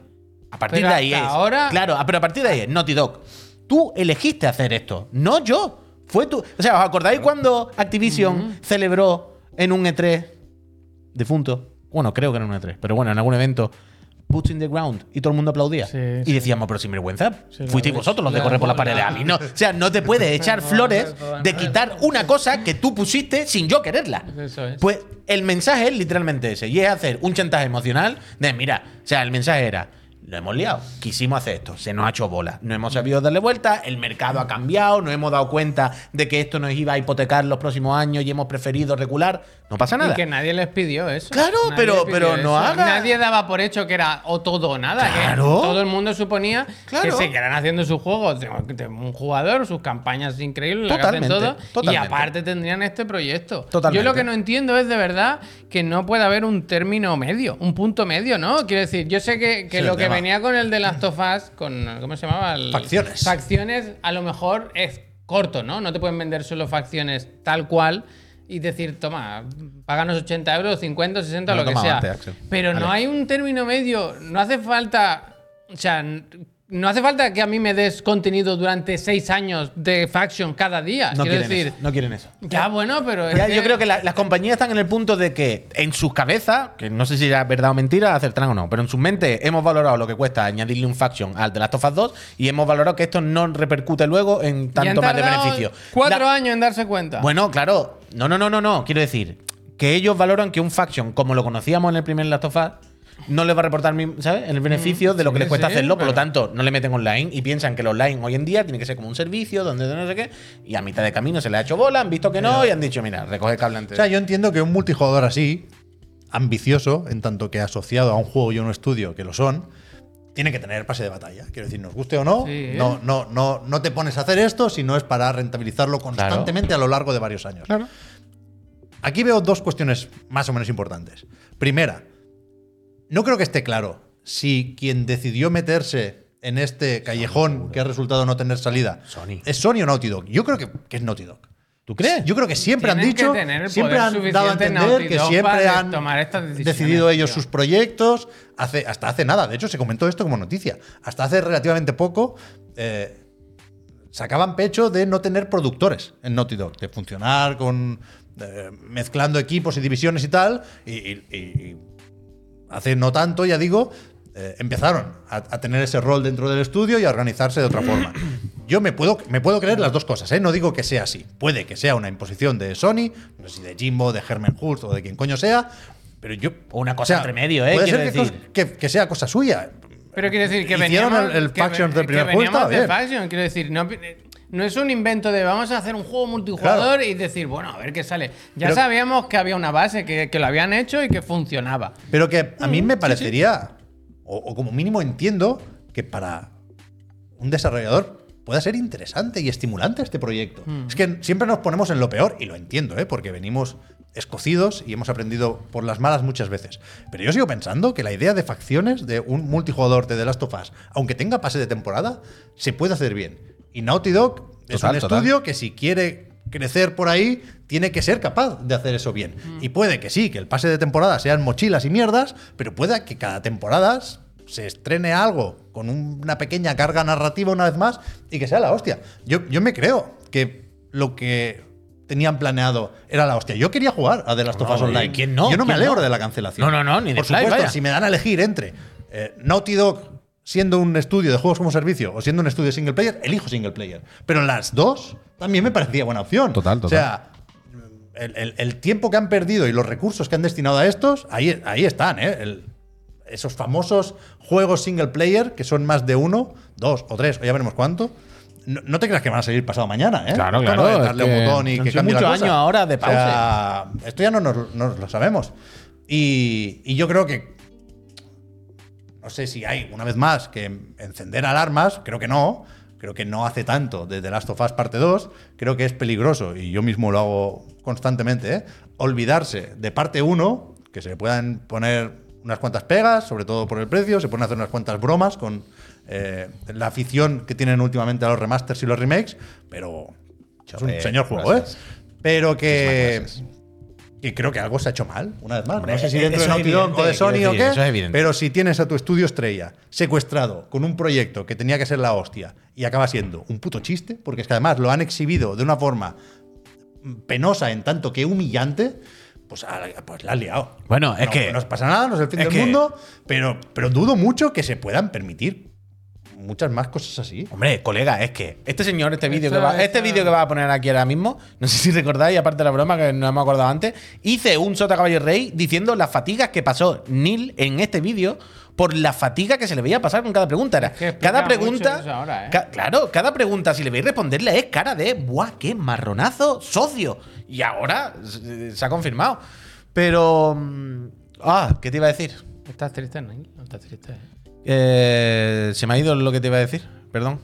[SPEAKER 4] A partir
[SPEAKER 1] Pero
[SPEAKER 4] de ahí
[SPEAKER 1] hasta
[SPEAKER 4] es.
[SPEAKER 1] ahora-
[SPEAKER 4] Claro, ah, pero a partir de ahí es Naughty Dog. Tú elegiste hacer esto, no yo. Fue tú. O sea, ¿os acordáis cuando Activision celebró en un E E3 defunto. Bueno, creo que era un E3, pero bueno, en algún evento. Boots in the ground y todo el mundo aplaudía.
[SPEAKER 1] Sí,
[SPEAKER 4] y
[SPEAKER 1] sí.
[SPEAKER 4] decíamos, pero sin vergüenza,
[SPEAKER 1] Sí, la
[SPEAKER 4] fuisteis
[SPEAKER 1] verdad.
[SPEAKER 4] vosotros los de
[SPEAKER 1] La-
[SPEAKER 4] correr por las
[SPEAKER 1] la-
[SPEAKER 4] paredes. A mí no. O sea, no
[SPEAKER 1] *laughs*
[SPEAKER 4] te puedes echar flores de quitar una cosa que tú pusiste sin yo quererla.
[SPEAKER 1] Eso es.
[SPEAKER 4] Pues el mensaje es literalmente ese. Y es hacer un chantaje emocional de, mira, o sea, el mensaje era, lo hemos liado, quisimos hacer esto, se nos ha hecho bola, no hemos sabido darle vuelta, el mercado ha cambiado, nos hemos dado cuenta de que esto nos iba a hipotecar los próximos años y hemos preferido regular. No pasa nada.
[SPEAKER 1] Y que nadie les pidió eso.
[SPEAKER 4] Claro,
[SPEAKER 1] Nadie
[SPEAKER 4] pero-
[SPEAKER 1] pidió
[SPEAKER 4] pero no haga-
[SPEAKER 1] Nadie daba por hecho que era o todo o nada. que
[SPEAKER 4] Claro.
[SPEAKER 1] todo el mundo suponía que
[SPEAKER 4] Claro.
[SPEAKER 1] seguirán haciendo sus juegos de de un jugador, sus campañas increíbles, lo que hacen
[SPEAKER 4] Totalmente,
[SPEAKER 1] todo. Y
[SPEAKER 4] totalmente.
[SPEAKER 1] aparte tendrían este proyecto.
[SPEAKER 4] Totalmente.
[SPEAKER 1] Yo lo que no entiendo es de verdad que no puede haber un término medio, un punto medio, ¿no? Quiero decir, yo sé que, que
[SPEAKER 3] Sí,
[SPEAKER 1] lo
[SPEAKER 3] el
[SPEAKER 1] que
[SPEAKER 3] tema.
[SPEAKER 1] venía con el de Last of Us, con. ¿Cómo se llamaba? El-
[SPEAKER 3] Facciones.
[SPEAKER 1] Facciones, a lo mejor es corto, ¿no? No te pueden vender solo facciones tal cual y decir, toma, páganos 80 euros, 50, 60,
[SPEAKER 4] Me lo
[SPEAKER 1] lo que
[SPEAKER 4] tomaba
[SPEAKER 1] sea.
[SPEAKER 4] antes, Axel.
[SPEAKER 1] Pero no hay un término medio, no hace falta, o sea, n- no hace falta que a mí me des contenido durante seis años de faction cada día. Quiero
[SPEAKER 4] no, quieren
[SPEAKER 1] decir, pues
[SPEAKER 4] eso, no quieren eso.
[SPEAKER 1] ya bueno, pero... es
[SPEAKER 4] Ya, yo creo que la- las compañías están en el punto de que en sus cabezas, que no sé si era verdad o mentira, acertarán o no, pero en sus mentes hemos valorado lo que cuesta añadirle un faction al de Last of Us 2 y hemos valorado que esto no repercute luego en
[SPEAKER 1] y han
[SPEAKER 4] tanto más de
[SPEAKER 1] tardado
[SPEAKER 4] beneficio.
[SPEAKER 1] Cuatro
[SPEAKER 4] La-
[SPEAKER 1] años en darse cuenta.
[SPEAKER 4] Bueno, claro, no, no, no, no, no, quiero decir que ellos valoran que un faction, como lo conocíamos en el primer Last of Us, no les va a reportar, mi- ¿sabes? El beneficio de lo que
[SPEAKER 1] sí,
[SPEAKER 4] les cuesta
[SPEAKER 1] sí,
[SPEAKER 4] hacerlo, por lo
[SPEAKER 1] claro.
[SPEAKER 4] tanto, no le meten online y piensan que el online hoy en día tiene que ser como un servicio, donde no sé qué, y a mitad de camino se le ha hecho bola, han visto que no y han dicho, mira, recoge cable
[SPEAKER 3] O
[SPEAKER 4] antes.
[SPEAKER 3] sea, yo entiendo que un multijugador así, ambicioso, en tanto que asociado a un juego y a un estudio, que lo son, tiene que tener pase de batalla. Quiero decir, nos guste o no,
[SPEAKER 1] Sí.
[SPEAKER 3] no, no, no, no te pones a hacer esto si no es para rentabilizarlo constantemente a lo largo de varios años.
[SPEAKER 4] Claro.
[SPEAKER 3] Aquí veo dos cuestiones más o menos importantes. Primera, no creo que esté claro si quien decidió meterse en este callejón que ha resultado no tener salida
[SPEAKER 4] Sony.
[SPEAKER 3] es Sony o Naughty Dog. Yo creo que, que es Naughty Dog.
[SPEAKER 4] ¿Tú crees?
[SPEAKER 3] Yo creo que siempre han
[SPEAKER 1] Tienen que
[SPEAKER 3] dicho,
[SPEAKER 1] tener el
[SPEAKER 3] siempre
[SPEAKER 1] poder
[SPEAKER 3] han dado a
[SPEAKER 1] suficiente
[SPEAKER 3] entender
[SPEAKER 1] Naughty
[SPEAKER 3] que
[SPEAKER 1] Dog
[SPEAKER 3] siempre
[SPEAKER 1] para
[SPEAKER 3] han
[SPEAKER 1] tomar estas decisiones,
[SPEAKER 3] decidido ellos
[SPEAKER 1] tío.
[SPEAKER 3] sus proyectos hace, hasta hace nada. De hecho, se comentó esto como noticia. Hasta hace relativamente poco eh, sacaban pecho de no tener productores en Naughty Dog, de funcionar con eh, mezclando equipos y divisiones y tal, y, y- y hace no tanto, ya digo, eh, empezaron a, a tener ese rol dentro del estudio y a organizarse de otra forma. Yo me puedo, me puedo creer las dos cosas, ¿eh? no digo que sea así. Puede que sea una imposición de Sony, no sé si de Jimbo, de Herman Hurst o de quien coño sea, pero yo.
[SPEAKER 4] O una cosa entre medio, ¿eh?
[SPEAKER 3] Puede
[SPEAKER 4] Quiero
[SPEAKER 3] ser que,
[SPEAKER 4] decir.
[SPEAKER 3] cos- que- que sea cosa suya.
[SPEAKER 1] Pero quiero decir que
[SPEAKER 3] Hicieron
[SPEAKER 1] veníamos,
[SPEAKER 3] el- el
[SPEAKER 1] que
[SPEAKER 3] Factions del
[SPEAKER 1] que
[SPEAKER 3] primer juego,
[SPEAKER 1] veníamos
[SPEAKER 3] estaba
[SPEAKER 1] de
[SPEAKER 3] bien.
[SPEAKER 1] Faction, quiero decir, no, no es un invento de vamos a hacer un juego multijugador y decir, bueno, a ver qué sale. Ya
[SPEAKER 3] Pero-
[SPEAKER 1] sabíamos que había una base, que, que lo habían hecho y que funcionaba.
[SPEAKER 3] Pero que a
[SPEAKER 4] Mm,
[SPEAKER 3] mí me parecería, O, o como mínimo entiendo, que para un desarrollador pueda ser interesante y estimulante este proyecto. Es que siempre nos ponemos en lo peor, y lo entiendo, ¿eh? porque venimos escocidos y hemos aprendido por las malas muchas veces. Pero yo sigo pensando que la idea de facciones de un multijugador de The Last of Us, aunque tenga pase de temporada, se puede hacer bien. Y Naughty Dog es
[SPEAKER 4] Total,
[SPEAKER 3] un
[SPEAKER 4] total.
[SPEAKER 3] estudio que si quiere crecer por ahí, tiene que ser capaz de hacer eso bien. Y puede que sí, que el pase de temporada sean mochilas y mierdas, pero pueda que cada temporada se estrene algo con un- una pequeña carga narrativa una vez más y que sea la hostia. Yo, yo me creo que lo que tenían planeado era la hostia. Yo quería jugar a The Last of Us
[SPEAKER 4] No, ¿y
[SPEAKER 3] Online.
[SPEAKER 4] quién no?
[SPEAKER 3] Yo no me
[SPEAKER 4] ¿Quién
[SPEAKER 3] alegro
[SPEAKER 4] no?
[SPEAKER 3] de la cancelación.
[SPEAKER 4] No, no, no, ni de
[SPEAKER 3] Por
[SPEAKER 4] Fly,
[SPEAKER 3] supuesto,
[SPEAKER 4] vaya.
[SPEAKER 3] si me dan a elegir entre eh, Naughty Dog siendo un estudio de juegos como servicio o siendo un estudio single player, elijo single player. Pero las dos también me parecía buena opción.
[SPEAKER 5] Total, total.
[SPEAKER 3] O sea, el, el- el tiempo que han perdido y los recursos que han destinado a estos, ahí, ahí están, ¿eh? El- esos famosos juegos single player que son más de uno, dos o tres, o ya veremos cuánto. No, no te creas que van a salir pasado mañana, ¿eh?
[SPEAKER 5] Claro,
[SPEAKER 3] Esto no
[SPEAKER 5] claro,
[SPEAKER 3] es
[SPEAKER 5] es
[SPEAKER 3] darle un
[SPEAKER 5] que
[SPEAKER 3] botón y
[SPEAKER 4] han
[SPEAKER 3] que
[SPEAKER 4] sido
[SPEAKER 3] cambie la
[SPEAKER 4] muchos
[SPEAKER 3] cosa.
[SPEAKER 4] años ahora de
[SPEAKER 3] O sea, esto ya no nos, nos lo sabemos. Y, y yo creo que no sé si hay, una vez más, que encender alarmas, creo que no. Creo que no hace tanto desde The Last of Us parte 2. Creo que es peligroso, y yo mismo lo hago constantemente, ¿eh? olvidarse de parte 1, que se le puedan poner unas cuantas pegas, sobre todo por el precio, se pueden hacer unas cuantas bromas con eh, la afición que tienen últimamente a los remasters y los remakes, pero es un
[SPEAKER 5] Chope,
[SPEAKER 3] señor juego, ¿eh?
[SPEAKER 5] gracias.
[SPEAKER 3] Pero que, que creo que algo se ha hecho mal, una vez más.
[SPEAKER 5] Hombre,
[SPEAKER 3] no sé si
[SPEAKER 5] eh,
[SPEAKER 3] dentro de
[SPEAKER 5] eso es
[SPEAKER 3] Naughty Dog o de
[SPEAKER 5] evidente,
[SPEAKER 3] Sony
[SPEAKER 5] quiero
[SPEAKER 3] o
[SPEAKER 5] decir,
[SPEAKER 3] qué,
[SPEAKER 5] eso es evidente.
[SPEAKER 3] pero si tienes a tu estudio estrella secuestrado con un proyecto que tenía que ser la hostia y acaba siendo un puto chiste, porque es que además lo han exhibido de una forma penosa en tanto que humillante, pues, ah, pues la has liado.
[SPEAKER 4] Bueno, es
[SPEAKER 3] No,
[SPEAKER 4] que-
[SPEAKER 3] No os pasa nada, no es el fin
[SPEAKER 4] es
[SPEAKER 3] del
[SPEAKER 4] que-
[SPEAKER 3] mundo, pero, pero dudo mucho que se puedan permitir muchas más cosas así.
[SPEAKER 4] Hombre, colega, es que este señor, este vídeo que
[SPEAKER 1] Esta-
[SPEAKER 4] va, este
[SPEAKER 1] esta-
[SPEAKER 4] vídeo que va a poner aquí ahora mismo, no sé si recordáis, aparte de la broma que no hemos acordado antes, hice un sota caballo y rey diciendo las fatigas que pasó Neil en este vídeo por la fatiga que se le veía pasar con cada pregunta. Era,
[SPEAKER 1] que explica
[SPEAKER 4] cada
[SPEAKER 1] mucho
[SPEAKER 4] pregunta,
[SPEAKER 1] eso ahora, ¿eh?
[SPEAKER 4] ca- claro, cada pregunta si le veis responderle es cara de, buah, qué marronazo, socio. Y ahora se, se ha confirmado. Pero, mm, ah, ¿qué te iba a decir?
[SPEAKER 1] ¿Estás triste, Nani? ¿No estás triste?
[SPEAKER 4] Eh, se me ha ido lo que te iba a decir. Perdón.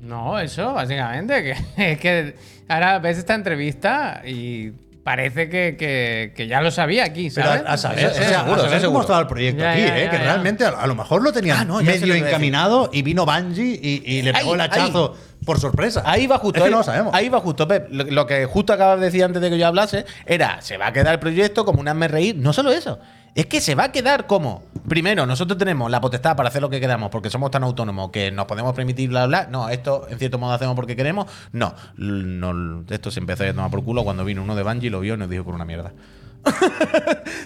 [SPEAKER 1] No, eso, básicamente. Que, *laughs* es que ahora ves esta entrevista y parece que, que- que ya lo sabía aquí,
[SPEAKER 3] Pero
[SPEAKER 1] ¿sabes?
[SPEAKER 3] a, a saber,
[SPEAKER 1] Eso-
[SPEAKER 3] o sea,
[SPEAKER 1] eso-
[SPEAKER 3] a
[SPEAKER 4] eh, seguro,
[SPEAKER 3] saber
[SPEAKER 4] eso
[SPEAKER 3] cómo
[SPEAKER 4] seguro.
[SPEAKER 3] estaba el proyecto
[SPEAKER 1] Ya,
[SPEAKER 3] aquí,
[SPEAKER 1] ya,
[SPEAKER 3] ¿eh?
[SPEAKER 1] ya,
[SPEAKER 3] que
[SPEAKER 1] ya.
[SPEAKER 3] realmente a, a lo mejor lo tenían
[SPEAKER 4] Ah, no, ya sé lo
[SPEAKER 3] medio
[SPEAKER 4] que iba a decir.
[SPEAKER 3] encaminado y vino Bungie y, y le pegó
[SPEAKER 4] Ahí,
[SPEAKER 3] el hachazo por sorpresa.
[SPEAKER 4] Ahí va justo.
[SPEAKER 3] Es que
[SPEAKER 4] ahí,
[SPEAKER 3] no lo sabemos.
[SPEAKER 4] ahí va justo, Pep. Lo, lo que justo acabas de decir antes de que yo hablase era: se va a quedar el proyecto como un hazme reír. No solo eso. Es que se va a quedar como. Primero, nosotros tenemos la potestad para hacer lo que queramos porque somos tan autónomos que nos podemos permitir bla bla. No, esto en cierto modo hacemos porque queremos. No, L- no, esto se empezó a tomar por culo cuando vino uno de Bungie, lo vio y nos dijo por una mierda.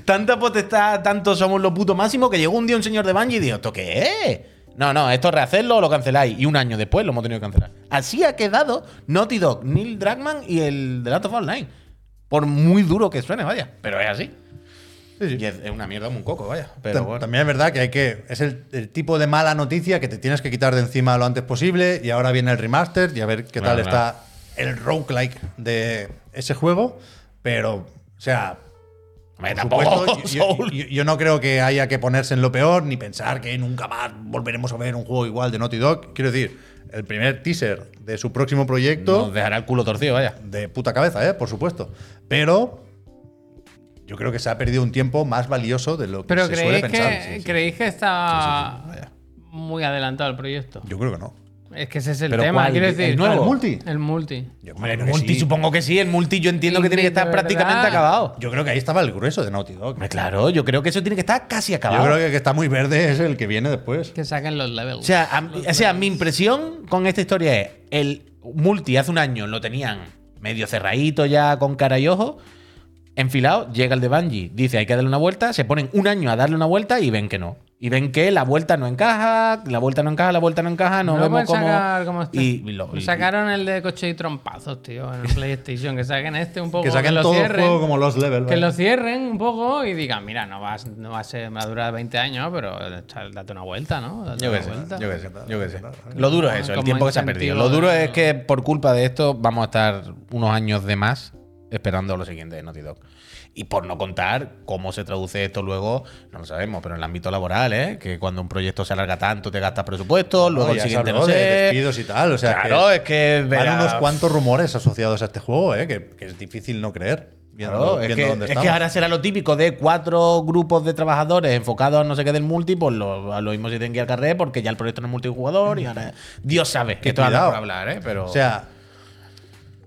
[SPEAKER 4] Tanta potestad, tanto somos lo puto máximo que llegó un día un señor de Bungie y dijo, ¿esto qué es? No, no, esto rehacerlo o lo canceláis. Y un año después lo hemos tenido que cancelar. Así ha quedado Naughty Dog, Neil Dragman y el The Last of Us Online. Por muy duro que suene, vaya. Pero es así. Y es, es una mierda como un coco, vaya. Pero
[SPEAKER 3] Tam-
[SPEAKER 4] bueno.
[SPEAKER 3] También es verdad que hay que. Es el, el tipo de mala noticia que te tienes que quitar de encima lo antes posible. Y ahora viene el remaster y a ver qué
[SPEAKER 5] Claro,
[SPEAKER 3] tal está el roguelike de ese juego. Pero, o sea,
[SPEAKER 4] Hombre,
[SPEAKER 3] por
[SPEAKER 4] tampoco,
[SPEAKER 3] supuesto,
[SPEAKER 4] *laughs*
[SPEAKER 3] yo, yo-
[SPEAKER 4] Saúl.
[SPEAKER 3] yo- yo no creo que haya que ponerse en lo peor ni pensar que nunca más volveremos a ver un juego igual de Naughty Dog. Quiero decir, el primer teaser de su próximo proyecto
[SPEAKER 4] Nos dejará el culo torcido, vaya.
[SPEAKER 3] de puta cabeza, ¿eh? por supuesto. Pero yo creo que se ha perdido un tiempo más valioso de lo que
[SPEAKER 1] Pero
[SPEAKER 3] se suele
[SPEAKER 1] creéis que,
[SPEAKER 3] pensar. Sí, sí.
[SPEAKER 1] creéis que está
[SPEAKER 3] Sí, sí, sí, vaya.
[SPEAKER 1] muy adelantado el proyecto.
[SPEAKER 3] Yo creo que no.
[SPEAKER 1] Es que ese es el
[SPEAKER 4] ¿Pero
[SPEAKER 1] tema,
[SPEAKER 4] cuál?
[SPEAKER 1] quiero
[SPEAKER 4] ¿El
[SPEAKER 1] decir.
[SPEAKER 4] nuevo?
[SPEAKER 3] ¿El multi?
[SPEAKER 1] El multi.
[SPEAKER 3] Yo
[SPEAKER 4] Hombre, el
[SPEAKER 3] creo que
[SPEAKER 4] multi,
[SPEAKER 3] sí.
[SPEAKER 4] supongo que sí. El multi, yo entiendo que tiene que estar
[SPEAKER 1] Indie,
[SPEAKER 4] prácticamente
[SPEAKER 1] ¿verdad?
[SPEAKER 4] acabado.
[SPEAKER 3] Yo creo que ahí estaba el grueso de Naughty Dog.
[SPEAKER 4] Hombre, claro, yo creo que eso tiene que estar casi acabado.
[SPEAKER 3] Yo creo que el que está muy verde es el que viene después.
[SPEAKER 1] Que saquen los levels.
[SPEAKER 4] O sea, a- o sea, mi impresión con esta historia es, el multi hace un año lo tenían medio cerradito ya con cara y ojo, Enfilado, llega el de Bungie, dice hay que darle una vuelta, se ponen un año a darle una vuelta y ven que no. Y ven que la vuelta no encaja, la vuelta no encaja, la vuelta no encaja, no,
[SPEAKER 1] No
[SPEAKER 4] vemos
[SPEAKER 1] pueden
[SPEAKER 4] cómo.
[SPEAKER 1] sacar como este.
[SPEAKER 4] y, y lo- y-
[SPEAKER 1] Sacaron el de coche y trompazos, tío, en el PlayStation. Que saquen este un poco.
[SPEAKER 3] Que saquen
[SPEAKER 1] lo
[SPEAKER 3] todo el
[SPEAKER 1] cierren,
[SPEAKER 3] juego como los level.
[SPEAKER 1] Que
[SPEAKER 3] ¿vale?
[SPEAKER 1] lo cierren un poco y digan, mira, no, vas, no va a ser, va a durar 20 años, pero echa- date una vuelta, ¿no? Date
[SPEAKER 4] Yo
[SPEAKER 1] una
[SPEAKER 4] qué sé,
[SPEAKER 1] vuelta.
[SPEAKER 4] yo qué sé, yo qué sé. Lo duro es eso, el
[SPEAKER 1] Como
[SPEAKER 4] tiempo que se ha perdido.
[SPEAKER 1] incentivo
[SPEAKER 4] Lo duro
[SPEAKER 1] de-
[SPEAKER 4] es que por culpa de esto vamos a estar unos años de más esperando lo siguiente de Naughty Dog. Y por no contar cómo se traduce esto luego, no lo sabemos, pero en el ámbito laboral, ¿eh? que cuando un proyecto se alarga tanto te gastas presupuesto, luego
[SPEAKER 3] No,
[SPEAKER 4] el
[SPEAKER 3] ya se
[SPEAKER 4] siguiente
[SPEAKER 3] habló
[SPEAKER 4] no sé.
[SPEAKER 3] de eh, despidos y tal. O sea, que
[SPEAKER 4] claro, es que
[SPEAKER 3] van
[SPEAKER 4] verá-
[SPEAKER 3] unos cuantos rumores asociados a este juego, ¿eh? que, que es difícil no creer. Viendo,
[SPEAKER 4] Claro, es,
[SPEAKER 3] viendo
[SPEAKER 4] que,
[SPEAKER 3] dónde
[SPEAKER 4] es
[SPEAKER 3] estamos.
[SPEAKER 4] que ahora será lo típico de cuatro grupos de trabajadores enfocados a no sé qué del multi, pues lo, a lo mismo si tienen que ir al carrer porque ya el proyecto no es multijugador y ahora Dios sabe que esto habla
[SPEAKER 3] cuidado.
[SPEAKER 4] por hablar, ¿eh? Pero
[SPEAKER 3] O sea,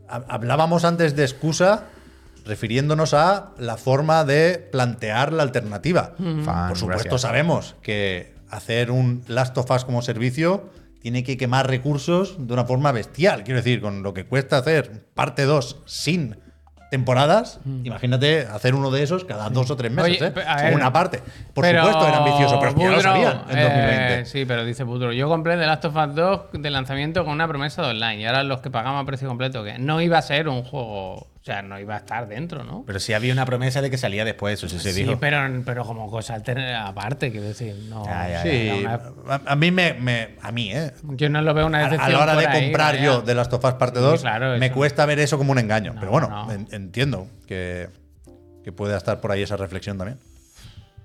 [SPEAKER 3] ha- hablábamos antes de excusa refiriéndonos a la forma de plantear la alternativa.
[SPEAKER 4] Fan,
[SPEAKER 3] Por supuesto
[SPEAKER 4] Ah, gracias.
[SPEAKER 3] sabemos que hacer un Last of Us como servicio tiene que quemar recursos de una forma bestial. Quiero decir, con lo que cuesta hacer parte 2 sin temporadas, imagínate hacer uno de esos cada dos o tres meses,
[SPEAKER 1] Mm. Oye,
[SPEAKER 3] ¿eh?
[SPEAKER 1] pe- a ver.
[SPEAKER 3] una parte. Por
[SPEAKER 1] Pero-
[SPEAKER 3] supuesto era ambicioso, pero es que ya lo
[SPEAKER 1] Budro,
[SPEAKER 3] sabían en 2020.
[SPEAKER 1] eh, sí, pero dice Putro, yo compré The Last of Us 2 de lanzamiento con una promesa de online y ahora los que pagamos a precio completo, que no iba a ser un juego, o sea, no iba a estar dentro, ¿no?
[SPEAKER 4] Pero sí había una promesa de que salía después, eso sí se
[SPEAKER 1] Sí,
[SPEAKER 4] dijo.
[SPEAKER 1] pero, pero como cosa alter- aparte, quiero decir, no.
[SPEAKER 4] Ya, ya,
[SPEAKER 3] Sí,
[SPEAKER 1] era una-
[SPEAKER 3] a, a mí me, me- a mí, ¿eh?
[SPEAKER 1] yo no lo veo una
[SPEAKER 3] A,
[SPEAKER 1] decepción.
[SPEAKER 3] a la hora de
[SPEAKER 1] por ahí,
[SPEAKER 3] comprar
[SPEAKER 1] vaya.
[SPEAKER 3] yo de las Tofas parte
[SPEAKER 1] Sí,
[SPEAKER 3] 2,
[SPEAKER 1] claro,
[SPEAKER 3] me
[SPEAKER 1] eso.
[SPEAKER 3] cuesta ver eso como un engaño. Pero bueno,
[SPEAKER 1] no.
[SPEAKER 3] en- entiendo que, que pueda estar por ahí esa reflexión también.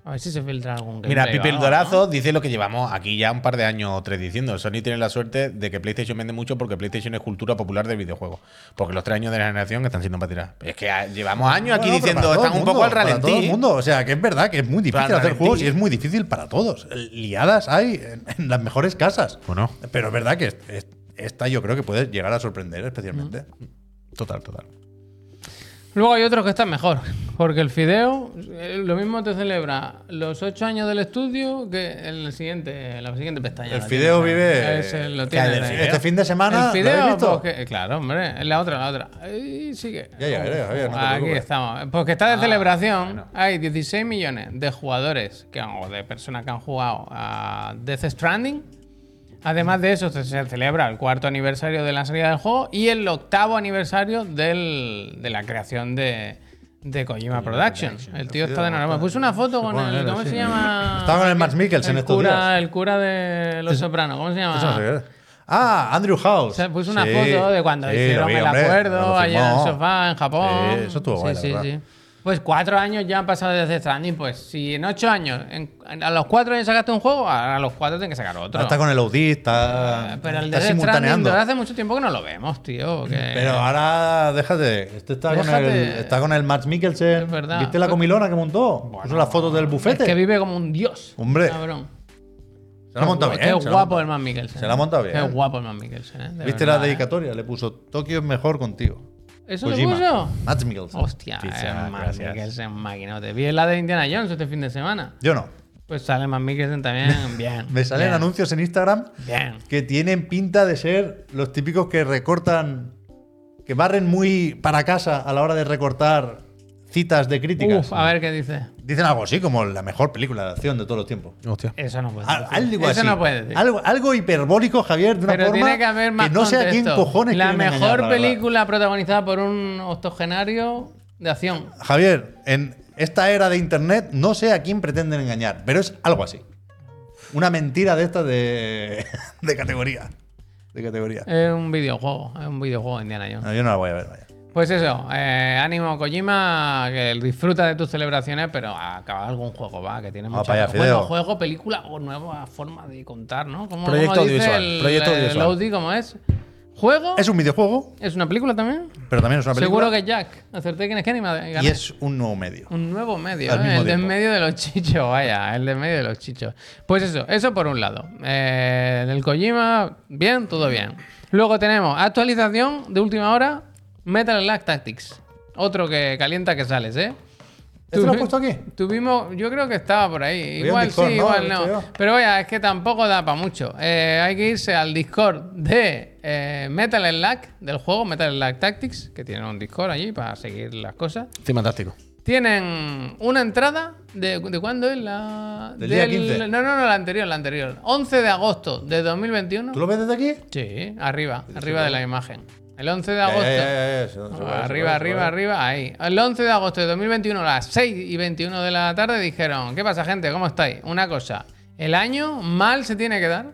[SPEAKER 1] A ver si se filtra algún
[SPEAKER 4] Mira,
[SPEAKER 1] gameplay o
[SPEAKER 4] Pipe el
[SPEAKER 1] algo,
[SPEAKER 4] Dorazo dice lo que llevamos aquí ya un par de años o tres diciendo. Sony tiene la suerte de que PlayStation vende mucho porque PlayStation es cultura popular de videojuegos. Porque los tres años de la generación están siendo para tirar. Es que ah, llevamos años aquí
[SPEAKER 3] Bueno, pero para
[SPEAKER 4] diciendo,
[SPEAKER 3] todo
[SPEAKER 4] están
[SPEAKER 3] el
[SPEAKER 4] un
[SPEAKER 3] mundo,
[SPEAKER 4] poco al
[SPEAKER 3] para todo
[SPEAKER 4] ralentí.
[SPEAKER 3] el mundo, o sea, que es verdad que es muy difícil
[SPEAKER 4] Para el
[SPEAKER 3] hacer
[SPEAKER 4] ralentí.
[SPEAKER 3] juegos y es muy difícil para todos. Liadas hay en, en las mejores casas.
[SPEAKER 4] Bueno.
[SPEAKER 3] Pero es verdad que es- es- esta yo creo que puede llegar a sorprender especialmente.
[SPEAKER 1] Mm.
[SPEAKER 4] Total, total.
[SPEAKER 1] ¿no? Luego hay otros que están mejor. Porque el fideo, eh, lo mismo te celebra los ocho años del estudio que el siguiente, la siguiente pestaña.
[SPEAKER 3] El
[SPEAKER 1] la
[SPEAKER 3] fideo
[SPEAKER 1] tienes,
[SPEAKER 3] vive-
[SPEAKER 1] Es, eh, lo
[SPEAKER 4] ¿Qué
[SPEAKER 1] tiene
[SPEAKER 4] hay del
[SPEAKER 1] ahí.
[SPEAKER 4] fideo?
[SPEAKER 3] Este fin de semana,
[SPEAKER 1] El
[SPEAKER 3] ¿lo habéis
[SPEAKER 1] fideo,
[SPEAKER 3] visto?
[SPEAKER 1] pues que- claro, hombre, la otra, la otra. Y sigue.
[SPEAKER 3] Ya llegaré, Javier, no te
[SPEAKER 1] Aquí
[SPEAKER 3] preocupes. Ah,
[SPEAKER 1] estamos. Porque está de celebración. Hay 16 millones de jugadores que han- o de personas que han jugado a Death Stranding. Además de eso, se se celebra el cuarto aniversario de la salida del juego y el octavo aniversario del- de la creación de, de Kojima Productions. El tío está de enhorabuena. Me puso una foto con
[SPEAKER 3] Supongo
[SPEAKER 1] el.
[SPEAKER 3] que
[SPEAKER 1] ¿Cómo
[SPEAKER 3] sí.
[SPEAKER 1] se llama?
[SPEAKER 3] Estaba con el Max Mikkelsen
[SPEAKER 1] El
[SPEAKER 3] estos
[SPEAKER 1] cura,
[SPEAKER 3] días.
[SPEAKER 1] el cura de Los Sopranos. ¿Cómo se llama?
[SPEAKER 3] Eso no sé qué es. Ah, Andrew House.
[SPEAKER 1] Ah. Se puso una
[SPEAKER 3] Sí.
[SPEAKER 1] foto de cuando
[SPEAKER 3] Sí, lo
[SPEAKER 1] hicieron
[SPEAKER 3] vi,
[SPEAKER 1] el
[SPEAKER 3] hombre, cuando
[SPEAKER 1] acuerdo
[SPEAKER 3] lo
[SPEAKER 1] allá en el
[SPEAKER 3] firmó.
[SPEAKER 1] sofá en Japón.
[SPEAKER 3] Sí, eso estuvo guay, la verdad.
[SPEAKER 1] Pues cuatro años ya han pasado desde Stranding. Pues si en ocho años, en- a los cuatro años sacaste un juego, a los cuatro tienes que sacar otro.
[SPEAKER 3] Está con el audista.
[SPEAKER 1] Eh, Pero el
[SPEAKER 3] está
[SPEAKER 1] de Death Stranding
[SPEAKER 3] simultaneando.
[SPEAKER 1] desde hace mucho tiempo que no lo vemos, tío. que-
[SPEAKER 3] Pero ah, ahora, déjate. Este está, Con,
[SPEAKER 1] Eh. Déjate.
[SPEAKER 3] el, está con el Max Mikkelsen.
[SPEAKER 1] Es verdad.
[SPEAKER 3] ¿Viste la comilona que montó? Puso las fotos del
[SPEAKER 1] es
[SPEAKER 3] bufete.
[SPEAKER 1] que vive como un dios.
[SPEAKER 3] Hombre.
[SPEAKER 1] Cabrón.
[SPEAKER 3] se la ha montado
[SPEAKER 1] Qué
[SPEAKER 3] bien. se la ha
[SPEAKER 1] guapo
[SPEAKER 3] montado.
[SPEAKER 1] el Man Mikkelsen.
[SPEAKER 3] Se la ha montado bien,
[SPEAKER 1] Qué
[SPEAKER 3] eh.
[SPEAKER 1] guapo el Man Mikkelsen. eh, de
[SPEAKER 3] ¿Viste
[SPEAKER 1] verdad,
[SPEAKER 3] la
[SPEAKER 1] eh.
[SPEAKER 3] dedicatoria? Le puso Tokio es mejor contigo.
[SPEAKER 1] ¿Eso lo
[SPEAKER 3] Kojima.
[SPEAKER 1] puso?
[SPEAKER 3] Max Mikkelsen.
[SPEAKER 1] Hostia,
[SPEAKER 4] Sí, sí,
[SPEAKER 1] el Man
[SPEAKER 4] gracias.
[SPEAKER 1] Mikkelsen, maquinote. Vi la de Indiana Jones este fin de semana.
[SPEAKER 3] Yo no.
[SPEAKER 1] Pues sale Matt
[SPEAKER 3] *laughs*
[SPEAKER 1] Mikkelsen también, bien.
[SPEAKER 3] Me salen
[SPEAKER 1] bien,
[SPEAKER 3] anuncios en Instagram
[SPEAKER 1] Bien.
[SPEAKER 3] que tienen pinta de ser los típicos que recortan, que barren muy para casa a la hora de recortar citas de críticas.
[SPEAKER 1] Uf, a ver qué dice.
[SPEAKER 3] Dicen algo así como la mejor película de acción de todos los tiempos.
[SPEAKER 4] Hostia.
[SPEAKER 1] Eso no puede
[SPEAKER 3] Al-
[SPEAKER 1] decir.
[SPEAKER 3] Algo
[SPEAKER 1] Eso
[SPEAKER 3] así.
[SPEAKER 1] no puede decir.
[SPEAKER 3] Algo, algo hiperbólico, Javier, de una
[SPEAKER 1] Pero
[SPEAKER 3] forma
[SPEAKER 1] tiene que haber más
[SPEAKER 3] no sé a quién
[SPEAKER 1] contexto.
[SPEAKER 3] cojones
[SPEAKER 1] La
[SPEAKER 3] quieren engañar,
[SPEAKER 1] mejor
[SPEAKER 3] la verdad.
[SPEAKER 1] película protagonizada por un octogenario de acción.
[SPEAKER 3] Javier, en esta era de internet no sé a quién pretenden engañar, pero es algo así. Una mentira de esta de, *laughs* de categoría. De categoría.
[SPEAKER 1] Es un videojuego, es un videojuego de Indiana Jones.
[SPEAKER 3] No, yo no la voy a ver, vaya.
[SPEAKER 1] Pues eso, eh, ánimo Kojima, que disfruta de tus celebraciones, pero acaba algún juego, va, que tiene
[SPEAKER 3] Vamos
[SPEAKER 1] mucho
[SPEAKER 3] para allá,
[SPEAKER 1] juego,
[SPEAKER 3] Ah, Fideo.
[SPEAKER 1] juego, película o nueva forma de contar, ¿no? Como,
[SPEAKER 4] Proyecto
[SPEAKER 1] como dice
[SPEAKER 4] audiovisual,
[SPEAKER 1] el,
[SPEAKER 4] proyecto
[SPEAKER 1] el
[SPEAKER 4] audiovisual.
[SPEAKER 1] Audi, ¿cómo es? ¿Juego?
[SPEAKER 3] Es un videojuego,
[SPEAKER 1] ¿Es una película también?
[SPEAKER 3] pero también es una película.
[SPEAKER 1] Seguro que Jack. Acerté quién es quién y me gané.
[SPEAKER 3] y es un nuevo medio.
[SPEAKER 1] Un nuevo medio,
[SPEAKER 3] Al
[SPEAKER 1] ¿eh?
[SPEAKER 3] mismo
[SPEAKER 1] el de en
[SPEAKER 3] tiempo.
[SPEAKER 1] medio de los chichos, vaya, el de en medio de los chichos. Pues eso, eso por un lado. Eh, del Kojima, bien, todo bien. Luego tenemos actualización de última hora, Metal Slug Tactics. Otro que calienta que sales, ¿eh?
[SPEAKER 3] ¿Este lo
[SPEAKER 1] Tuvi-
[SPEAKER 3] has puesto aquí?
[SPEAKER 1] Tuvimos, yo creo que estaba por ahí.
[SPEAKER 3] en
[SPEAKER 1] Igual
[SPEAKER 3] Discord,
[SPEAKER 1] sí,
[SPEAKER 3] ¿no?
[SPEAKER 1] igual
[SPEAKER 3] Lo
[SPEAKER 1] no.
[SPEAKER 3] he visto yo.
[SPEAKER 1] Pero vaya, es que tampoco da para mucho. Eh, hay que irse al Discord de eh, Metal Slug, del juego Metal Slug Tactics, que tienen un Discord allí para seguir las cosas.
[SPEAKER 4] Fantástico.
[SPEAKER 1] Tienen una entrada de, ¿de cuándo es la
[SPEAKER 3] Del día 15.
[SPEAKER 1] No, no, no, la anterior, la anterior. 11 de agosto de 2021.
[SPEAKER 3] ¿Tú lo ves desde aquí?
[SPEAKER 1] Sí, arriba, arriba de la imagen. El 11 de agosto.
[SPEAKER 3] Eh, eh, eh, se- se
[SPEAKER 1] Ah,
[SPEAKER 3] puede, se puede,
[SPEAKER 1] arriba,
[SPEAKER 3] se *laughs*
[SPEAKER 1] arriba,
[SPEAKER 3] puede.
[SPEAKER 1] arriba, ahí. El 11 de agosto de 2021, a las 6 y 21 de la tarde, dijeron: ¿Qué pasa, gente? ¿Cómo estáis? Una cosa, el año mal se tiene que dar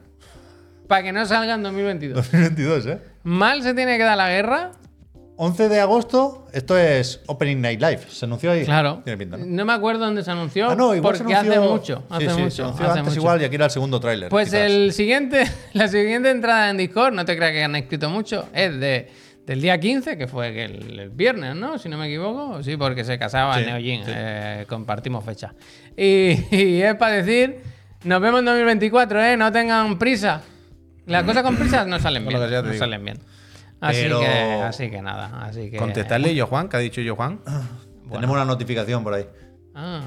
[SPEAKER 1] para que no salga
[SPEAKER 3] *laughs*
[SPEAKER 1] en 2022.
[SPEAKER 3] 2022, ¿eh?
[SPEAKER 1] Mal se tiene que dar la guerra.
[SPEAKER 3] 11 de agosto, esto es Opening Night Live. ¿Se anunció ahí?
[SPEAKER 1] Claro.
[SPEAKER 3] Tiene pinta, ¿no?
[SPEAKER 1] me acuerdo dónde se anunció.
[SPEAKER 3] Ah, no, igual
[SPEAKER 1] porque
[SPEAKER 3] se anunció...
[SPEAKER 1] hace mucho.
[SPEAKER 3] Sí,
[SPEAKER 1] Hace
[SPEAKER 3] sí, se
[SPEAKER 1] mucho.
[SPEAKER 3] anunció
[SPEAKER 1] hace
[SPEAKER 3] antes
[SPEAKER 1] mucho.
[SPEAKER 3] igual y aquí era el segundo tráiler.
[SPEAKER 1] Pues
[SPEAKER 3] quizás.
[SPEAKER 1] el siguiente, *laughs* la siguiente entrada en Discord, no te creas que han escrito mucho, es de, del día 15, que fue el, el viernes, ¿no? Si no me equivoco. Sí, porque se casaba
[SPEAKER 3] Sí,
[SPEAKER 1] Neo Jin,
[SPEAKER 3] sí.
[SPEAKER 1] eh, compartimos fecha. Y, *laughs* y es para decir, nos vemos en 2024, ¿eh? No tengan prisa. Las cosas con prisa no salen bien.
[SPEAKER 3] pues
[SPEAKER 4] Por lo que ya te
[SPEAKER 1] no
[SPEAKER 4] digo.
[SPEAKER 1] salen bien. Así,
[SPEAKER 3] Pero-
[SPEAKER 1] que, así que nada, así que...
[SPEAKER 4] Contestarle yo, Juan, que ha dicho yo, Juan.
[SPEAKER 3] Tenemos una notificación por ahí.
[SPEAKER 1] Ah.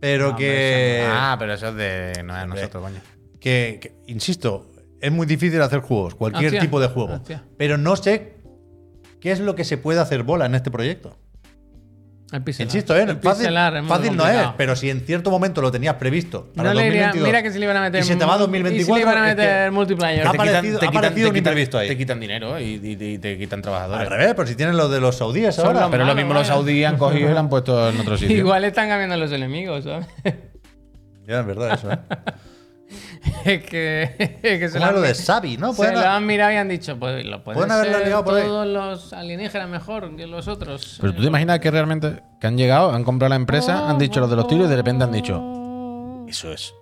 [SPEAKER 3] Pero que,
[SPEAKER 4] ah, pero eso es de. No es de nosotros, coño.
[SPEAKER 3] que, que, insisto, es muy difícil hacer juegos, cualquier
[SPEAKER 1] Hostia,
[SPEAKER 3] tipo de juego.
[SPEAKER 1] hostia.
[SPEAKER 3] Pero no sé qué es lo que se puede hacer bola en este proyecto.
[SPEAKER 1] El pixelar.
[SPEAKER 3] Insisto, ¿eh?
[SPEAKER 1] El
[SPEAKER 3] fácil,
[SPEAKER 1] pixelar es muy
[SPEAKER 3] fácil no es,
[SPEAKER 1] complicado.
[SPEAKER 3] pero si en cierto momento lo tenías previsto para
[SPEAKER 1] No le diría,
[SPEAKER 3] 2022,
[SPEAKER 1] mira que si le iban a meter.
[SPEAKER 3] y se te va a
[SPEAKER 1] mu- y si
[SPEAKER 3] 2024,
[SPEAKER 1] le iban a
[SPEAKER 3] es que-
[SPEAKER 1] meter multiplayer.
[SPEAKER 3] Ha aparecido- ha aparecido un imprevisto ahí.
[SPEAKER 4] te quitan dinero y, y- y te quitan
[SPEAKER 3] al
[SPEAKER 4] trabajadores.
[SPEAKER 3] revés, pero si tienes lo de los saudíes
[SPEAKER 1] Son
[SPEAKER 3] ahora.
[SPEAKER 1] los
[SPEAKER 4] Pero lo
[SPEAKER 1] Malo,
[SPEAKER 4] mismo los
[SPEAKER 1] vaya.
[SPEAKER 4] saudíes han cogido y lo han puesto en otro sitio.
[SPEAKER 1] Igual están cambiando los enemigos, ¿sabes?
[SPEAKER 3] Ya, es verdad eso. ¿eh?
[SPEAKER 1] *laughs* es que, es que se,
[SPEAKER 3] Como
[SPEAKER 1] lo han,
[SPEAKER 3] lo de Xavi, ¿no?
[SPEAKER 1] se
[SPEAKER 3] Pueden-
[SPEAKER 1] lo han mirado y han dicho, pues lo pueden,
[SPEAKER 3] Pueden haberlo
[SPEAKER 1] ser
[SPEAKER 3] ligado por ahí.
[SPEAKER 1] todos los alienígenas mejor que los otros.
[SPEAKER 4] Pero tú te imaginas que realmente que han llegado, han comprado la empresa, han dicho los de los tiros y de repente han dicho, eso es.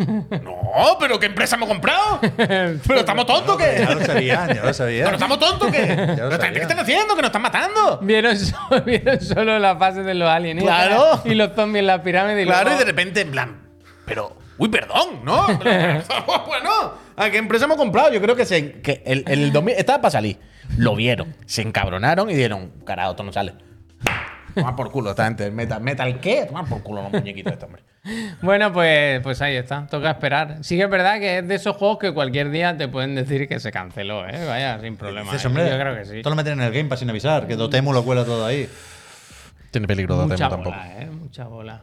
[SPEAKER 4] No, pero ¿qué empresa hemos *laughs* comprado? ¿Pero estamos tontos qué?
[SPEAKER 3] Ya lo sabían, ya lo
[SPEAKER 4] ¿Pero
[SPEAKER 3] sabían.
[SPEAKER 4] estamos tontos qué?
[SPEAKER 3] lo
[SPEAKER 4] ¿Pero
[SPEAKER 3] sabía.
[SPEAKER 4] ¿Qué están haciendo? ¿Que nos están matando?
[SPEAKER 1] Vieron, *laughs* so- vieron solo la fase de los alienígenas
[SPEAKER 4] Claro.
[SPEAKER 1] y los zombies en la pirámide. Y
[SPEAKER 4] Claro, y
[SPEAKER 1] luego-
[SPEAKER 4] de repente en plan, pero, uy, perdón, ¿no?
[SPEAKER 1] *laughs*
[SPEAKER 4] Pero, *laughs* bueno, ¿a qué empresa hemos comprado? Yo creo que, se, que el, el 2000 estaba para salir. Lo vieron, se encabronaron y dieron, carajo, esto no sale. Toma por culo esta gente. ¿Metal, metal qué? Toma por culo los muñequitos de este hombre.
[SPEAKER 1] Bueno, pues, pues ahí está, toca esperar. Sí que es verdad que es de esos juegos que cualquier día te pueden decir que se canceló, ¿eh? Vaya, sin problema.
[SPEAKER 3] Dices,
[SPEAKER 1] ¿eh?
[SPEAKER 3] hombre,
[SPEAKER 1] Yo creo que sí.
[SPEAKER 3] Esto lo meten en el Game Pass sin avisar, que Dotemu lo cuela todo ahí.
[SPEAKER 4] Tiene peligro
[SPEAKER 1] Mucha bola, ¿eh? Mucha bola.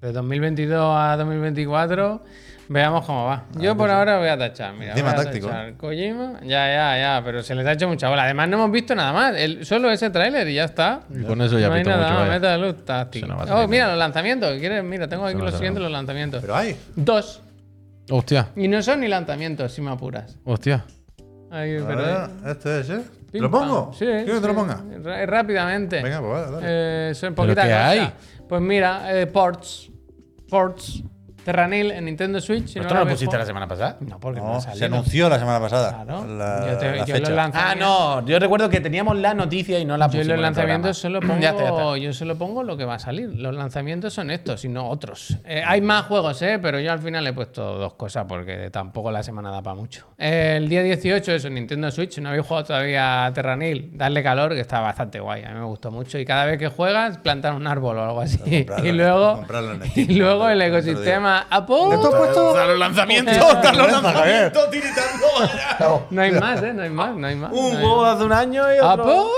[SPEAKER 1] De 2022 a 2024, veamos cómo va. Yo por ahora voy a tachar, mira.
[SPEAKER 3] Ah, Encima
[SPEAKER 1] voy a
[SPEAKER 3] táctico, ¿eh?
[SPEAKER 1] tachar Kojima. Ya, ya, ya, pero se les ha hecho mucha bola. Además, no hemos visto nada más. El- solo ese tráiler y ya está.
[SPEAKER 4] Y con eso ya
[SPEAKER 1] ¿eh? no hay
[SPEAKER 4] pito
[SPEAKER 1] nada
[SPEAKER 4] mucho,
[SPEAKER 1] más.
[SPEAKER 4] vaya.
[SPEAKER 1] Metal Slug Tactics.
[SPEAKER 4] Se nos va a
[SPEAKER 1] Oh,
[SPEAKER 4] salir
[SPEAKER 1] mira,
[SPEAKER 4] nada.
[SPEAKER 1] los lanzamientos. ¿Quieres? Mira, tengo aquí
[SPEAKER 4] nos
[SPEAKER 1] los
[SPEAKER 4] va a
[SPEAKER 1] siguientes, los lanzamientos.
[SPEAKER 3] Pero hay.
[SPEAKER 1] Dos.
[SPEAKER 4] Hostia,
[SPEAKER 1] Y no son ni lanzamientos, si me apuras.
[SPEAKER 4] hostia.
[SPEAKER 1] Ahí,
[SPEAKER 3] A
[SPEAKER 1] pero-
[SPEAKER 3] ver, este es, ¿eh? ¿Te
[SPEAKER 1] Pim,
[SPEAKER 3] lo
[SPEAKER 1] pam.
[SPEAKER 3] pongo?
[SPEAKER 1] Sí,
[SPEAKER 3] ¿Quieres que te lo
[SPEAKER 1] sí.
[SPEAKER 3] ponga?
[SPEAKER 1] Ra- rápidamente.
[SPEAKER 3] Venga, pues vale, dale.
[SPEAKER 1] Eh, son poquita
[SPEAKER 4] qué
[SPEAKER 1] cosa.
[SPEAKER 4] hay?
[SPEAKER 1] Pues mira, eh, ports. Ports. Terranil en Nintendo Switch. si
[SPEAKER 4] ¿Esto no lo
[SPEAKER 1] habéis
[SPEAKER 4] pusiste la
[SPEAKER 1] jugado-
[SPEAKER 4] semana pasada?
[SPEAKER 1] No, porque no,
[SPEAKER 3] No,
[SPEAKER 1] ha
[SPEAKER 3] se
[SPEAKER 1] salido.
[SPEAKER 3] anunció la semana pasada.
[SPEAKER 1] Claro.
[SPEAKER 3] La,
[SPEAKER 1] yo te,
[SPEAKER 3] la
[SPEAKER 1] yo
[SPEAKER 3] fecha.
[SPEAKER 1] los
[SPEAKER 4] Ah,
[SPEAKER 1] lanzamientos.
[SPEAKER 4] no. Yo recuerdo que teníamos la noticia y no la
[SPEAKER 1] Yo
[SPEAKER 4] pusimos.
[SPEAKER 1] en los
[SPEAKER 4] en el
[SPEAKER 1] lanzamientos
[SPEAKER 4] programa.
[SPEAKER 1] solo pongo,
[SPEAKER 4] Ya está, ya está.
[SPEAKER 1] yo solo pongo lo que va a salir. Los lanzamientos son estos y no otros. Eh, hay más juegos, ¿eh? pero yo al final he puesto dos cosas porque tampoco la semana da para mucho. Eh, el día 18, eso, Nintendo Switch. No habéis jugado todavía a Terranil. Darle calor, que está bastante guay. A mí me gustó mucho. Y cada vez que juegas, plantar un árbol o algo así.
[SPEAKER 3] comprarlo
[SPEAKER 1] *laughs* y
[SPEAKER 3] en-
[SPEAKER 1] luego,
[SPEAKER 3] comprarlo en
[SPEAKER 1] y
[SPEAKER 3] Steam,
[SPEAKER 1] luego
[SPEAKER 3] comprarlo,
[SPEAKER 1] el
[SPEAKER 3] te lo
[SPEAKER 1] ecosistema Apple.
[SPEAKER 3] ¿Esto has puesto?
[SPEAKER 1] *laughs*
[SPEAKER 4] los lanzamientos,
[SPEAKER 3] están los lanzamientos
[SPEAKER 4] tiritando.
[SPEAKER 1] Eh, No
[SPEAKER 4] *laughs*
[SPEAKER 1] hay más, ¿eh? No hay más, no hay más.
[SPEAKER 4] Un
[SPEAKER 1] no hay
[SPEAKER 4] juego
[SPEAKER 1] más.
[SPEAKER 4] hace un año y otro.
[SPEAKER 1] Apple.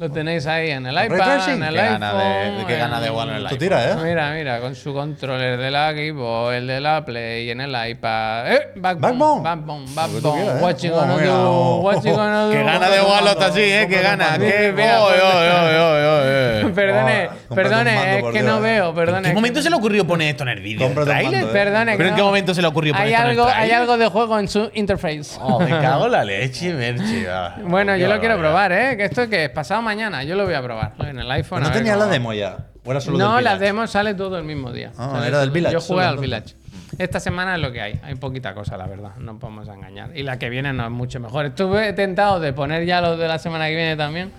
[SPEAKER 1] Lo tenéis ahí en el
[SPEAKER 3] ray
[SPEAKER 1] iPad,
[SPEAKER 3] tracing?
[SPEAKER 1] en el
[SPEAKER 4] Qué gana de-
[SPEAKER 1] iPhone,
[SPEAKER 4] qué gana de
[SPEAKER 1] en-
[SPEAKER 4] jugar en el
[SPEAKER 3] Tú
[SPEAKER 4] iPhone.
[SPEAKER 3] tira, ¿eh?
[SPEAKER 1] Mira, mira, con su controller de la Xbox, el de la Play y en el iPad. ¡Eh!
[SPEAKER 3] Backbone.
[SPEAKER 1] Backbone. Backbone,
[SPEAKER 3] Lo que tú
[SPEAKER 1] Backbone.
[SPEAKER 3] quieras, ¿eh?
[SPEAKER 1] What you gonna
[SPEAKER 3] Oh, mira,
[SPEAKER 1] do,
[SPEAKER 3] oh.
[SPEAKER 1] what you gonna do.
[SPEAKER 4] Qué gana de jugarlo hasta así, ¿eh? Qué gana. Qué
[SPEAKER 1] Mira,
[SPEAKER 4] oy, oy, oy, oy, oy.
[SPEAKER 1] Perdone,
[SPEAKER 3] Ah, cómprate un mando,
[SPEAKER 1] perdone, es
[SPEAKER 3] por
[SPEAKER 1] que
[SPEAKER 3] Dios.
[SPEAKER 1] no veo, perdone.
[SPEAKER 4] ¿En qué momento se le ocurrió poner esto en el vídeo?
[SPEAKER 3] Cómprate un
[SPEAKER 4] ¿Trailer?
[SPEAKER 3] mando, eh.
[SPEAKER 1] Perdone,
[SPEAKER 4] ¿Pero en
[SPEAKER 1] que
[SPEAKER 4] qué
[SPEAKER 1] no.
[SPEAKER 4] momento se le ocurrió poner
[SPEAKER 1] Hay
[SPEAKER 4] esto en el
[SPEAKER 1] algo, hay
[SPEAKER 4] tráiler?
[SPEAKER 1] algo de juego en su interface.
[SPEAKER 4] Oh, me cago en la leche, Merchi.
[SPEAKER 1] Bueno, yo lo quiero probar, ¿eh? Que esto que es pasado mañana, yo lo voy a probar en el iPhone.
[SPEAKER 3] Pero
[SPEAKER 1] a
[SPEAKER 3] no
[SPEAKER 1] ver
[SPEAKER 3] tenía
[SPEAKER 1] cómo
[SPEAKER 3] la
[SPEAKER 1] va.
[SPEAKER 3] demo ya. ¿O era solo
[SPEAKER 1] No,
[SPEAKER 3] del
[SPEAKER 1] la
[SPEAKER 3] Village?
[SPEAKER 1] demo sale todo el mismo día.
[SPEAKER 3] Ah,
[SPEAKER 1] Sale
[SPEAKER 3] era del
[SPEAKER 1] todo-
[SPEAKER 3] Village
[SPEAKER 1] Yo jugué
[SPEAKER 3] solo,
[SPEAKER 1] al
[SPEAKER 3] entonces.
[SPEAKER 1] Village. Esta semana es lo que hay. Hay poquita cosa, la verdad. No podemos engañar. Y la que viene no es mucho mejor. Estuve tentado de poner ya los de la semana que viene también.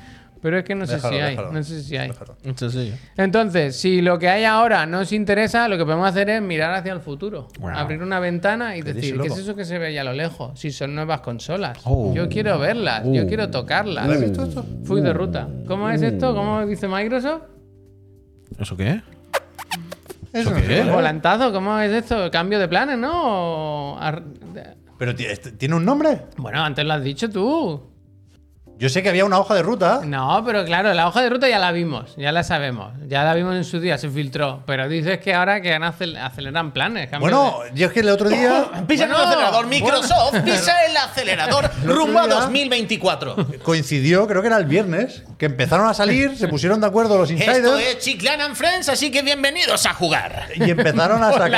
[SPEAKER 1] Pero es que no sé
[SPEAKER 3] Déjalo,
[SPEAKER 1] si hay.
[SPEAKER 3] déjalo.
[SPEAKER 1] No sé si hay.
[SPEAKER 3] Déjalo.
[SPEAKER 4] sí.
[SPEAKER 1] Entonces, si lo que hay ahora no os interesa, lo que podemos hacer es mirar hacia el futuro.
[SPEAKER 4] Wow.
[SPEAKER 1] Abrir una ventana y
[SPEAKER 3] dice,
[SPEAKER 1] decir, ¿qué
[SPEAKER 3] loco?
[SPEAKER 1] es eso que se ve allá a lo lejos? Si son nuevas consolas.
[SPEAKER 4] Oh.
[SPEAKER 1] Yo quiero verlas. Yo
[SPEAKER 4] Uh.
[SPEAKER 1] quiero tocarlas.
[SPEAKER 3] Oh. ¿Has visto esto? Mm.
[SPEAKER 1] Fui de ruta. ¿Cómo es esto? ¿Cómo dice Microsoft?
[SPEAKER 4] ¿Eso qué es?
[SPEAKER 3] Eso no
[SPEAKER 4] qué
[SPEAKER 3] sé,
[SPEAKER 4] es?
[SPEAKER 3] ¿eh?
[SPEAKER 1] Volantazo, ¿cómo es esto? ¿Cambio de planes, no? O ar- de-
[SPEAKER 3] Pero ti- este- tiene un nombre.
[SPEAKER 1] Bueno, antes lo has dicho tú.
[SPEAKER 3] Yo Yo sé que había una hoja de ruta.
[SPEAKER 1] No, pero claro, la hoja de ruta ya la vimos, ya la sabemos, ya la vimos en su día, se filtró. Pero dices que ahora que han acel- aceleran planes. cambian
[SPEAKER 3] Bueno, yo es que el otro
[SPEAKER 1] *coughs*
[SPEAKER 3] día
[SPEAKER 4] Pisa en el
[SPEAKER 1] Bueno,
[SPEAKER 4] acelerador,
[SPEAKER 1] bueno.
[SPEAKER 4] Microsoft. Pisa
[SPEAKER 3] *laughs*
[SPEAKER 4] el acelerador rumbo a
[SPEAKER 3] día- *laughs*
[SPEAKER 4] 2024.
[SPEAKER 3] coincidió, creo que era el viernes, que empezaron a salir, se pusieron de acuerdo los
[SPEAKER 4] Esto
[SPEAKER 3] insiders
[SPEAKER 4] es Chiclan and Friends, así que bienvenidos a jugar.
[SPEAKER 3] y empezaron
[SPEAKER 4] *laughs*
[SPEAKER 3] a
[SPEAKER 1] de-
[SPEAKER 3] sacar.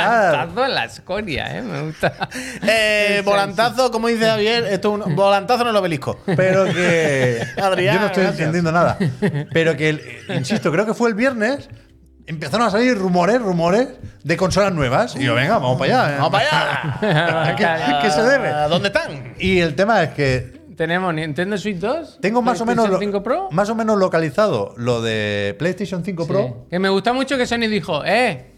[SPEAKER 1] Volantazo en la escoria, eh, me gusta. *laughs*
[SPEAKER 4] Eh, volantazo, como dice Javier, esto es un volantazo en el obelisco.
[SPEAKER 3] Pero que.
[SPEAKER 4] *laughs* Adrián,
[SPEAKER 3] yo no estoy
[SPEAKER 4] gracias.
[SPEAKER 3] entendiendo nada. Pero que, el- insisto, creo que fue el viernes. Empezaron a salir rumores, rumores de consolas nuevas. Y yo, venga, vamos para allá. eh.
[SPEAKER 4] ¡Vamos para allá!
[SPEAKER 3] *laughs* ¿A *laughs* qué, a qué se debe?
[SPEAKER 4] Ah, ¿Dónde están?
[SPEAKER 3] Y el tema es que
[SPEAKER 1] Tenemos Nintendo Switch 2.
[SPEAKER 3] tengo más o, menos
[SPEAKER 1] PlayStation
[SPEAKER 3] lo-
[SPEAKER 1] 5 Pro.
[SPEAKER 3] más o menos localizado lo de PlayStation 5
[SPEAKER 1] Sí.
[SPEAKER 3] Pro.
[SPEAKER 1] Que me gusta mucho que Sony dijo, eh,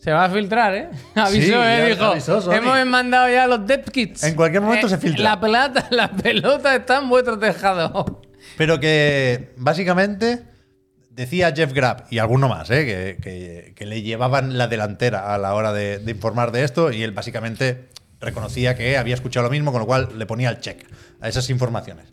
[SPEAKER 1] se va a filtrar, eh. *laughs* Avisó,
[SPEAKER 3] Sí, ya
[SPEAKER 1] eh, dijo.
[SPEAKER 3] avisó Sony.
[SPEAKER 1] Hemos mandado ya los dev kits. Eh,
[SPEAKER 3] En cualquier momento se filtra.
[SPEAKER 1] La pelota, *laughs* la pelota está en vuestro tejado.
[SPEAKER 3] Pero que básicamente decía Jeff Grapp y alguno más, ¿eh? que, que- que le llevaban la delantera a la hora de, de informar de esto y él básicamente reconocía que había escuchado lo mismo, con lo cual le ponía el check a esas informaciones.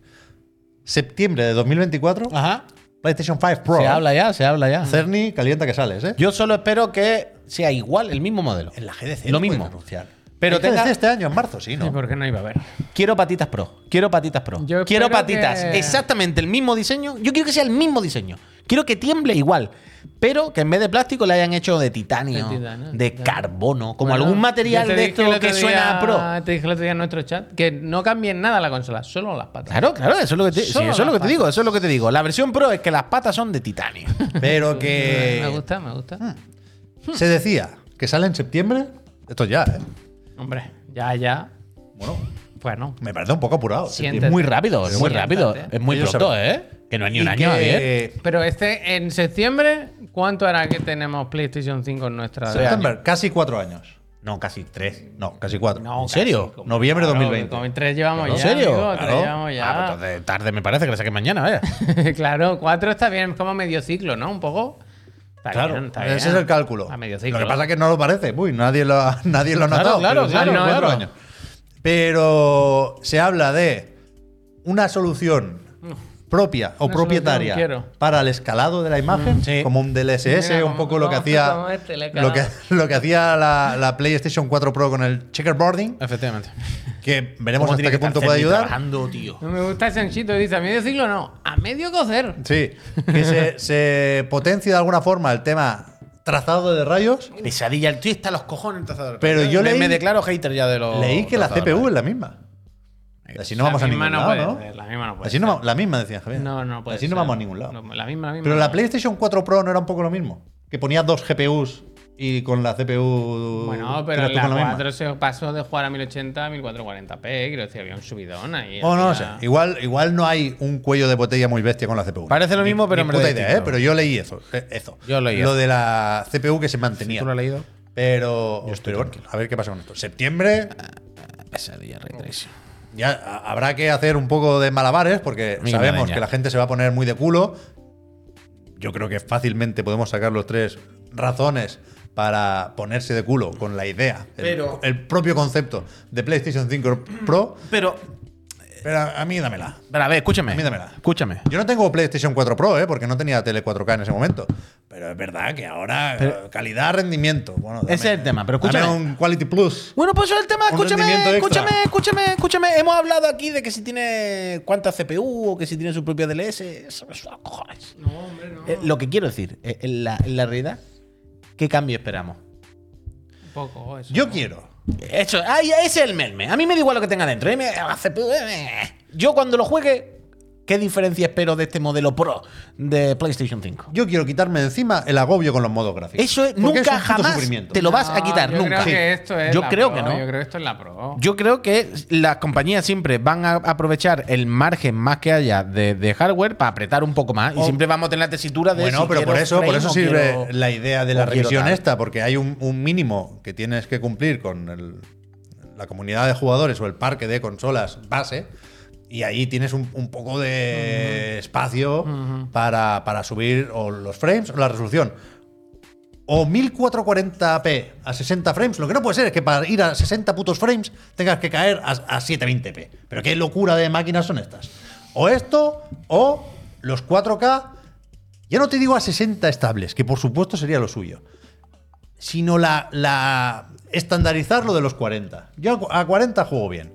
[SPEAKER 3] Septiembre de 2024,
[SPEAKER 4] Ajá.
[SPEAKER 3] PlayStation 5 Pro.
[SPEAKER 4] ya, Ah. se habla ya.
[SPEAKER 3] Cerny, calienta que sales, ¿eh?
[SPEAKER 4] Yo solo espero que sea igual, el mismo modelo.
[SPEAKER 3] en la GDC
[SPEAKER 4] Lo
[SPEAKER 3] pueden
[SPEAKER 4] mismo.
[SPEAKER 3] anunciar.
[SPEAKER 4] Pero
[SPEAKER 3] En GDC
[SPEAKER 4] tenga-
[SPEAKER 3] este año en marzo, sí,
[SPEAKER 1] ¿Y
[SPEAKER 3] ¿no?
[SPEAKER 1] por qué no iba a haber?
[SPEAKER 4] Quiero patitas pro. Quiero patitas pro.
[SPEAKER 1] Yo
[SPEAKER 4] quiero
[SPEAKER 1] espero
[SPEAKER 4] patitas.
[SPEAKER 1] que-
[SPEAKER 4] Exactamente el mismo diseño. Yo quiero que sea el mismo diseño. Quiero que tiemble igual. Pero que en vez de plástico le hayan hecho de titanio,
[SPEAKER 1] De
[SPEAKER 4] de,
[SPEAKER 1] titanio, titanio.
[SPEAKER 4] carbono, como
[SPEAKER 1] Bueno,
[SPEAKER 4] algún
[SPEAKER 1] yo
[SPEAKER 4] material
[SPEAKER 1] te
[SPEAKER 4] de
[SPEAKER 1] dije el
[SPEAKER 4] esto que
[SPEAKER 1] otro
[SPEAKER 4] suena
[SPEAKER 1] día-
[SPEAKER 4] a pro.
[SPEAKER 1] Te dije el otro día en nuestro chat que no cambien nada la consola, solo las patas.
[SPEAKER 4] Claro, claro, eso es lo que te, sí,
[SPEAKER 1] Solo
[SPEAKER 4] eso es lo
[SPEAKER 1] las
[SPEAKER 4] que te digo,
[SPEAKER 1] patas.
[SPEAKER 4] eso es lo que te digo. La versión pro es que las patas son
[SPEAKER 1] *laughs*
[SPEAKER 4] de titanio.
[SPEAKER 3] Pero
[SPEAKER 4] *laughs*
[SPEAKER 1] Me
[SPEAKER 3] que
[SPEAKER 1] gusta, me gusta.
[SPEAKER 3] hmm. se decía que sale en septiembre. Esto ya, ¿eh?
[SPEAKER 1] Hombre, ya, ya.
[SPEAKER 3] Bueno,
[SPEAKER 1] Bueno,
[SPEAKER 3] me parece un poco apurado.
[SPEAKER 1] Siente-
[SPEAKER 4] Es muy rápido, es muy
[SPEAKER 1] Sí,
[SPEAKER 4] rápido.
[SPEAKER 1] bastante.
[SPEAKER 4] Es muy
[SPEAKER 3] Ellos
[SPEAKER 4] pronto,
[SPEAKER 3] saben.
[SPEAKER 4] ¿eh? Que no es ni un
[SPEAKER 3] Y
[SPEAKER 4] año,
[SPEAKER 3] que-
[SPEAKER 4] Javier.
[SPEAKER 1] pero este en septiembre, ¿cuánto hará que tenemos PlayStation 5 en nuestra
[SPEAKER 4] Tres
[SPEAKER 3] September, casi cuatro años.
[SPEAKER 4] No, casi tres.
[SPEAKER 3] No, casi cuatro.
[SPEAKER 1] No,
[SPEAKER 4] ¿En serio?
[SPEAKER 1] casi, como-
[SPEAKER 3] Noviembre de
[SPEAKER 1] claro,
[SPEAKER 3] 2020.
[SPEAKER 1] Como tres llevamos
[SPEAKER 4] ¿En
[SPEAKER 1] ya.
[SPEAKER 4] serio?
[SPEAKER 1] amigo, tres
[SPEAKER 3] Claro.
[SPEAKER 1] llevamos ya.
[SPEAKER 4] Ah, pues entonces tarde me parece que la saqué mañana, *laughs* vaya.
[SPEAKER 1] *laughs* claro, cuatro está bien, es como medio ciclo, ¿no? Un poco. Está
[SPEAKER 3] Claro,
[SPEAKER 1] bien, está
[SPEAKER 3] ese
[SPEAKER 1] bien.
[SPEAKER 3] es el cálculo.
[SPEAKER 1] A medio ciclo.
[SPEAKER 3] Lo que pasa es que no lo parece. Uy, nadie lo ha, *laughs* nadie lo ha
[SPEAKER 4] Claro,
[SPEAKER 3] notado.
[SPEAKER 4] claro,
[SPEAKER 3] pero salen
[SPEAKER 1] claro,
[SPEAKER 3] cuatro
[SPEAKER 1] claro.
[SPEAKER 3] años. Pero se habla de una solución propia o
[SPEAKER 1] Una
[SPEAKER 3] propietaria
[SPEAKER 1] solución, quiero.
[SPEAKER 3] para el escalado de la imagen,
[SPEAKER 4] sí.
[SPEAKER 3] como un DLSS,
[SPEAKER 1] Mira,
[SPEAKER 3] un
[SPEAKER 1] como-
[SPEAKER 3] poco lo que
[SPEAKER 1] como-
[SPEAKER 3] hacía
[SPEAKER 1] como este, le he
[SPEAKER 3] lo que,
[SPEAKER 1] calado.
[SPEAKER 3] *laughs* lo que hacía la, la PlayStation 4 Pro con el checkerboarding,
[SPEAKER 4] Efectivamente.
[SPEAKER 3] que veremos hasta
[SPEAKER 4] tiene
[SPEAKER 3] qué
[SPEAKER 4] que estar
[SPEAKER 3] punto puede
[SPEAKER 4] Cerny
[SPEAKER 3] ayudar.
[SPEAKER 4] trabajando, tío.
[SPEAKER 1] No me gusta ese anchito, dice a medio ciclo no, a medio cocer.
[SPEAKER 3] Sí, que se, se potencia de alguna forma el tema trazado de rayos.
[SPEAKER 4] Pesadilla, el tío está a los cojones el trazador.
[SPEAKER 3] Pero yo
[SPEAKER 4] me,
[SPEAKER 3] leí-
[SPEAKER 4] me declaro hater ya de los.
[SPEAKER 3] Leí que la
[SPEAKER 4] trazadores.
[SPEAKER 3] CPU es la misma. Así no
[SPEAKER 1] La
[SPEAKER 3] vamos a
[SPEAKER 1] misma
[SPEAKER 3] ningún
[SPEAKER 1] no
[SPEAKER 3] lado,
[SPEAKER 1] puede
[SPEAKER 3] ¿no?
[SPEAKER 1] ser, La misma no puede
[SPEAKER 3] Así no
[SPEAKER 1] ser.
[SPEAKER 3] va- la misma decía Javier.
[SPEAKER 1] No, no puede
[SPEAKER 3] Así
[SPEAKER 1] ser.
[SPEAKER 3] no vamos a ningún lado.
[SPEAKER 1] No, la misma, la misma.
[SPEAKER 3] Pero la
[SPEAKER 1] Play
[SPEAKER 3] PlayStation 4 Pro no era un poco lo mismo, que ponía dos GPUs y con la CPU
[SPEAKER 1] Bueno,
[SPEAKER 3] era
[SPEAKER 1] pero
[SPEAKER 3] tú
[SPEAKER 1] la
[SPEAKER 3] con misma.
[SPEAKER 1] 4 se pasó de jugar a 1080 a 1440p, quiero decir, había un subidón ahí.
[SPEAKER 3] Oh, no,
[SPEAKER 1] había-
[SPEAKER 3] o sea, igual, igual no hay un cuello de botella muy bestia con la CPU.
[SPEAKER 4] Parece lo
[SPEAKER 3] Ni-
[SPEAKER 4] mismo, pero
[SPEAKER 3] ni
[SPEAKER 4] en
[SPEAKER 3] puta
[SPEAKER 4] verdad
[SPEAKER 3] idea, ¿eh?
[SPEAKER 4] distinto.
[SPEAKER 3] Pero yo leí eso. eh, eso.
[SPEAKER 4] Yo leí
[SPEAKER 3] Lo
[SPEAKER 4] eso.
[SPEAKER 3] de la CPU que se mantenía.
[SPEAKER 4] ¿Tú lo has leído?
[SPEAKER 3] Pero, pero bueno, a ver qué pasa con esto. Septiembre
[SPEAKER 4] Pesadilla, ray tracing.
[SPEAKER 3] ya ha- habrá que hacer un poco de malabares porque
[SPEAKER 4] Miguel
[SPEAKER 3] sabemos
[SPEAKER 4] Maraña.
[SPEAKER 3] que la gente se va a poner muy de culo. Yo creo que fácilmente podemos sacar los tres razones para ponerse de culo con la idea, el-
[SPEAKER 4] Pero-
[SPEAKER 3] el, propio concepto de PlayStation 5 Pro.
[SPEAKER 4] Pero,
[SPEAKER 3] Pero a, a mí dámela.
[SPEAKER 4] pero a ver, escúchame.
[SPEAKER 3] A mí dámela.
[SPEAKER 4] Escúchame.
[SPEAKER 3] Yo no tengo PlayStation 4 Pro, ¿eh? porque no tenía tele 4K en ese momento. Pero es verdad que ahora eh, calidad, rendimiento. Bueno, dame-
[SPEAKER 4] Ese es el tema, pero
[SPEAKER 3] dame
[SPEAKER 4] escúchame.
[SPEAKER 3] un Quality Plus.
[SPEAKER 4] Bueno, pues eso es el tema.
[SPEAKER 3] Un rendimiento
[SPEAKER 4] Escúchame,
[SPEAKER 3] extra.
[SPEAKER 4] escúchame, escúchame, escúchame. Hemos hablado aquí de que si tiene cuántas CPU o que si tiene su propia DLS. Eso me suda cojones.
[SPEAKER 1] No, hombre, no.
[SPEAKER 4] Eh, lo que quiero decir, eh, en la, en la realidad, ¿qué cambio esperamos?
[SPEAKER 1] Un poco eso.
[SPEAKER 3] Yo quiero.
[SPEAKER 4] Eso, ahí, ese es el melme. A mí me da igual lo que tenga dentro. eh, me- la CPU, eh, Yo cuando lo juegue, ¿qué diferencia espero de este modelo Pro de PlayStation 5?
[SPEAKER 3] Yo quiero quitarme de encima el agobio con los modos gráficos.
[SPEAKER 4] Eso es-
[SPEAKER 3] Porque
[SPEAKER 4] nunca
[SPEAKER 3] un puto
[SPEAKER 4] jamás
[SPEAKER 3] sufrimiento.
[SPEAKER 4] te lo vas a
[SPEAKER 1] No,
[SPEAKER 4] quitar,
[SPEAKER 1] yo
[SPEAKER 4] nunca.
[SPEAKER 1] Creo que esto es
[SPEAKER 4] yo
[SPEAKER 1] la
[SPEAKER 4] creo
[SPEAKER 1] Pro,
[SPEAKER 4] que no.
[SPEAKER 1] Yo creo que esto es la pro.
[SPEAKER 4] Yo creo que las compañías siempre van a aprovechar el margen más que haya de, de hardware para apretar un poco más. Y
[SPEAKER 3] O-
[SPEAKER 4] siempre vamos a tener la tesitura de.
[SPEAKER 3] Bueno,
[SPEAKER 4] si
[SPEAKER 3] pero por
[SPEAKER 4] quiero
[SPEAKER 3] eso, por
[SPEAKER 4] frame
[SPEAKER 3] eso
[SPEAKER 4] o
[SPEAKER 3] sirve
[SPEAKER 4] quiero-
[SPEAKER 3] la idea de la
[SPEAKER 4] o quiero
[SPEAKER 3] revisión
[SPEAKER 4] tal.
[SPEAKER 3] esta, porque hay un, un mínimo que tienes que cumplir con el- la comunidad de jugadores o el parque de consolas base. Y ahí tienes un, un poco de espacio para, para subir o los frames o la resolución. O 1440p a 60 frames. Lo que no puede ser es que para ir a 60 putos frames tengas que caer a, a 720p. Pero qué locura de máquinas son estas. O esto, o los 4K, ya no te digo a 60 estables, que por supuesto sería lo suyo, sino la, la estandarizar lo de los 40. Yo a 40 juego bien.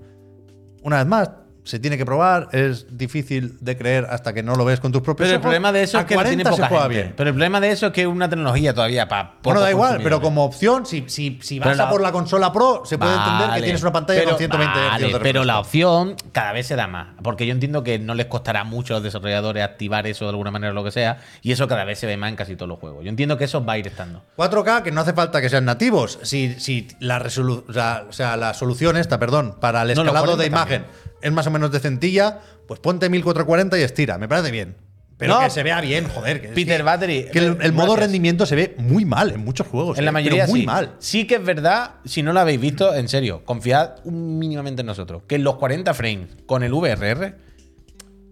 [SPEAKER 3] Una vez más, se tiene que probar, es difícil de creer hasta que no lo ves con tus propios
[SPEAKER 4] Pero el
[SPEAKER 3] ojos.
[SPEAKER 4] problema de eso
[SPEAKER 3] a
[SPEAKER 4] es que lo tiene
[SPEAKER 3] 40 se
[SPEAKER 4] poca
[SPEAKER 3] juega
[SPEAKER 4] gente.
[SPEAKER 3] bien.
[SPEAKER 4] Pero el problema de eso es que es una tecnología todavía para.
[SPEAKER 3] Bueno, da igual, pero como opción, si, si, si vas
[SPEAKER 4] ¿eh? Pero la-
[SPEAKER 3] a por la consola Pro, se puede entender que
[SPEAKER 4] Vale,
[SPEAKER 3] tienes una pantalla
[SPEAKER 4] pero-
[SPEAKER 3] con 120 Hz de
[SPEAKER 4] vale, pero
[SPEAKER 3] refresco.
[SPEAKER 4] la opción cada vez se da más. Porque yo entiendo que no les costará mucho a los desarrolladores activar eso de alguna manera o lo que sea. Y eso cada vez se ve más en casi todos los juegos. Yo entiendo que eso va a ir estando.
[SPEAKER 3] 4K, que no hace falta que sean nativos. Si, si la, resolu- o sea, o sea, la solución esta, perdón, para el
[SPEAKER 4] No, los
[SPEAKER 3] escalado de
[SPEAKER 4] 40
[SPEAKER 3] imagen es más o menos decentilla, pues ponte 1440 y estira. Me parece bien. Pero
[SPEAKER 4] No.
[SPEAKER 3] que se vea bien, joder. Que
[SPEAKER 4] Peter
[SPEAKER 3] que-
[SPEAKER 4] Battery,
[SPEAKER 3] Que el, el modo
[SPEAKER 4] gracias.
[SPEAKER 3] rendimiento se ve muy mal en muchos juegos. eh,
[SPEAKER 4] En la mayoría
[SPEAKER 3] pero muy
[SPEAKER 4] sí.
[SPEAKER 3] mal.
[SPEAKER 4] Sí que es verdad, si no lo habéis visto, en serio, confiad mínimamente en nosotros. Que en los 40 frames con el VRR,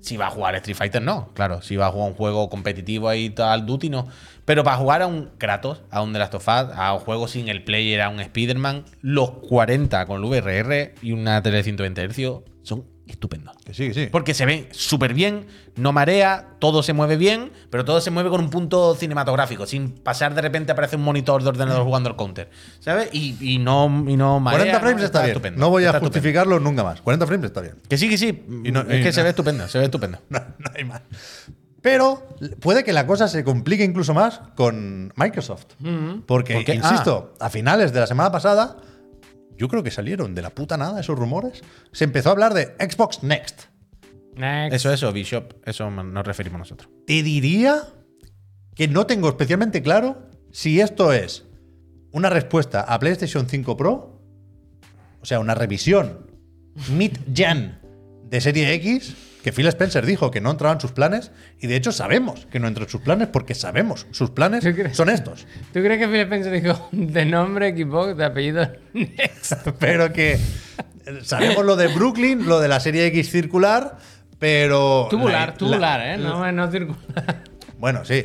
[SPEAKER 4] si va a jugar Street Fighter, no. Claro, si va a jugar un juego competitivo ahí, tal, Duty, no. Pero para jugar a un Kratos, a un The Last of Us, a un juego single player, a un Spider-Man, los 40 con el VRR y una tele de 120 Hz son estupendos.
[SPEAKER 3] Que sí, que sí.
[SPEAKER 4] Porque se ve súper bien, no marea, todo se mueve bien, pero todo se mueve con un punto cinematográfico, sin pasar de repente aparece un monitor de ordenador
[SPEAKER 3] Mm.
[SPEAKER 4] jugando al counter, ¿sabes? Y, y no, y no marea.
[SPEAKER 3] 40 frames
[SPEAKER 4] no,
[SPEAKER 3] está, bien.
[SPEAKER 4] estupendo,
[SPEAKER 3] No voy a
[SPEAKER 4] está estupendo.
[SPEAKER 3] justificarlo nunca más. 40 frames está bien. *laughs*
[SPEAKER 4] Que sí, que sí.
[SPEAKER 3] Y no-
[SPEAKER 4] es
[SPEAKER 3] y
[SPEAKER 4] que se
[SPEAKER 3] no.
[SPEAKER 4] ve estupendo, se ve estupendo.
[SPEAKER 3] No, no hay más. Pero puede que la cosa se complique incluso más con Microsoft.
[SPEAKER 1] Mm-hmm.
[SPEAKER 3] Porque,
[SPEAKER 4] ¿Por qué? Ah.
[SPEAKER 3] insisto, a finales de la semana pasada, yo creo que salieron de la puta nada esos rumores. Se empezó a hablar de Xbox Next.
[SPEAKER 1] Next.
[SPEAKER 4] Eso, eso, Bishop, eso nos referimos nosotros.
[SPEAKER 3] Te diría que no tengo especialmente claro si esto es una respuesta a PlayStation 5 Pro, o sea, una revisión mid-gen de Serie X, que Phil Spencer dijo que no entraba en sus planes, y de hecho sabemos que no entra en sus planes porque sabemos, sus planes
[SPEAKER 1] ¿Tú crees?
[SPEAKER 3] son estos.
[SPEAKER 1] ¿Tú crees que Phil Spencer dijo *laughs* de nombre Xbox, de apellido *laughs* Next?
[SPEAKER 3] *laughs* Pero que eh, sabemos lo de Brooklyn, lo de la Serie X circular, pero...
[SPEAKER 1] Tubular,
[SPEAKER 3] la-
[SPEAKER 1] tubular,
[SPEAKER 3] la-
[SPEAKER 1] ¿eh? No, no *laughs* circular.
[SPEAKER 3] Bueno, sí.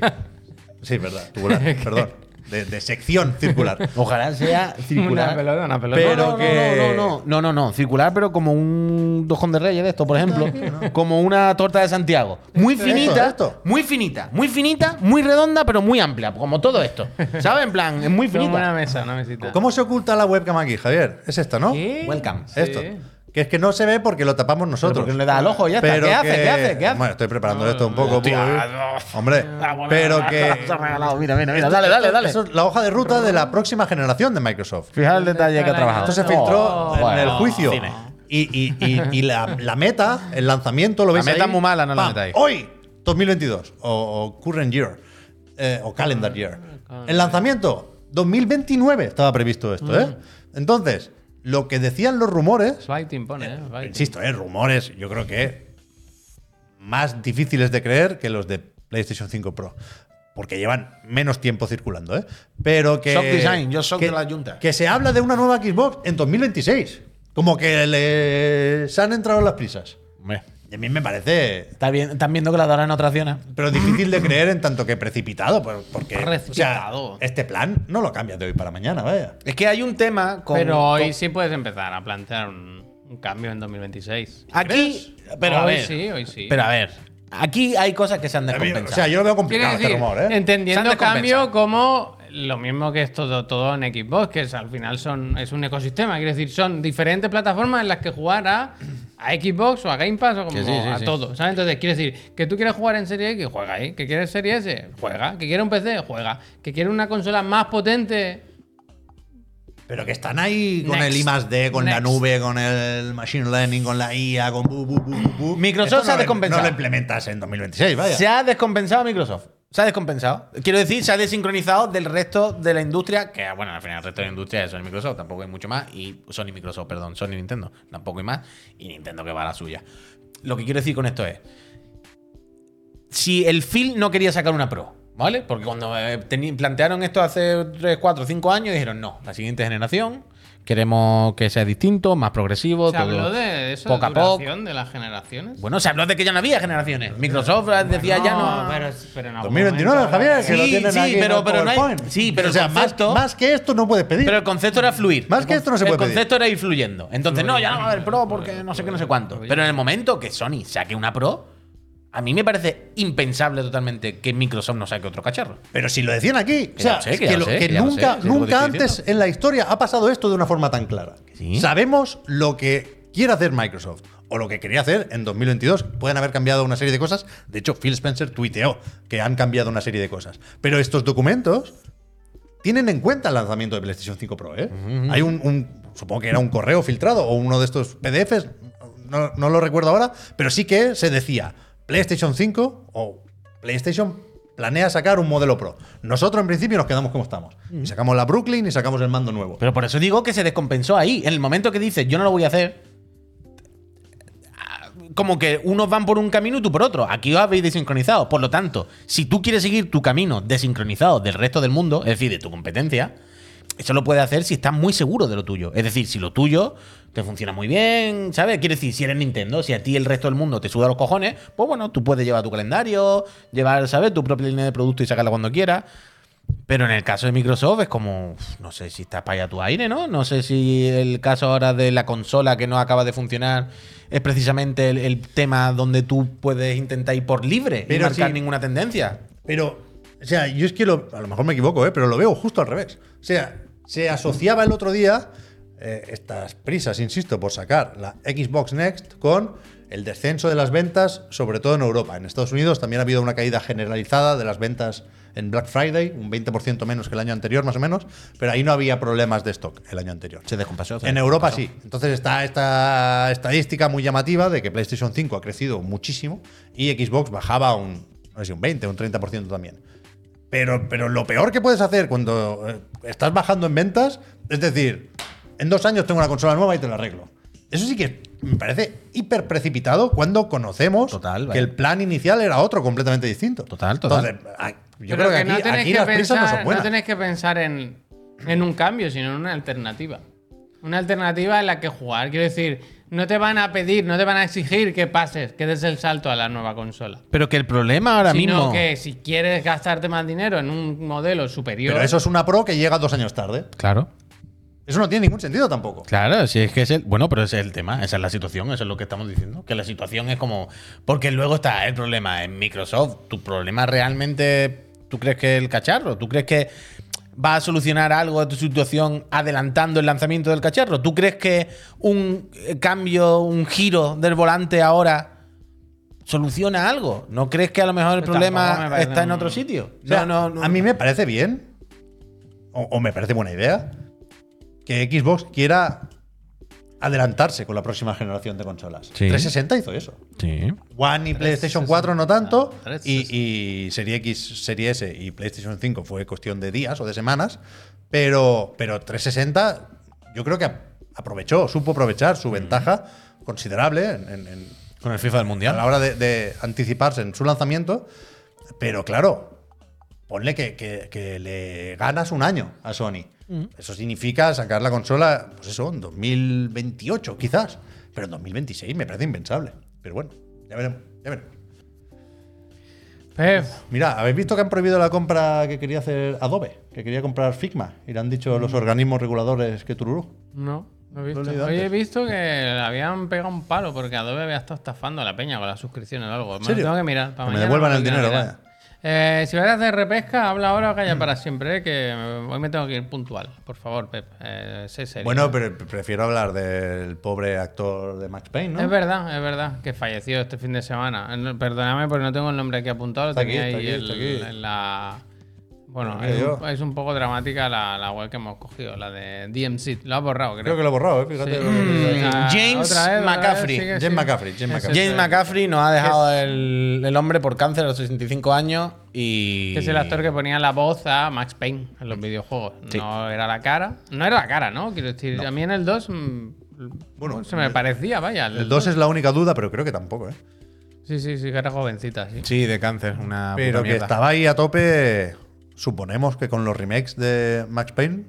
[SPEAKER 3] Sí, verdad, tubular,
[SPEAKER 4] *laughs*
[SPEAKER 3] perdón. De, de sección circular.
[SPEAKER 4] Ojalá
[SPEAKER 3] *laughs*
[SPEAKER 4] sea
[SPEAKER 1] Una
[SPEAKER 4] circular.
[SPEAKER 1] pelota, una pelota.
[SPEAKER 3] Pero
[SPEAKER 4] no, no,
[SPEAKER 3] que-
[SPEAKER 4] No, no, no, no, no, circular, pero como un dojón de reyes de esto, por ejemplo. Como una torta de Santiago. Muy
[SPEAKER 3] Esto,
[SPEAKER 4] finita,
[SPEAKER 3] esto.
[SPEAKER 4] muy finita, muy finita, muy redonda, pero muy amplia, como todo esto. ¿Sabes? En plan, es muy
[SPEAKER 1] Como una
[SPEAKER 4] finita.
[SPEAKER 1] mesa, una mesita.
[SPEAKER 3] ¿Cómo se oculta la webcam aquí, Javier? Es esta, ¿no?
[SPEAKER 1] ¿Qué?
[SPEAKER 4] Welcome.
[SPEAKER 1] Sí.
[SPEAKER 3] Esto. Que es que no se ve porque lo tapamos
[SPEAKER 4] Pero
[SPEAKER 3] nosotros.
[SPEAKER 4] porque no le da al ojo, ya está.
[SPEAKER 3] Pero
[SPEAKER 4] ¿Qué hace?
[SPEAKER 3] que-
[SPEAKER 4] ¿Qué hace? ¿Qué hace?
[SPEAKER 3] Bueno, estoy preparando esto un poco. puedo ir. Hombre,
[SPEAKER 4] *laughs*
[SPEAKER 3] pero que.
[SPEAKER 4] Se ha regalado, Mira, mira, mira. Dale, dale, dale.
[SPEAKER 3] Eso es la hoja de ruta de la próxima generación de Microsoft.
[SPEAKER 4] Fijaos el detalle que ha trabajado.
[SPEAKER 3] Esto se
[SPEAKER 1] Oh,
[SPEAKER 3] filtró en
[SPEAKER 4] bueno,
[SPEAKER 3] el juicio.
[SPEAKER 4] cine.
[SPEAKER 3] Y, y- y- y la, la meta, el lanzamiento, lo
[SPEAKER 4] La
[SPEAKER 3] veis
[SPEAKER 4] meta
[SPEAKER 3] ahí.
[SPEAKER 4] es muy mala, no la
[SPEAKER 3] Pam,
[SPEAKER 4] metáis.
[SPEAKER 3] Hoy, 2022, o, o current year, eh, o calendar year. El lanzamiento, 2029 estaba previsto
[SPEAKER 4] Mm.
[SPEAKER 3] esto, ¿eh? Entonces, lo que decían los rumores
[SPEAKER 1] Swipe te impone, ¿eh? Swipe.
[SPEAKER 3] insisto, eh, rumores, yo creo que más difíciles de creer que los de PlayStation 5 Pro. Porque llevan menos tiempo circulando, ¿eh? Pero que.
[SPEAKER 4] Shock design, yo shock
[SPEAKER 3] que-
[SPEAKER 4] de la yunta.
[SPEAKER 3] Que se habla de una nueva Xbox en 2026. Como que les han entrado las prisas.
[SPEAKER 4] Hombre,
[SPEAKER 3] Y a mí me parece.
[SPEAKER 4] está bien- Están viendo que la Dora no tracciona.
[SPEAKER 3] Pero difícil de creer en tanto que precipitado. por- Porque. o sea,
[SPEAKER 1] Precipitado.
[SPEAKER 3] este plan no lo cambias de hoy para mañana, vaya.
[SPEAKER 4] Es que hay un tema con.
[SPEAKER 1] Pero hoy
[SPEAKER 4] con-
[SPEAKER 1] sí puedes empezar a plantear un, un cambio en 2026.
[SPEAKER 4] Aquí. Pero a
[SPEAKER 1] hoy
[SPEAKER 4] ver.
[SPEAKER 1] sí, hoy sí.
[SPEAKER 4] Pero a ver. Aquí hay cosas que se han
[SPEAKER 3] A mí,
[SPEAKER 4] descompensado.
[SPEAKER 3] O sea, yo lo veo
[SPEAKER 1] Quiero
[SPEAKER 3] complicado este
[SPEAKER 1] decir,
[SPEAKER 3] rumor, ¿eh?
[SPEAKER 4] Se
[SPEAKER 1] entendiendo
[SPEAKER 4] han descompensado.
[SPEAKER 1] cambio como lo mismo que es todo, todo en Xbox, que es, al final son, es un ecosistema. Quiero decir, son diferentes plataformas en las que jugar a, a Xbox o a Game Pass o como
[SPEAKER 4] Que sí, sí,
[SPEAKER 1] a
[SPEAKER 4] sí.
[SPEAKER 1] todo. ¿sabes? Entonces, quiero decir, que tú quieres jugar en Serie X, juega ahí. Que quieres Serie S, juega. Que quieres un PC, juega. Que quieres una consola más potente,
[SPEAKER 3] Pero que están ahí con
[SPEAKER 1] Next.
[SPEAKER 3] el I más D, con la
[SPEAKER 1] Next.
[SPEAKER 3] nube, con el machine learning, con la IA, con bu, bu, bu, bu, bu.
[SPEAKER 4] Microsoft
[SPEAKER 3] Esto
[SPEAKER 4] se
[SPEAKER 3] no lo-
[SPEAKER 4] ha
[SPEAKER 3] em-
[SPEAKER 4] descompensado.
[SPEAKER 3] No lo implementas en 2026, vaya.
[SPEAKER 4] Se ha descompensado Microsoft. Se ha descompensado. Quiero decir, se ha desincronizado del resto de la industria, que bueno, al final el resto de la industria es Sony Microsoft, tampoco hay mucho más. Y Sony Microsoft, perdón, Sony Nintendo, tampoco hay más. Y Nintendo que va a la suya. Lo que quiero decir con esto es, si el Phil no quería sacar una Pro, ¿vale? Porque cuando eh, teni- plantearon esto hace 3, 4, 5 años, dijeron, no, la siguiente generación, queremos que sea distinto, más progresivo.
[SPEAKER 1] Se
[SPEAKER 4] todo
[SPEAKER 1] habló de eso,
[SPEAKER 4] poco a
[SPEAKER 1] de
[SPEAKER 4] poco.
[SPEAKER 1] duración de las generaciones.
[SPEAKER 4] Bueno, se habló de que ya no había generaciones. Microsoft eh, decía ya no.
[SPEAKER 1] pero, pero en algún
[SPEAKER 3] 2029,
[SPEAKER 1] momento-
[SPEAKER 3] Javier, que lo
[SPEAKER 4] Sí,
[SPEAKER 3] tienen
[SPEAKER 4] sí,
[SPEAKER 3] aquí en
[SPEAKER 4] pero-
[SPEAKER 3] el
[SPEAKER 4] pero no hay-
[SPEAKER 3] PowerPoint.
[SPEAKER 4] sí, pero
[SPEAKER 3] o sea,
[SPEAKER 4] el
[SPEAKER 3] más,
[SPEAKER 4] concepto-
[SPEAKER 3] más que esto no puedes pedir.
[SPEAKER 4] Pero el concepto era fluir.
[SPEAKER 3] Más que
[SPEAKER 4] El
[SPEAKER 3] esto no se puede
[SPEAKER 4] El
[SPEAKER 3] pedir.
[SPEAKER 4] concepto era ir fluyendo. Entonces, no, ya no va a haber pro porque no sé qué, no sé cuánto. Pero en el momento que Sony saque una pro, A mí me parece impensable totalmente que Microsoft no saque otro cacharro.
[SPEAKER 3] Pero si lo decían aquí, o sea,
[SPEAKER 4] lo sé, que
[SPEAKER 3] que,
[SPEAKER 4] ya lo
[SPEAKER 3] lo-
[SPEAKER 4] sé,
[SPEAKER 3] que
[SPEAKER 4] que ya lo
[SPEAKER 3] nunca,
[SPEAKER 4] sé, sí, lo
[SPEAKER 3] nunca
[SPEAKER 4] estoy
[SPEAKER 3] antes en la historia ha pasado esto de una forma tan clara.
[SPEAKER 4] sí.
[SPEAKER 3] Sabemos lo que quiere hacer Microsoft o lo que quería hacer en 2022. Pueden haber cambiado una serie de cosas. De hecho, Phil Spencer tuiteó que han cambiado una serie de cosas. Pero estos documentos tienen en cuenta el lanzamiento de PlayStation 5 Pro. ¿eh? Hay un, un- supongo que era un correo filtrado o uno de estos PDFs, no, no lo recuerdo ahora, pero sí que se decía PlayStation 5 o PlayStation planea sacar un modelo Pro. Nosotros en principio nos quedamos como estamos. Y sacamos la Brooklyn y sacamos el mando nuevo.
[SPEAKER 4] Pero por eso digo que se descompensó ahí. En el momento que dices, yo no lo voy a hacer, ah, como que unos van por un camino y tú por otro. Aquí os habéis desincronizado. Por lo tanto, si tú quieres seguir tu camino desincronizado del resto del mundo, es decir, de tu competencia, eso lo puedes hacer si estás muy seguro de lo tuyo. Es decir, si lo tuyo te funciona muy bien, ¿sabes? Quiere decir, si eres Nintendo, si a ti el resto del mundo te suda los cojones, pues bueno, tú puedes llevar tu calendario, llevar, ¿sabes? Tu propia línea de producto y sacarla cuando quieras. Pero en el caso de Microsoft es como, uf, no sé si estás para allá tu aire, ¿no? No sé si el caso ahora de la consola que no acaba de funcionar es precisamente el, el tema donde tú puedes intentar ir por libre y
[SPEAKER 3] Pero
[SPEAKER 4] marcar
[SPEAKER 3] sí.
[SPEAKER 4] ninguna tendencia.
[SPEAKER 3] Pero, o sea, yo es que lo- a lo mejor me equivoco, ¿eh? pero lo veo justo al revés. O sea, se asociaba el otro día eh, estas prisas, insisto, por sacar la Xbox Next con el descenso de las ventas, sobre todo en Europa. En Estados Unidos también ha habido una caída generalizada de las ventas en Black Friday, un 20% menos que el año anterior, más o menos, pero ahí no había problemas de stock el año anterior.
[SPEAKER 4] Se descompasó. se
[SPEAKER 3] En Europa
[SPEAKER 4] descompasó.
[SPEAKER 3] sí. Entonces está esta estadística muy llamativa de que PlayStation 5 ha crecido muchísimo y Xbox bajaba un, no sé si un 20, un 30% también. Pero, pero lo peor que puedes hacer cuando eh, estás bajando en ventas es decir, en dos años tengo una consola nueva y te la arreglo. Eso sí que me parece hiper precipitado cuando conocemos
[SPEAKER 4] Total,
[SPEAKER 3] que
[SPEAKER 4] vale.
[SPEAKER 3] el plan inicial era otro completamente distinto.
[SPEAKER 4] Total, total.
[SPEAKER 3] Entonces, ah, yo
[SPEAKER 1] Pero
[SPEAKER 3] creo que,
[SPEAKER 1] no
[SPEAKER 3] aquí,
[SPEAKER 1] tenés
[SPEAKER 3] aquí
[SPEAKER 1] que
[SPEAKER 3] las prisas no
[SPEAKER 1] pensar,
[SPEAKER 3] son buenas.
[SPEAKER 1] tenés que pensar en, en un cambio, sino en una alternativa. Una alternativa en la que jugar. Quiero decir, no te van a pedir, no te van a exigir que pases, que des el salto a la nueva consola.
[SPEAKER 4] Pero que el problema ahora
[SPEAKER 1] sino
[SPEAKER 4] mismo.
[SPEAKER 1] que si quieres gastarte más dinero en un modelo superior.
[SPEAKER 3] Pero eso es una pro que llega dos años tarde.
[SPEAKER 4] Claro.
[SPEAKER 3] Eso no tiene ningún sentido tampoco.
[SPEAKER 4] Claro, si es que es el. Bueno, pero ese es el tema, esa es la situación, eso es lo que estamos diciendo. Que la situación es como. Porque luego está el problema en Microsoft. Tu problema realmente. ¿Tú crees que el cacharro? ¿Tú crees que va a solucionar algo a tu situación adelantando el lanzamiento del cacharro? ¿Tú crees que un eh, cambio, un giro del volante ahora soluciona algo? ¿No crees que a lo mejor el
[SPEAKER 1] Pues tampoco me
[SPEAKER 4] problema
[SPEAKER 1] parece
[SPEAKER 4] está en
[SPEAKER 1] un-
[SPEAKER 4] otro sitio?
[SPEAKER 3] O sea,
[SPEAKER 4] No, no, no.
[SPEAKER 3] A mí me parece bien, o, o me parece buena idea, que Xbox quiera adelantarse con la próxima generación de consolas.
[SPEAKER 4] Sí.
[SPEAKER 3] 360 hizo eso.
[SPEAKER 4] Sí.
[SPEAKER 3] One y PlayStation 4 no tanto,
[SPEAKER 1] Ah,
[SPEAKER 3] y, y Serie X, Serie S y PlayStation 5 fue cuestión de días o de semanas, pero, pero 360 yo creo que ap- aprovechó, supo aprovechar
[SPEAKER 4] Mm.
[SPEAKER 3] su ventaja considerable en- en- en,
[SPEAKER 4] Con el FIFA del
[SPEAKER 3] a la
[SPEAKER 4] Mundial.
[SPEAKER 3] hora de, de anticiparse en su lanzamiento. Pero claro, ponle que, que- que le ganas un año a Sony.
[SPEAKER 1] Mm.
[SPEAKER 3] Eso significa sacar la consola, pues eso, en 2028 quizás. Pero en 2026 me parece impensable. Pero bueno, ya veremos, ya veremos.
[SPEAKER 1] Pef,
[SPEAKER 3] Mira, ¿habéis visto que han prohibido la compra que quería hacer Adobe? Que quería comprar Figma. Y le han dicho
[SPEAKER 1] Mm.
[SPEAKER 3] los organismos reguladores que tururú.
[SPEAKER 1] no, no
[SPEAKER 3] Lo
[SPEAKER 1] he
[SPEAKER 3] he
[SPEAKER 1] visto.
[SPEAKER 3] leído
[SPEAKER 1] Hoy he
[SPEAKER 3] antes.
[SPEAKER 1] visto que le habían pegado un palo porque Adobe había estado estafando a la peña con las suscripciones o algo. Me lo
[SPEAKER 3] serio?
[SPEAKER 1] tengo que mirar. para
[SPEAKER 3] Que me
[SPEAKER 1] mañana
[SPEAKER 3] devuelvan
[SPEAKER 1] lo
[SPEAKER 3] el
[SPEAKER 1] tengo que
[SPEAKER 3] dinero,
[SPEAKER 1] mirar. Eh, si vais a hacer repesca, habla ahora o calla para siempre, eh, que hoy me tengo que ir puntual. Por favor, Pep. Eh, sé serio.
[SPEAKER 3] Bueno, pero prefiero hablar del pobre actor de Max Payne, ¿no?
[SPEAKER 1] Es verdad, es verdad, que falleció este fin de semana. Eh, no, Perdóname porque no tengo el nombre aquí apuntado, lo
[SPEAKER 3] Está aquí,
[SPEAKER 1] tenía
[SPEAKER 3] está
[SPEAKER 1] ahí
[SPEAKER 3] aquí, está
[SPEAKER 1] el-
[SPEAKER 3] aquí.
[SPEAKER 1] en la... Bueno,
[SPEAKER 3] Mira
[SPEAKER 1] es un,
[SPEAKER 3] yo.
[SPEAKER 1] es un poco dramática la, la web que hemos cogido, la de DMC. Lo ha borrado, creo.
[SPEAKER 3] Creo que lo he borrado, ¿eh? Fíjate. lo que dice ahí.
[SPEAKER 1] Ah,
[SPEAKER 4] James
[SPEAKER 1] otra vez, otra vez,
[SPEAKER 4] McCaffrey.
[SPEAKER 1] sigue,
[SPEAKER 3] James
[SPEAKER 1] sigue.
[SPEAKER 3] McCaffrey, James
[SPEAKER 1] Ese
[SPEAKER 3] McCaffrey.
[SPEAKER 1] es
[SPEAKER 4] James
[SPEAKER 1] el-
[SPEAKER 4] McCaffrey nos ha dejado el, el hombre por cáncer a los 65 años y.
[SPEAKER 1] que es el actor que ponía la voz a Max Payne en los videojuegos.
[SPEAKER 4] Sí.
[SPEAKER 1] No era la cara. No era la cara, ¿no? Quiero decir, a mí en el 2
[SPEAKER 3] Bueno,
[SPEAKER 1] se me parecía, vaya.
[SPEAKER 3] El 2 es la única duda, pero creo que tampoco, ¿eh?
[SPEAKER 1] Sí, sí, sí, que era jovencita, sí.
[SPEAKER 4] Sí, de cáncer, una.
[SPEAKER 3] Pero
[SPEAKER 4] puta
[SPEAKER 3] que
[SPEAKER 4] mierda.
[SPEAKER 3] estaba ahí a tope, suponemos que con los remakes de Max Payne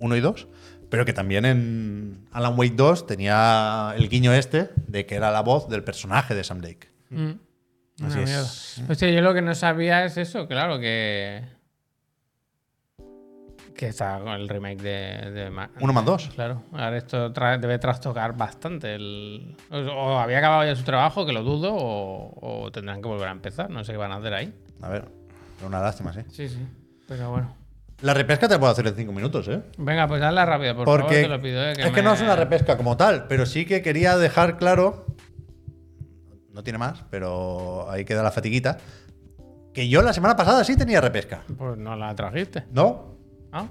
[SPEAKER 3] 1 y 2, pero que también en Alan Wake 2 tenía el guiño este de que era la voz del personaje de Sam Lake.
[SPEAKER 1] Mm. Una Pues
[SPEAKER 4] Así es.
[SPEAKER 1] mierda. Hostia, yo lo que no sabía es eso, claro, que. Que está con el remake de, de Ma-
[SPEAKER 3] Uno más dos.
[SPEAKER 1] Claro, ahora esto tra- debe trastocar bastante. El... O, o había acabado ya su trabajo, que lo dudo, o, o tendrán que volver a empezar. No sé qué van a hacer ahí.
[SPEAKER 3] A ver, pero una lástima, sí.
[SPEAKER 1] Sí, sí. Pero bueno.
[SPEAKER 3] La repesca te la puedo hacer en cinco minutos, ¿eh?
[SPEAKER 1] Venga, pues hazla rápido, por
[SPEAKER 3] Porque
[SPEAKER 1] favor, te lo pido. eh,
[SPEAKER 3] es que
[SPEAKER 1] me-
[SPEAKER 3] no es una repesca como tal, pero sí que quería dejar claro, no tiene más, pero ahí queda la fatiguita, que yo la semana pasada sí tenía repesca,
[SPEAKER 1] Pues no la trajiste.
[SPEAKER 3] ¿no?
[SPEAKER 1] ¿Ah?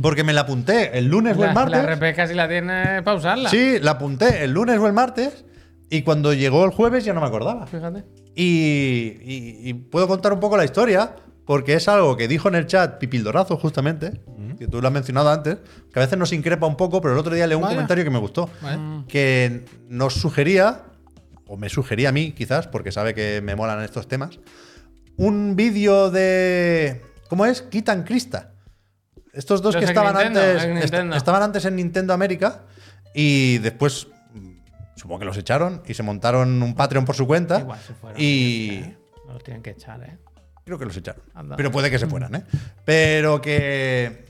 [SPEAKER 3] Porque me la apunté el lunes o
[SPEAKER 1] La,
[SPEAKER 3] el martes.
[SPEAKER 1] la repesca si la tienes para usarla.
[SPEAKER 3] Sí, la apunté el lunes o el martes y cuando llegó el jueves ya no me acordaba.
[SPEAKER 1] Fíjate.
[SPEAKER 3] Y, y- y puedo contar un poco la historia, porque es algo que dijo en el chat Pipildorazo, justamente, que tú lo has mencionado antes, que a veces nos increpa un poco, pero el otro día leí un
[SPEAKER 4] Vaya.
[SPEAKER 3] comentario que me gustó,
[SPEAKER 1] Mm.
[SPEAKER 3] que nos sugería, o me sugería a mí quizás, porque sabe que me molan estos temas, un vídeo de... ¿Cómo es? Quitan Crista. Estos dos
[SPEAKER 1] Los
[SPEAKER 3] que
[SPEAKER 1] ex
[SPEAKER 3] estaban
[SPEAKER 1] Nintendo,
[SPEAKER 3] antes,
[SPEAKER 1] ex
[SPEAKER 3] est-
[SPEAKER 1] Nintendo.
[SPEAKER 3] estaban antes en Nintendo América y después mm, supongo que los echaron y se montaron un Patreon por su cuenta
[SPEAKER 1] Igual se fueron.
[SPEAKER 3] y
[SPEAKER 1] No los tienen que echar, ¿eh?
[SPEAKER 3] creo que los echaron.
[SPEAKER 1] Anda.
[SPEAKER 3] Pero puede que se fueran, ¿eh? Pero que,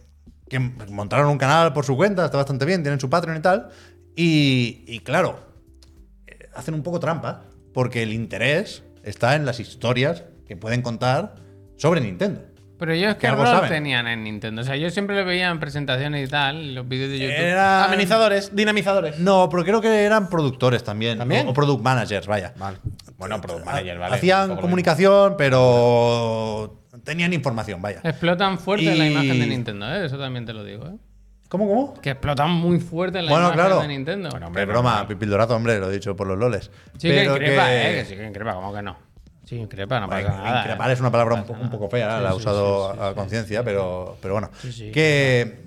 [SPEAKER 3] que montaron un canal por su cuenta, está bastante bien, tienen su Patreon y tal. Y, y claro, eh, hacen un poco trampa porque el interés está en las historias que pueden contar sobre Nintendo.
[SPEAKER 1] Pero ellos
[SPEAKER 3] Que
[SPEAKER 1] que
[SPEAKER 3] algo
[SPEAKER 1] rol
[SPEAKER 3] saben.
[SPEAKER 1] tenían en Nintendo. O sea, yo siempre lo veía en presentaciones y tal, los vídeos de YouTube.
[SPEAKER 3] Eran-
[SPEAKER 4] Amenizadores, dinamizadores.
[SPEAKER 3] No, pero creo que eran productores también.
[SPEAKER 4] ¿También?
[SPEAKER 3] O, o product managers, vaya.
[SPEAKER 4] Bueno, product manager, vale.
[SPEAKER 3] Hacían
[SPEAKER 4] Tampoco lo
[SPEAKER 3] comunicación, pero tenían información, vaya.
[SPEAKER 1] Eh. Explotan fuerte la
[SPEAKER 3] Y-
[SPEAKER 1] imagen de Nintendo, ¿eh? Eso también te lo digo, ¿eh?
[SPEAKER 3] ¿Cómo, cómo?
[SPEAKER 1] Que explotan muy fuerte la
[SPEAKER 3] Bueno,
[SPEAKER 1] imagen
[SPEAKER 3] claro.
[SPEAKER 1] de Nintendo.
[SPEAKER 3] Hombre, broma, Pipildorazo, hombre, lo he dicho por los loles.
[SPEAKER 1] sí que
[SPEAKER 3] Pero
[SPEAKER 1] increpa,
[SPEAKER 3] que-
[SPEAKER 1] ¿eh? Que sí que increpa, ¿cómo que no? Sí, increpa, no
[SPEAKER 3] Bueno,
[SPEAKER 1] pasa nada. ¿eh?
[SPEAKER 3] increpar es una palabra un, poco- un poco fea, la ha usado a conciencia, pero, pero bueno.
[SPEAKER 1] Sí, sí.
[SPEAKER 3] que,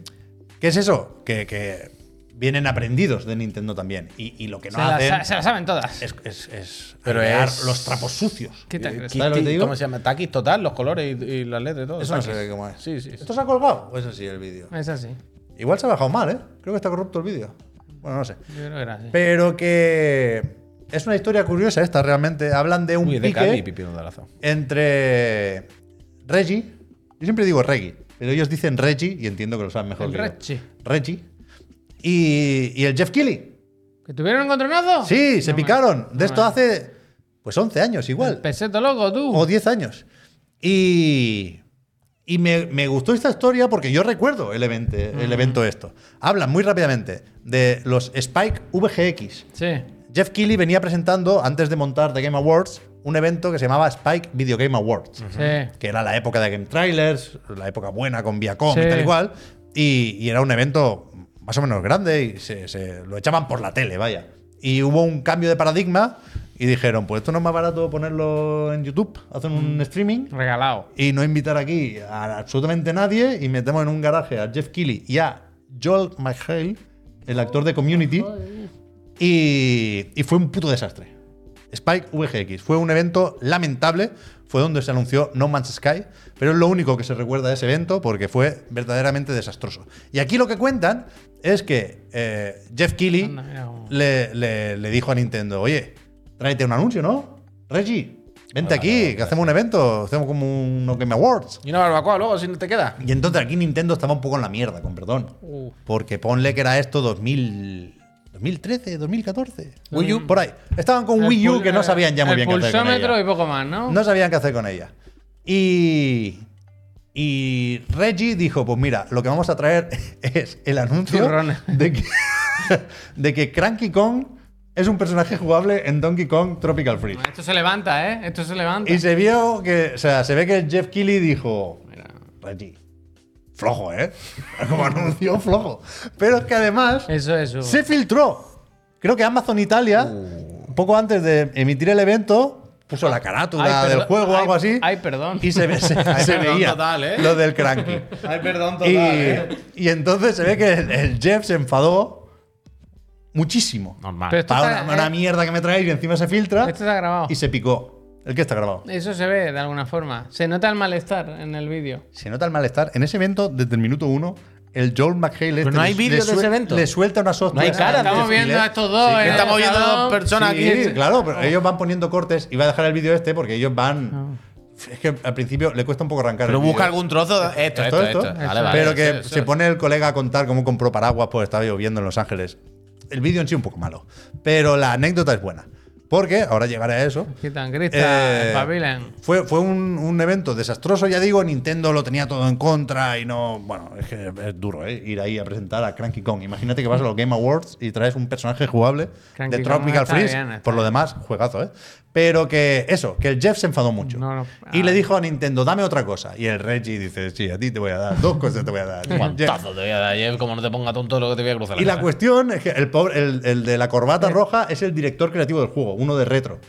[SPEAKER 3] ¿Qué es eso? Que, que vienen aprendidos de Nintendo también. Y, y lo que no
[SPEAKER 1] se, la,
[SPEAKER 3] hacen
[SPEAKER 1] sa- se la saben todas.
[SPEAKER 3] es, es, es
[SPEAKER 4] Pero
[SPEAKER 3] arreglar
[SPEAKER 4] es-
[SPEAKER 3] los trapos sucios.
[SPEAKER 1] ¿Qué te crees?
[SPEAKER 3] ¿Sabes lo que te digo?
[SPEAKER 4] ¿Cómo se llama? Taquis total, los colores y, y las letras y todo.
[SPEAKER 3] Eso no
[SPEAKER 4] Taquis.
[SPEAKER 3] sé cómo es.
[SPEAKER 4] Sí, sí. sí.
[SPEAKER 3] ¿Esto se ha colgado? Pues así el vídeo.
[SPEAKER 1] Es así.
[SPEAKER 3] Igual se ha bajado mal, ¿eh? Creo que está corrupto el vídeo. Bueno, no sé.
[SPEAKER 1] Yo creo que era así.
[SPEAKER 3] Pero que es una historia curiosa esta, realmente. Hablan de un
[SPEAKER 4] Uy, de
[SPEAKER 3] pique
[SPEAKER 4] Cali, pipi un dalazo.
[SPEAKER 3] entre Reggie. Yo siempre digo Reggie, pero ellos dicen Reggie y entiendo que lo saben mejor.
[SPEAKER 1] El
[SPEAKER 3] que yo.
[SPEAKER 1] Reggie.
[SPEAKER 3] Reggie. Y, y el Jeff Keighley.
[SPEAKER 1] ¿Que tuvieron encontronazo?
[SPEAKER 3] Sí, se
[SPEAKER 1] Ah, No me-
[SPEAKER 3] picaron.
[SPEAKER 1] no
[SPEAKER 3] De esto
[SPEAKER 1] me-
[SPEAKER 3] hace pues 11 años igual.
[SPEAKER 1] Peseto loco, tú.
[SPEAKER 3] O 10 años. Y, y me, me gustó esta historia porque yo recuerdo el evento, el evento esto. Hablan muy rápidamente de los Spike VGX.
[SPEAKER 1] Sí.
[SPEAKER 3] Jeff Keighley venía presentando, antes de montar The Game Awards, un evento que se llamaba Spike Video Game Awards,
[SPEAKER 1] Sí.
[SPEAKER 3] que era la época de Game Trailers, la época buena con Viacom
[SPEAKER 1] Sí.
[SPEAKER 3] y tal y cual, y, y era un evento más o menos grande y se, se lo echaban por la tele, vaya. Y hubo un cambio de paradigma y dijeron, pues esto no es más barato ponerlo en YouTube, hacen un streaming
[SPEAKER 1] Regalado.
[SPEAKER 3] y no invitar aquí a absolutamente nadie y metemos en un garaje a Jeff Keighley y a Joel McHale, el actor de Community, y, y fue un puto desastre. Spike VGX fue un evento lamentable, fue donde se anunció No Man's Sky, pero es lo único que se recuerda de ese evento porque fue verdaderamente desastroso. Y aquí lo que cuentan es que eh, Jeff Keighley
[SPEAKER 1] Anda, mira cómo-
[SPEAKER 3] le, le- le dijo a Nintendo, oye, tráete un anuncio, ¿no? Reggie, vente
[SPEAKER 4] Vale,
[SPEAKER 3] aquí, que hacemos un evento, hacemos como un Game Awards.
[SPEAKER 4] Y una barbacoa luego, si no te queda.
[SPEAKER 3] Y entonces aquí Nintendo estaba un poco en la mierda, con perdón.
[SPEAKER 1] Uh.
[SPEAKER 3] Porque ponle que era esto 2000, 2013, 2014. Wii U, por ahí. Estaban con
[SPEAKER 1] El
[SPEAKER 3] Wii U
[SPEAKER 1] pul-
[SPEAKER 3] que no sabían ya muy
[SPEAKER 1] el
[SPEAKER 3] bien qué hacer con
[SPEAKER 1] pulsómetro
[SPEAKER 3] ella.
[SPEAKER 1] y poco más, ¿no?
[SPEAKER 3] No sabían qué hacer con ella. Y. Y Reggie dijo: Pues mira, lo que vamos a traer *laughs* es el anuncio
[SPEAKER 1] Turrones.
[SPEAKER 3] de que, *laughs* de que Cranky Kong es un personaje jugable en Donkey Kong Tropical Freeze.
[SPEAKER 1] Esto se levanta, ¿eh? Esto se levanta.
[SPEAKER 3] Y se vio que. O sea, se ve que Jeff Keighley dijo:
[SPEAKER 1] Mira.
[SPEAKER 3] Reggie, flojo, ¿eh? *laughs* Como anuncio, flojo. Pero es que además
[SPEAKER 1] Eso, eso.
[SPEAKER 3] se filtró. Creo que Amazon Italia, un
[SPEAKER 1] Uh.
[SPEAKER 3] poco antes de emitir el evento, puso la carátula
[SPEAKER 1] Ay,
[SPEAKER 3] del
[SPEAKER 1] perdón.
[SPEAKER 3] juego o
[SPEAKER 1] Ay,
[SPEAKER 3] algo así.
[SPEAKER 1] ay, perdón.
[SPEAKER 3] Y se, ve-
[SPEAKER 4] *laughs*
[SPEAKER 3] se- se
[SPEAKER 4] perdón
[SPEAKER 3] veía
[SPEAKER 4] total, ¿eh?
[SPEAKER 3] lo del
[SPEAKER 1] *laughs*
[SPEAKER 3] cranky.
[SPEAKER 4] Ay, perdón, eh.
[SPEAKER 3] y,
[SPEAKER 1] ¿eh?
[SPEAKER 3] y entonces se ve que el, el Jeff se enfadó muchísimo.
[SPEAKER 4] Normal.
[SPEAKER 1] Pero esto
[SPEAKER 3] Para
[SPEAKER 1] está,
[SPEAKER 3] una, una
[SPEAKER 1] eh,
[SPEAKER 3] mierda que me traéis y encima se filtra
[SPEAKER 1] esto está grabado.
[SPEAKER 3] y se picó. El que está grabado.
[SPEAKER 1] Eso se ve de alguna forma. Se nota el malestar en el vídeo.
[SPEAKER 3] Se nota el malestar. En ese evento, desde el minuto uno, el Joel McHale este
[SPEAKER 4] no hay
[SPEAKER 3] le-
[SPEAKER 4] vídeo
[SPEAKER 3] le
[SPEAKER 4] de ese
[SPEAKER 3] sue-
[SPEAKER 4] evento.
[SPEAKER 3] Le suelta una software.
[SPEAKER 4] hay cara,
[SPEAKER 1] Pues Estamos viendo a estos dos, ¿eh?
[SPEAKER 4] Estamos viendo
[SPEAKER 1] Salón.
[SPEAKER 4] dos personas
[SPEAKER 3] Sí,
[SPEAKER 4] aquí.
[SPEAKER 3] claro, pero ellos van poniendo cortes y va a dejar el vídeo este porque ellos van Es que al principio le cuesta un poco arrancar.
[SPEAKER 4] Pero
[SPEAKER 3] el
[SPEAKER 4] busca
[SPEAKER 3] vídeo.
[SPEAKER 4] algún trozo. de- Esto, esto,
[SPEAKER 3] Esto,
[SPEAKER 4] esto.
[SPEAKER 3] esto.
[SPEAKER 4] Vale, vale,
[SPEAKER 3] Pero
[SPEAKER 4] eso,
[SPEAKER 3] que
[SPEAKER 4] eso,
[SPEAKER 3] se
[SPEAKER 4] eso.
[SPEAKER 3] pone el colega a contar cómo compró paraguas porque estaba lloviendo en Los Ángeles. El vídeo en sí un poco malo. Pero la anécdota es buena. Porque, ahora llegaré a eso.
[SPEAKER 1] Quitan cristal,
[SPEAKER 3] Eh,
[SPEAKER 1] espabilan.
[SPEAKER 3] fue fue un, un evento desastroso, ya digo, Nintendo lo tenía todo en contra y no... Bueno, es que es duro, ¿eh? Ir ahí a presentar a Cranky Kong. Imagínate que vas a los Game Awards y traes un personaje jugable
[SPEAKER 1] Cranky
[SPEAKER 3] de
[SPEAKER 1] Kong ah,
[SPEAKER 3] Tropical
[SPEAKER 1] está
[SPEAKER 3] Freeze.
[SPEAKER 1] bien, está
[SPEAKER 3] Por lo demás, juegazo, ¿eh? Pero que eso, que el Jeff se enfadó mucho.
[SPEAKER 1] No, no.
[SPEAKER 3] y le
[SPEAKER 1] Ah.
[SPEAKER 3] dijo a Nintendo, dame otra cosa. Y el Reggie dice, sí, a ti te voy a dar, dos cosas te voy a
[SPEAKER 1] *laughs*
[SPEAKER 3] dar. Jeff,
[SPEAKER 2] Guantazo te voy a dar,
[SPEAKER 4] eh,
[SPEAKER 2] Jeff, como no te ponga tonto lo que te voy a cruzar.
[SPEAKER 3] y la
[SPEAKER 2] cara.
[SPEAKER 3] cuestión es que el, pobre, el, el de la corbata roja es el director creativo del juego, uno de retro.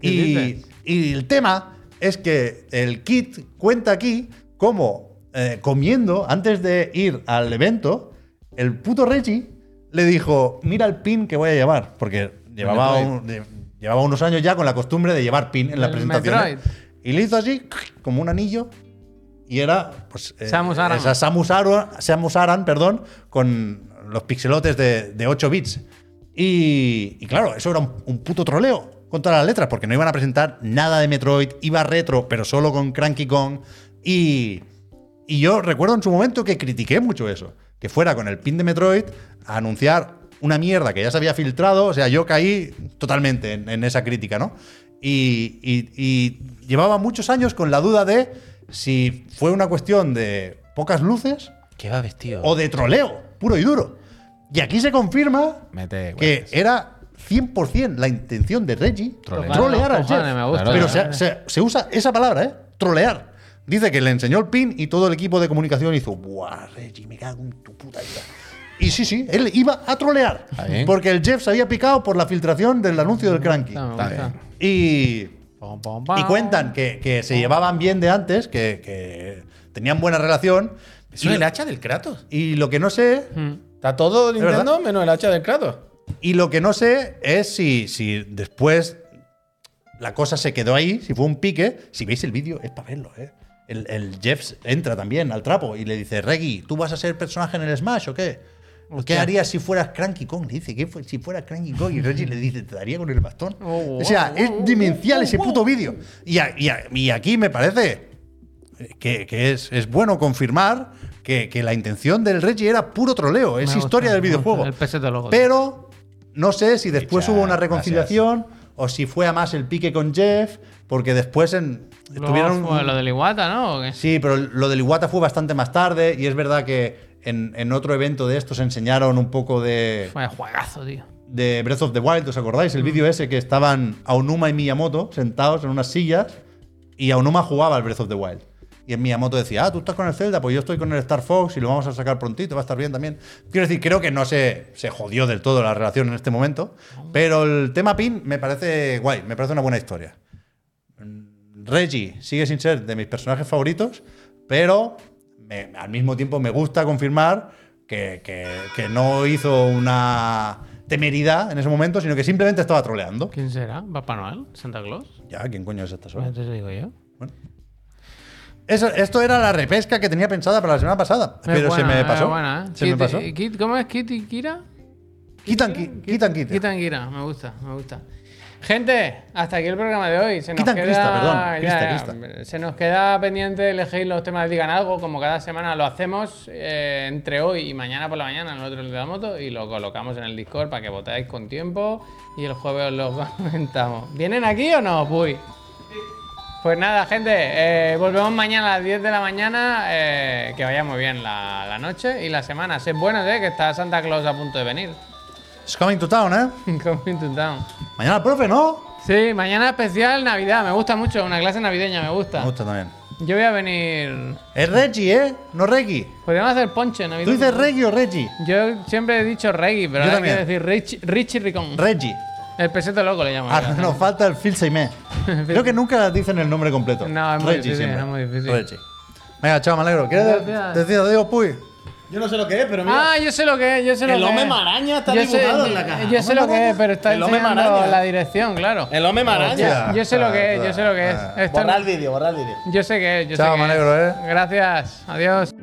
[SPEAKER 1] ¿Qué
[SPEAKER 3] Y,
[SPEAKER 1] dices?
[SPEAKER 3] y el tema es que el kit cuenta aquí como eh, comiendo, antes de ir al evento, el puto Reggie le dijo, mira el pin que voy a llevar, porque llevaba,
[SPEAKER 2] Metroid.
[SPEAKER 3] un- de- llevaba unos años ya con la costumbre de llevar pin en la
[SPEAKER 1] El
[SPEAKER 3] presentación. ¿eh?
[SPEAKER 1] Metroid.
[SPEAKER 3] Y le hizo así, como un anillo, y era pues, eh,
[SPEAKER 1] Samus Aran.
[SPEAKER 3] esa Samus Aran, Samus Aran, perdón, con los pixelotes de, de 8 bits. Y, y claro, eso era un, un puto troleo contra las letras, porque no iban a presentar nada de Metroid, iba retro, pero solo con Cranky Kong. Y, y yo recuerdo en su momento que critiqué mucho eso, que fuera con el pin de Metroid a anunciar una mierda que ya se había filtrado, o sea, yo caí totalmente en, en esa crítica, ¿no? Y, y- y llevaba muchos años con la duda de si fue una cuestión de pocas luces
[SPEAKER 4] ¿Qué va vestido?
[SPEAKER 3] o de troleo, puro y duro. Y aquí se confirma
[SPEAKER 4] Mete
[SPEAKER 3] que
[SPEAKER 4] guantes.
[SPEAKER 3] era 100% la intención de Reggie
[SPEAKER 2] Trolear.
[SPEAKER 3] trolear al
[SPEAKER 1] Ojalá,
[SPEAKER 3] Jeff.
[SPEAKER 1] me gusta.
[SPEAKER 3] Pero
[SPEAKER 1] Claro.
[SPEAKER 3] se, se- se usa esa palabra, ¿eh? Trolear. Dice que le enseñó el pin y todo el equipo de comunicación hizo, ¡buah, Reggie, me cago en tu puta vida! Y sí, sí, él iba a trolear.
[SPEAKER 2] Está bien.
[SPEAKER 3] Porque el Jeff se había picado por la filtración del anuncio del Cranky.
[SPEAKER 1] Está, me
[SPEAKER 2] Está
[SPEAKER 1] gusta.
[SPEAKER 2] bien.
[SPEAKER 3] Y
[SPEAKER 1] Pom, pom, pom.
[SPEAKER 3] y cuentan que, que se llevaban bien de antes, que, que tenían buena relación.
[SPEAKER 4] Eso es el hacha del Kratos.
[SPEAKER 3] Y lo que no sé,
[SPEAKER 4] Está todo
[SPEAKER 3] verdad?
[SPEAKER 4] Nintendo menos el hacha del Kratos.
[SPEAKER 3] y lo que no sé es si, si después la cosa se quedó ahí, si fue un pique. Si veis el vídeo, es para verlo, ¿eh? El, el Jeff entra también al trapo y le dice, Reggie, ¿tú vas a ser personaje en el Smash o qué? ¿Qué harías si fueras Cranky Kong? Le dice, ¿qué fue- si fueras Cranky Kong? Y Reggie le dice, ¿te daría con el bastón?
[SPEAKER 1] Oh,
[SPEAKER 3] o sea,
[SPEAKER 1] wow,
[SPEAKER 3] es
[SPEAKER 1] wow,
[SPEAKER 3] demencial
[SPEAKER 1] wow,
[SPEAKER 3] ese
[SPEAKER 1] wow.
[SPEAKER 3] puto vídeo. Y, a- y a- y aquí me parece que, que es, es bueno confirmar que, que la intención del Reggie era puro troleo, es
[SPEAKER 1] gusta,
[SPEAKER 3] historia del
[SPEAKER 1] me gusta,
[SPEAKER 3] videojuego.
[SPEAKER 1] el pesetólogo.
[SPEAKER 3] Pero no sé si después
[SPEAKER 2] Ficha,
[SPEAKER 3] hubo una reconciliación o si fue a más el pique con Jeff, porque después en,
[SPEAKER 1] Luego
[SPEAKER 3] tuvieron
[SPEAKER 1] fue
[SPEAKER 3] un-
[SPEAKER 1] lo del Iguata, ¿no? ¿O qué?
[SPEAKER 3] Sí, pero lo del Iwata fue bastante más tarde y es verdad que en, en otro evento de estos enseñaron un poco de,
[SPEAKER 1] Vaya juegazo, tío.
[SPEAKER 3] de Breath of the Wild, ¿os acordáis? El vídeo ese que estaban Aonuma y Miyamoto sentados en unas sillas y Aonuma jugaba al Breath of the Wild. Y Miyamoto decía, ah, tú estás con el Zelda, pues yo estoy con el Star Fox y lo vamos a sacar prontito, va a estar bien también. Quiero decir, creo que no se, se jodió del todo la relación en este momento, pero el tema PIN me parece guay, me parece una buena historia. Reggie sigue sin ser de mis personajes favoritos, pero me- al mismo tiempo me gusta confirmar que, que- que no hizo una temeridad en ese momento, sino que simplemente estaba troleando.
[SPEAKER 1] ¿Quién será? ¿Papá Noel? ¿Santa Claus?
[SPEAKER 3] Ya, ¿quién coño es esta
[SPEAKER 1] Ya
[SPEAKER 3] sola?
[SPEAKER 1] te digo yo.
[SPEAKER 3] Eso- esto era la repesca que tenía pensada para la semana pasada,
[SPEAKER 1] Es
[SPEAKER 3] pero se
[SPEAKER 1] buena,
[SPEAKER 3] me
[SPEAKER 1] es
[SPEAKER 3] pasó.
[SPEAKER 1] buena, ¿eh?
[SPEAKER 3] Se
[SPEAKER 1] Kit-
[SPEAKER 3] me pasó.
[SPEAKER 1] Kit- ¿Cómo es? ¿Kitty Kira?
[SPEAKER 3] Quitan, qui- quitan, quitan.
[SPEAKER 1] Quitan Kira, me gusta, me gusta. Gente, hasta aquí el programa de hoy. Se nos
[SPEAKER 3] Quitan
[SPEAKER 1] queda,
[SPEAKER 3] Krista, perdón,
[SPEAKER 1] ya,
[SPEAKER 3] Krista,
[SPEAKER 1] ya. Se nos queda pendiente elegir los temas de Digan Algo, como cada semana lo hacemos eh, entre hoy y mañana por la mañana, nosotros le damos voto y lo colocamos en el Discord para que votáis con tiempo y el jueves os lo comentamos. ¿Vienen aquí o no, Puy? Pues nada, gente, eh, volvemos mañana a las 10 de la mañana. eh, que vaya muy bien la, la noche y la semana. Sed buenos, eh, que está Santa Claus a punto de venir. *laughs*
[SPEAKER 3] It's coming to town, ¿eh?
[SPEAKER 1] Coming to town.
[SPEAKER 3] Mañana el profe, ¿no?
[SPEAKER 1] Sí, mañana especial Navidad, me gusta mucho, una clase navideña, me gusta.
[SPEAKER 3] Me gusta también.
[SPEAKER 1] Yo voy a venir.
[SPEAKER 3] Es Reggie, ¿eh? No Reggie.
[SPEAKER 1] Podríamos hacer ponche
[SPEAKER 3] ¿Tú
[SPEAKER 1] navideño.
[SPEAKER 3] dices Reggie o Reggie?
[SPEAKER 1] Yo siempre he dicho reggae, pero
[SPEAKER 3] Yo
[SPEAKER 1] ahora quiero
[SPEAKER 3] también.
[SPEAKER 1] decir Rich, Richie Ricón.
[SPEAKER 3] Reggie.
[SPEAKER 1] el peseto loco le llaman.
[SPEAKER 3] Ah, nos falta el Phil
[SPEAKER 1] *laughs*
[SPEAKER 3] Seimé. Creo que nunca dicen el nombre completo.
[SPEAKER 1] No, es muy difícil,
[SPEAKER 3] siempre.
[SPEAKER 1] es muy difícil.
[SPEAKER 3] Reggie. Venga, chao, me alegro. ¿Quieres
[SPEAKER 1] Gracias.
[SPEAKER 3] decir adiós, Puy?
[SPEAKER 4] Yo no sé lo que es, pero
[SPEAKER 1] Ah, yo sé lo que es, yo sé lo
[SPEAKER 4] El
[SPEAKER 1] que es.
[SPEAKER 4] hombre maraña está dibujado en la caja.
[SPEAKER 1] Yo sé
[SPEAKER 4] Hombre
[SPEAKER 1] lo que es,
[SPEAKER 4] maraña.
[SPEAKER 1] pero está
[SPEAKER 4] El hombre
[SPEAKER 1] enseñando
[SPEAKER 4] maraña.
[SPEAKER 1] la dirección, claro.
[SPEAKER 4] El hombre maraña.
[SPEAKER 3] Hostia.
[SPEAKER 1] Yo sé lo que es, yo sé lo que es.
[SPEAKER 3] Ah,
[SPEAKER 1] Esto-
[SPEAKER 4] Borrar el vídeo, borrar el vídeo.
[SPEAKER 1] yo sé que es, yo
[SPEAKER 3] Chao,
[SPEAKER 1] sé que
[SPEAKER 3] me alegro,
[SPEAKER 1] es.
[SPEAKER 3] eh.
[SPEAKER 1] Gracias, adiós.